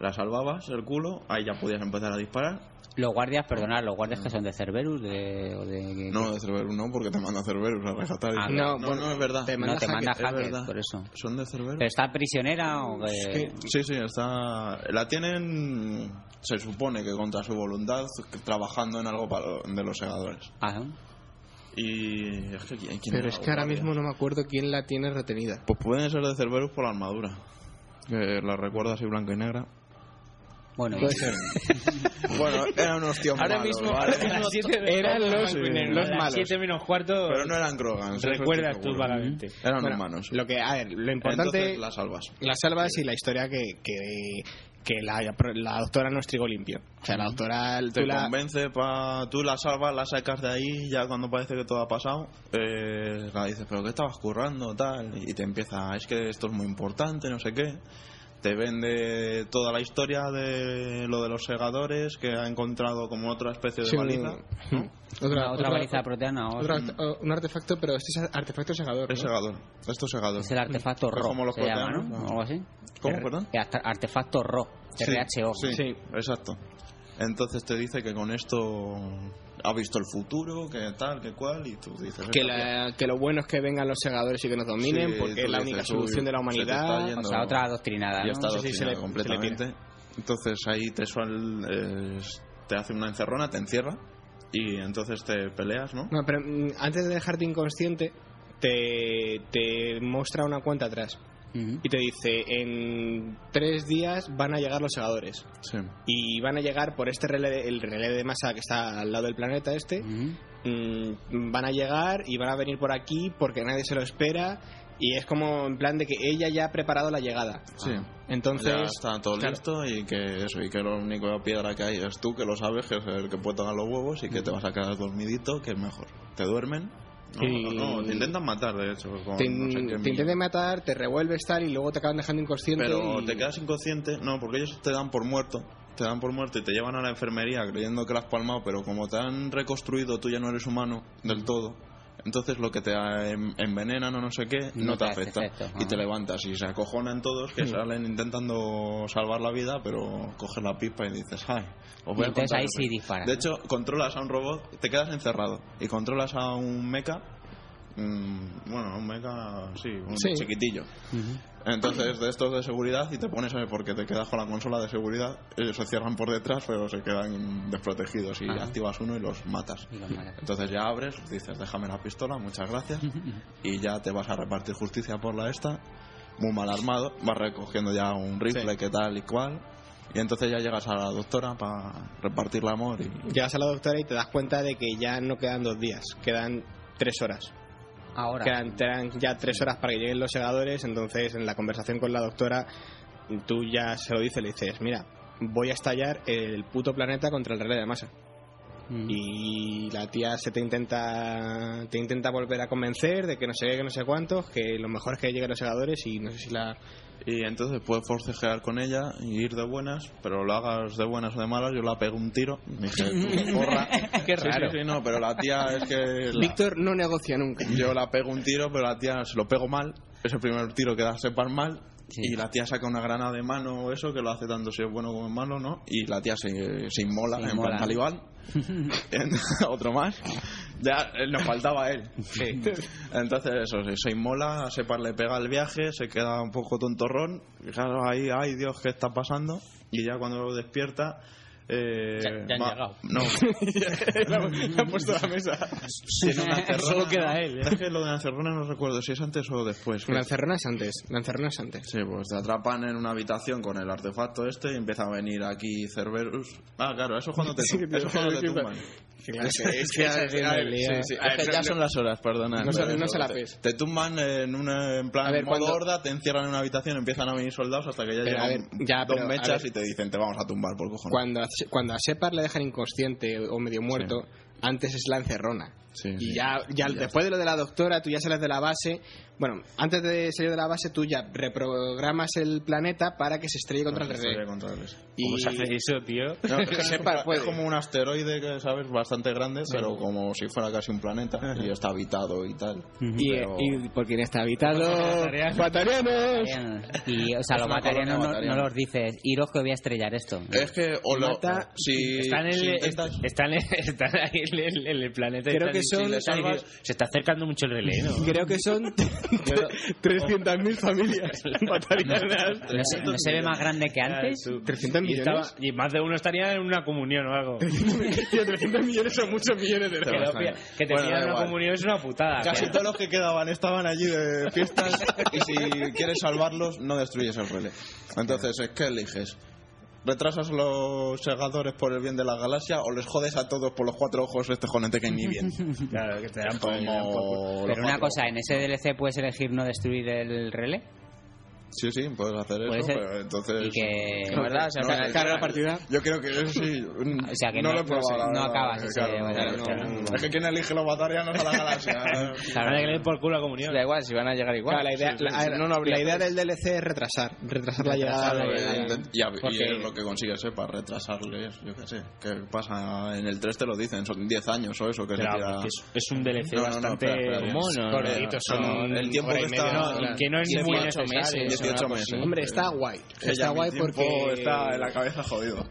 La salvabas el culo, ahí ya podías empezar a disparar. Los guardias, perdonad, los guardias que son de Cerberus, de, o de... No, de Cerberus no, porque te manda a Cerberus a rescatar. y- Ah, no, no, bueno, no, es verdad. te No, manda Eh, te hackers, manda es hackers, verdad. por eso. ¿Son de Cerberus? ¿Pero está prisionera o Sí, que...? sí, sí, está. La tienen, se supone que contra su voluntad, trabajando en algo para, de los segadores. Ah, ¿no? Y. Es que, ¿quién- quién Pero era es que ahora guardia? mismo no me acuerdo quién la tiene retenida. Pues pueden ser de Cerberus por la armadura. Que la recuerda así blanca y negra. Bueno, y- bueno, eran unos tíos Ahora malos, mismo, ¿vale? Eran los- los malos. 7 menos cuarto. Pero no eran Krogans. Pues eso recuerdas estoy tú seguro. vagamente. Eran Bueno, humanos. Lo que, a ver, lo importante. Entonces la salvas. La salvas y la historia que, que, que la, la doctora no es trigo limpio. O sea, la doctora tú Te la- convence, pa... tú la salvas, la sacas de ahí, ya cuando parece que todo ha pasado, eh, la dices, pero ¿qué estabas currando? tal Y te empieza, es que esto es muy importante, no sé qué. Te vende toda la historia de lo de los segadores, que ha encontrado como otra especie de Sí, baliza. Hmm. una- otra baliza de proteana. o- otro arte- o- un artefacto, pero este es artefacto segador. Es ¿no? segador, esto es segador. Es el artefacto Es RO, Pues como los se llama, proteanos, ¿no? ¿no? O algo así. ¿Cómo, R- perdón? eh, arte- Artefacto RO, RHO. Sí, exacto. Entonces te dice que con esto ha visto el futuro, que tal, que cual, y tú dices... "Esta Que, tía". la- que lo bueno es que vengan los segadores y que nos dominen, Sí, porque es tú la dices, única "Uy, solución de la se te está humanidad. yendo O sea, otra adoctrinada. y ¿no? está Sí, sí, se adoctrinada le- completamente. se le entonces ahí te suel, eh, te hace una encerrona, te encierra y entonces te peleas, ¿no? No, pero mm, antes de dejarte inconsciente, te, te muestra una cuenta atrás Ujú. y te dice, en tres días van a llegar los segadores. Sí. Y van a llegar por este relé, el relé de masa que está al lado del planeta este. Pues Ujú. mm, van a llegar y van a venir por aquí porque nadie se lo espera. Y es como en plan de que ella ya ha preparado la llegada. Sí. Entonces, Ah. ya está todo claro. listo y que eso, y que la única piedra que hay es tú, que lo sabes, que es el que puede tocar los huevos y que te vas a quedar dormidito, que es mejor. Te duermen. No, Y- no, no, te intentan matar, de hecho. con te, no sé qué te mierda. intentan matar, te revuelves tal y luego te acaban dejando inconsciente. Pero y- te quedas inconsciente, no, porque ellos te dan por muerto. Te dan por muerto y te llevan a la enfermería creyendo que la has palmado, pero como te han reconstruido, tú ya no eres humano Mm. del todo. Entonces lo que te en- envenenan o no sé qué no, No te te hace afecta efecto, y ajá. te levantas y se acojonan todos que salen intentando salvar la vida pero coges la pipa y dices ay os voy Y a entonces contar ahí lo sí que-". disparas. de hecho controlas a un robot te quedas encerrado y controlas a un mecha mm, bueno un mecha sí un Sí. chiquitillo Ujú. entonces, de estos de seguridad, y te pones a porque te quedas con la consola de seguridad, ellos se cierran por detrás, pero se quedan desprotegidos y Ajá. activas uno y los matas. Y los matas. Entonces ya abres, dices, déjame la pistola, muchas gracias, y ya te vas a repartir justicia por la esta, muy mal armado, vas recogiendo ya un rifle que tal y cual, y entonces ya llegas a la doctora para repartirle amor y... Llegas a la doctora y te das cuenta de que ya no quedan dos días, quedan tres horas. Ahora. Quedan, quedan ya tres horas para que lleguen los segadores, entonces en la conversación con la doctora tú ya se lo dices, le dices, mira, voy a estallar el puto planeta contra el relé de masa. Mm. Ujú. Y la tía se te intenta te intenta volver a convencer de que no sé qué, que no sé cuántos, que lo mejor es que lleguen los segadores y no sé si la... Y entonces puedes forcejear con ella y ir de buenas, pero lo hagas de buenas o de malas, yo la pego un tiro, y me dije, "Tú, porra. Qué Sí, raro. Sí, sí, no, pero la tía es que... la- Víctor no negocia nunca. yo la pego un tiro, pero la tía se lo pego mal. Es el primer tiro que da separ mal. Sí. Y la tía saca una granada de mano o eso, que lo hace tanto si es bueno como es malo, ¿no? Y la tía se, se inmola Se en inmola. plan talibán. En- Otro más. Ya eh, nos faltaba él. Entonces eso, se- se inmola, a Separ le pega el viaje, se queda un poco tontorrón. Y claro, ahí, ay Dios, ¿qué está pasando? Y ya cuando lo despierta... eh, Ya- ya han va- llegado. No, la ha puesto a la mesa. tiene una cerrona, Solo queda ¿no? él, ¿eh? Es que lo de la cerrona no recuerdo si es antes o después. La pues. encerrona es antes, la encerrona es antes. Sí, pues te atrapan en una habitación con el artefacto este y empieza a venir aquí Cerberus. Ah, claro, eso es cuando te, Sí, eso pero- es cuando te pero- tumban. Es que- es que- a ver, es a una ver, lía. sí, sí. A ver, Es que pero ya no- son las horas, perdona. No se- Pero no eso, se la te- pes. Te tumban en, una, en plan A ver, modo cuando- horda, te encierran en una habitación, empiezan a venir soldados hasta que ya Pero, a llegan ver, ya, dos pero, a mechas ver. y te dicen te vamos a tumbar por cojones. cuando a, cuando a Shepard le dejan inconsciente o medio muerto, antes es la encerrona. Sí, y sí. ya, ya Y ya después de lo de la doctora, tú ya sales de la base. Bueno, antes de salir de la base, tú ya reprogramas el planeta para que se estrelle contra el Entonces, relé. estoy contra el- ¿Cómo Y se hace eso, tío? No, es, que Que es sepa, como- puede. es como un asteroide, que ¿sabes? Bastante grande, pero como si fuera casi un planeta y está habitado y tal. y, Pero- y por quien está habitado. ¡Batarianos! Bien. Y, o sea, los una batarianos colonia no, batariana. no los dices, iros que voy a estrellar esto. Es que, o lo- Mata- si, Están en si el, intentas- est- están en- están ahí en el, en el planeta. y Creo están que diciendo, son- le están diciendo, se está acercando mucho el relé, ¿no? Creo que son 300.000 familias batarianas. ¿No se, no se ve más grande que antes? Tú. 300 Y, millones. estaba- y más de uno estaría en una comunión o algo. Que, 300 millones son muchos millones de lo bajan. pilla- que te Bueno, pidan una da igual. comunión es una Ah, putada. Casi que- todos los que quedaban estaban allí de fiestas y si quieres salvarlos, no destruyes el relé. Entonces, es que eliges. ¿Retrasas los segadores por el bien de la galaxia o les jodes a todos por los cuatro ojos este jonete que ni bien? Claro, que te dan por- te dan por- Como los Pero una cuatro cosa, en ese DLC puedes elegir no destruir el relé. Sí, sí, puedes hacer eso, Puede ser. pero entonces... Y que- No, ¿Verdad? O sea, no, ca- es- carga la partida. Yo creo que eso sí... O sea, que no, no- lo he probado, la no verdad, acabas eh, ese claro, batallón, no, claro. no. Es que quien elige los batarianos a la galaxia. Claro, que le den por culo a la comunión. Da igual, si van a llegar igual. Claro, la idea, Sí, sí, la- sí. la- No, no habría la idea del DLC es retrasar, retrasar la llegada Claro, de- eh, y, a- y porque- es lo que consigue ser para retrasarles, yo qué sé. ¿Qué pasa? En el 3 te lo dicen, son 10 años o eso que se Pero, tira- que es, es un DLC No, no, no, bastante espera, espera, mono, espera. cortito, Son- son el tiempo hora que y media, está- ¿no? Y que no es 18 muy necesario. meses. Y es una 18 cosa meses. así. Hombre, está guay. Está Ella, mi guay tiempo porque Está en la cabeza jodido.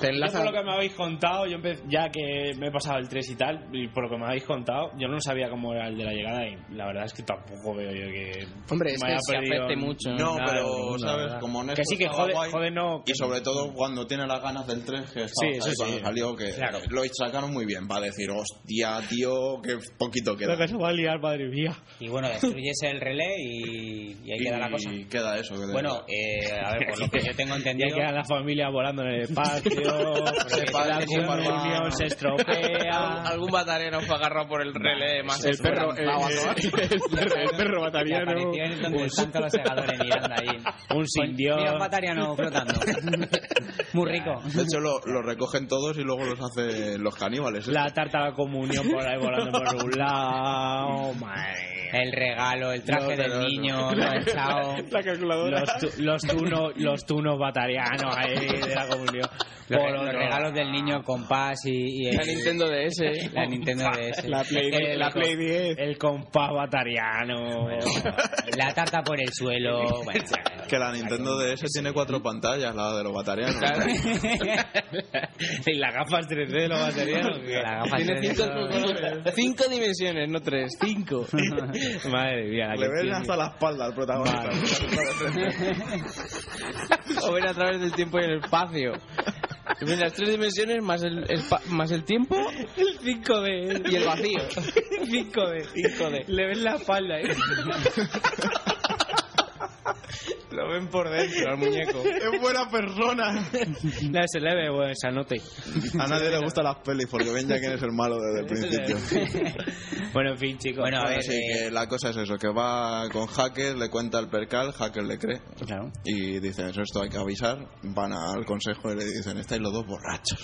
te Yo enlaza... por lo que me habéis contado, yo empe- ya que me he pasado el 3 y tal, y por lo que me habéis contado, yo no sabía cómo era el de la llegada y la verdad es que tampoco veo yo que Hombre, es me que haya se perdido afecte mucho, nada No, del pero, mundo, la ¿sabes? verdad. Como en Que sí, que jode, jode no. Y sobre todo cuando tiene las ganas del 3, que estaba eso ahí sí. cuando salió, que Claro. lo sacaron muy bien para decir, hostia, tío, que poquito queda. Creo que se va a liar, madre mía. Y bueno, destruyes el relé y, y ahí queda la cosa. Y queda eso. que Bueno, eh, a ver, por lo que yo tengo Ya entendido, queda la familia volando en el espacio, Se la parte, se comunión parva. se Eh, estropea. Al- Algún batalero fue agarrado por el eh, relé más El perro, el, esforzado. el perro, el perro que batariano. apareció en donde Pues están todos los segadores mirando ahí. Un sin Dios. Mira, un batariano flotando. Muy rico. De hecho, lo, lo recogen todos y luego los hace los caníbales. ¿eh? La tarta de la comunión por ahí volando por un lado. madre. El regalo, el No, traje no, no, del no. niño, lo he echado. La calculadora. Los, tu- los, tunos, los tunos batarianos ahí de la comunión. Los, Por re- los otro regalos del niño compás y, y el- eh, La Nintendo DS. la Nintendo DS. La Play, El- la Play 10. El compás batariano. la tarta por el suelo. bueno, Que la Nintendo DS tiene cuatro pantallas, la de los batarianos. y las gafas 3D de los batarianos. la gafa Tiene de- cinco, cinco dimensiones, no tres, cinco. que- Madre mía, la Le que ven tiene. hasta la espalda al protagonista. O ven a través del tiempo y el espacio. Ven las tres dimensiones más el, el pa- más el tiempo El 5D. y el vacío. 5D. 5D. Le ven la espalda. ¿eh? Lo ven por dentro al muñeco. es buena persona. No, se le ve bueno, esa nota. A nadie le gustan las pelis porque ven ya quién es el malo desde el principio. Bueno, en fin, chicos. Bueno, a ver, Así eh, que la cosa es eso, que va con hackers, le cuenta el percal, hacker le cree claro. y dicen, eso esto hay que avisar, van al consejo y le dicen, estáis los dos borrachos.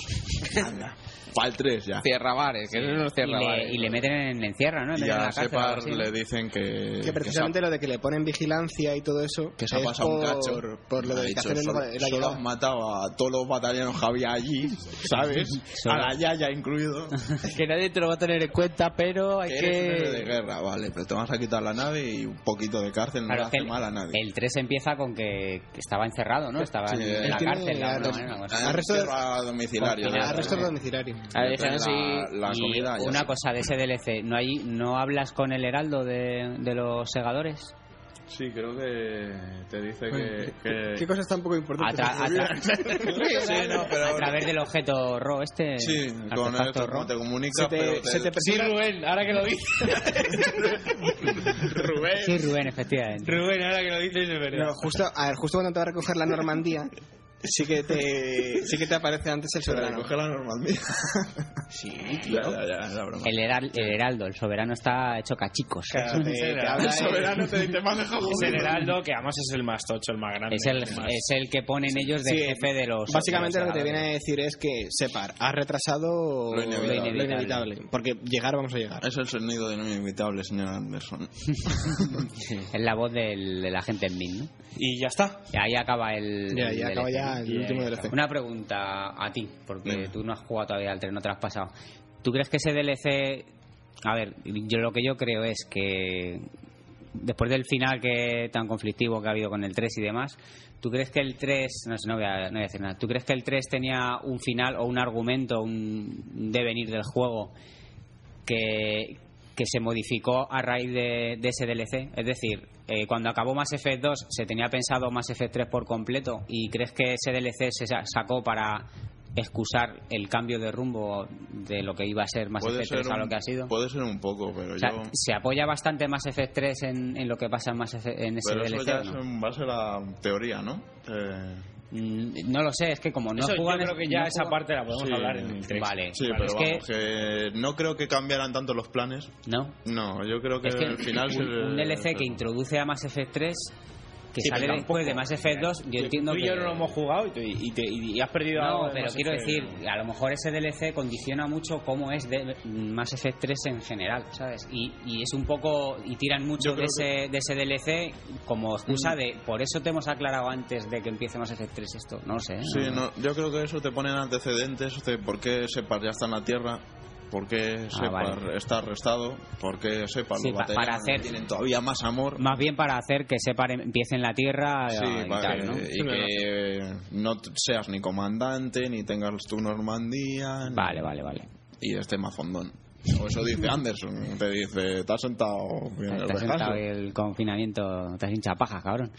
Anda, para el 3 ya. Cierra bares, que eso no es Y cierra le, bares. y le meten en la encierra, ¿no? Le Y meten en a la cárcel o algo Separ así, ¿no? le dicen que... Que precisamente que lo de que le ponen vigilancia y todo eso. se ha- que se ha es pasado un por- cacho. Por lo Ha de que dicho, hacen en solo, la- en la solo llegada. han matado a todos los batalianos que había allí, ¿sabes? Solo- a la Yaya incluido. Que nadie te lo va a tener en cuenta, pero hay que eres un héroe de que... guerra, vale, pero te vas a quitar la nave y un poquito de cárcel no Claro, le es que hace mal a nadie. el 3 empieza con que que estaba encerrado, ¿no? Estaba Sí, eh, en él la tiene cárcel. de alguna arresto- manera, una cosa así. Arresto Arresto de- domiciliario. Confinado. ¿sabes? Arresto domiciliaron. A ver, Le traen dijeron la, si- la Y comida y una así. cosa de ese DLC, ¿no, hay, ¿no hablas con el heraldo de, de los segadores? Sí, creo que te dice que... que- ¿Qué cosas tan poco A, importantes? tra- a tra- Sí, no, pero- a través del objeto RO este. Sí, con artefacto esto RO. no te comunica, se pero te, te- se te Sí, perfila- Rubén, Ah, ahora que lo dices. Sí, Rubén, efectivamente. Rubén, ahora que lo dices es verdad. No, justo, a ver, justo cuando te va a recoger la Normandía, sí que te, sí que te aparece antes el Eh, Pero soberano. coge la normalidad. Sí, claro. Ya, ya, es la broma. El, heral- el heraldo, el soberano está hecho cachicos. Claro, Te- sí, te Eh, claro. habla de- te, te manda jabón. Es el heraldo, que además es el más tocho, el más grande. Es el, más- es el que ponen ellos de Sí, jefe de los. Básicamente de lo los que segadores. te viene a decir es que Separ ha retrasado Lo inevitable. lo Lo inevitable, Porque llegar vamos a llegar. Es el sonido de inevitable, señor Anderson. Es la voz del, del agente Smith, ¿no? Y ya está. Y ahí acaba el. Ya, el ya DLC, acaba ya ¿no? el último DLC. Una pregunta a ti, porque Venga. tú no has jugado todavía al 3, no te lo has pasado. ¿Tú crees que ese DLC... A ver, yo lo que yo creo es que después del final que tan conflictivo que ha habido con el 3 y demás, ¿tú crees que el 3... No sé, no voy a, no voy a decir nada. ¿Tú crees que el 3 tenía un final o un argumento, un devenir del juego que, que se modificó a raíz de, de ese DLC. Es decir, eh, cuando acabó Mass Effect 2 se tenía pensado Mass Effect 3 por completo y crees que ese DLC se sa- sacó para excusar el cambio de rumbo de lo que iba a ser Mass Effect 3 a lo que ha sido. puede ser un poco, pero O sea, yo... se apoya bastante Mass Effect 3 en, en lo que pasa en, Mass Effect- en ese Pero eso DLC. ya ¿o es no? en base a la teoría, ¿no? Eh, Mm, no lo sé, es que como no Eso, he jugado yo en- creo que ya no he esa jugado- parte la podemos Sí. hablar en el 3. Vale. sí, Eh, vale, pero es que- vamos, que... no creo que cambiaran tanto los planes. ¿No? No, yo creo que, es que al final... un, se- un DLC que introduce a Mass Effect 3 que Sí, sale pero después tampoco- de Mass Effect 2 yo entiendo Pues Tú y que yo no lo hemos jugado y, te- y te- y has perdido algo. no, de pero Mass quiero Effect, decir, ¿no? a lo mejor ese DLC condiciona mucho cómo es de Mass Effect 3 en general, ¿sabes? Y, y es un poco, y tiran mucho Yo de creo ese, Mm. de ese DLC como excusa de, por eso te hemos aclarado antes de que empiece Mass Effect 3 esto, no lo sé. ¿eh? Sí, no, yo creo que eso te pone en antecedentes de por qué Separ ya está en la Tierra por qué Ah, Separ vale. está arrestado, por qué Separ Sí, los pa- para baterianos hacer- tienen todavía más amor. Más bien para hacer que Separ empiece en la Tierra Sí, eh, y para tal, que- ¿no? y que no t- seas ni comandante, ni tengas tu Normandía, ni- Vale, vale, vale. y esté más fondón. O eso dice Anderson, te dice, te has sentado bien el Te has sentado rejazo". el confinamiento, te has hinchado paja, cabrón.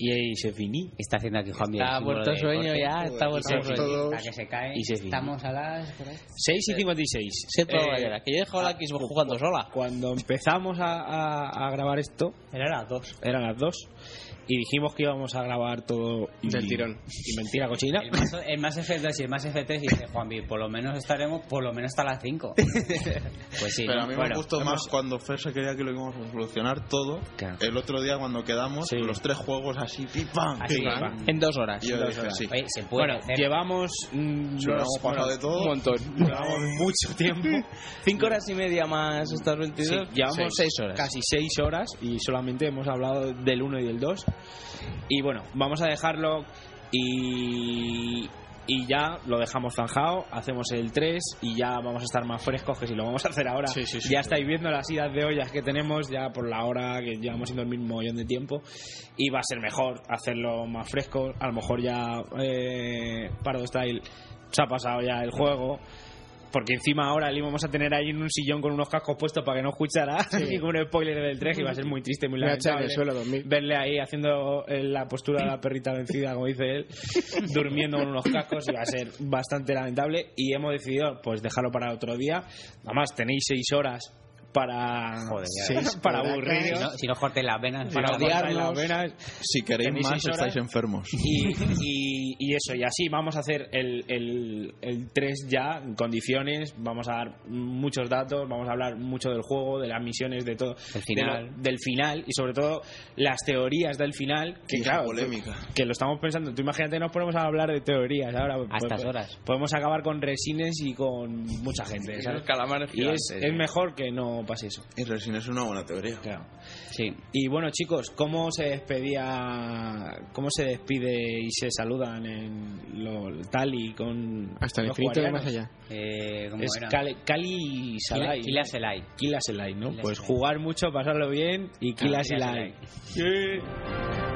Y ahí se finí. Está haciendo aquí Juan Está vuelto sueño ya, está vuelto Estamos sueño. todos- que se cae. Y se fin. Estamos a las... 6 y 56. Se puede Eh, valer, que yo he dejado la Xbox jugando sola. Cuando empezamos a, a- a grabar esto, Era las dos. eran las 2, y dijimos que íbamos a grabar todo y- Del tirón. Y mentira cochina. El más, el más F2 y el más F3 dice Juan por lo menos estaremos por lo menos hasta las 5. Pues sí, Pero ¿no? a mí me Bueno, gustó hemos- más cuando Fer se creía que lo íbamos a solucionar todo. Claro. El otro día cuando quedamos, Sí. los tres juegos así, pim, pam, Así, pim, pam. pam. En dos horas. Y Yo Dos dije, horas. sí. Oye, se puede Bueno, hacer. llevamos. mm, Si hubiéramos pasado de todo, Un montón. Llevamos mucho tiempo. Cinco horas y media más estas Sí, 22. llevamos seis horas. casi 6 horas y solamente hemos hablado del 1 y del 2. Y bueno, vamos a dejarlo y, y ya lo dejamos zanjado, hacemos el 3 y ya vamos a estar más frescos que si lo vamos a hacer ahora. Sí, sí, sí, ya sí. estáis viendo las idas de ollas que tenemos ya por la hora que llevamos sin dormir un mogollón de tiempo y va a ser mejor hacerlo más fresco. A lo mejor ya eh, Pardo Style se ha pasado ya el juego. Porque encima ahora le íbamos a tener ahí en un sillón con unos cascos puestos para que no escuchara ningún spoiler del 3 y va a ser muy triste, muy Me voy a echar en lamentable. el suelo a dormir. Verle ahí haciendo eh, la postura de la perrita vencida, como dice él, durmiendo con unos cascos y va a ser bastante lamentable. Y hemos decidido pues dejarlo para otro día. Además tenéis seis horas para, Joder, ya seis para horas. Si aburriros. no, si no corten las venas, para para- cortar las venas. si queréis Tenéis más seis horas. estáis enfermos. Y, y- y eso, y así vamos a hacer el, el, 3 ya en condiciones, vamos a dar muchos datos, vamos a hablar mucho del juego, de las misiones, de todo. El de lo- final. del final y sobre todo las teorías del final, que Y esa claro, polémica. que lo estamos pensando. Tú imagínate, que nos ponemos a hablar de teorías ahora. pues, A Pues, estas horas. Podemos acabar con resines y con mucha gente. ¿sabes? Esos calamares Y es, gigantes. es mejor que no pase eso. Y Resin es una buena teoría. Claro. Sí. Y bueno, chicos, ¿cómo se despedía, cómo se despide y se saludan en lo, tal y con. Hasta el los infinito y más guardianes? allá. Eh, ¿cómo Es era? Cali, Cali y Kila- Salai. Kila Selai. Kila Selai, ¿no? Kila pues Selai. jugar mucho, pasarlo bien y Kila Kila Selai. Selai. Sí.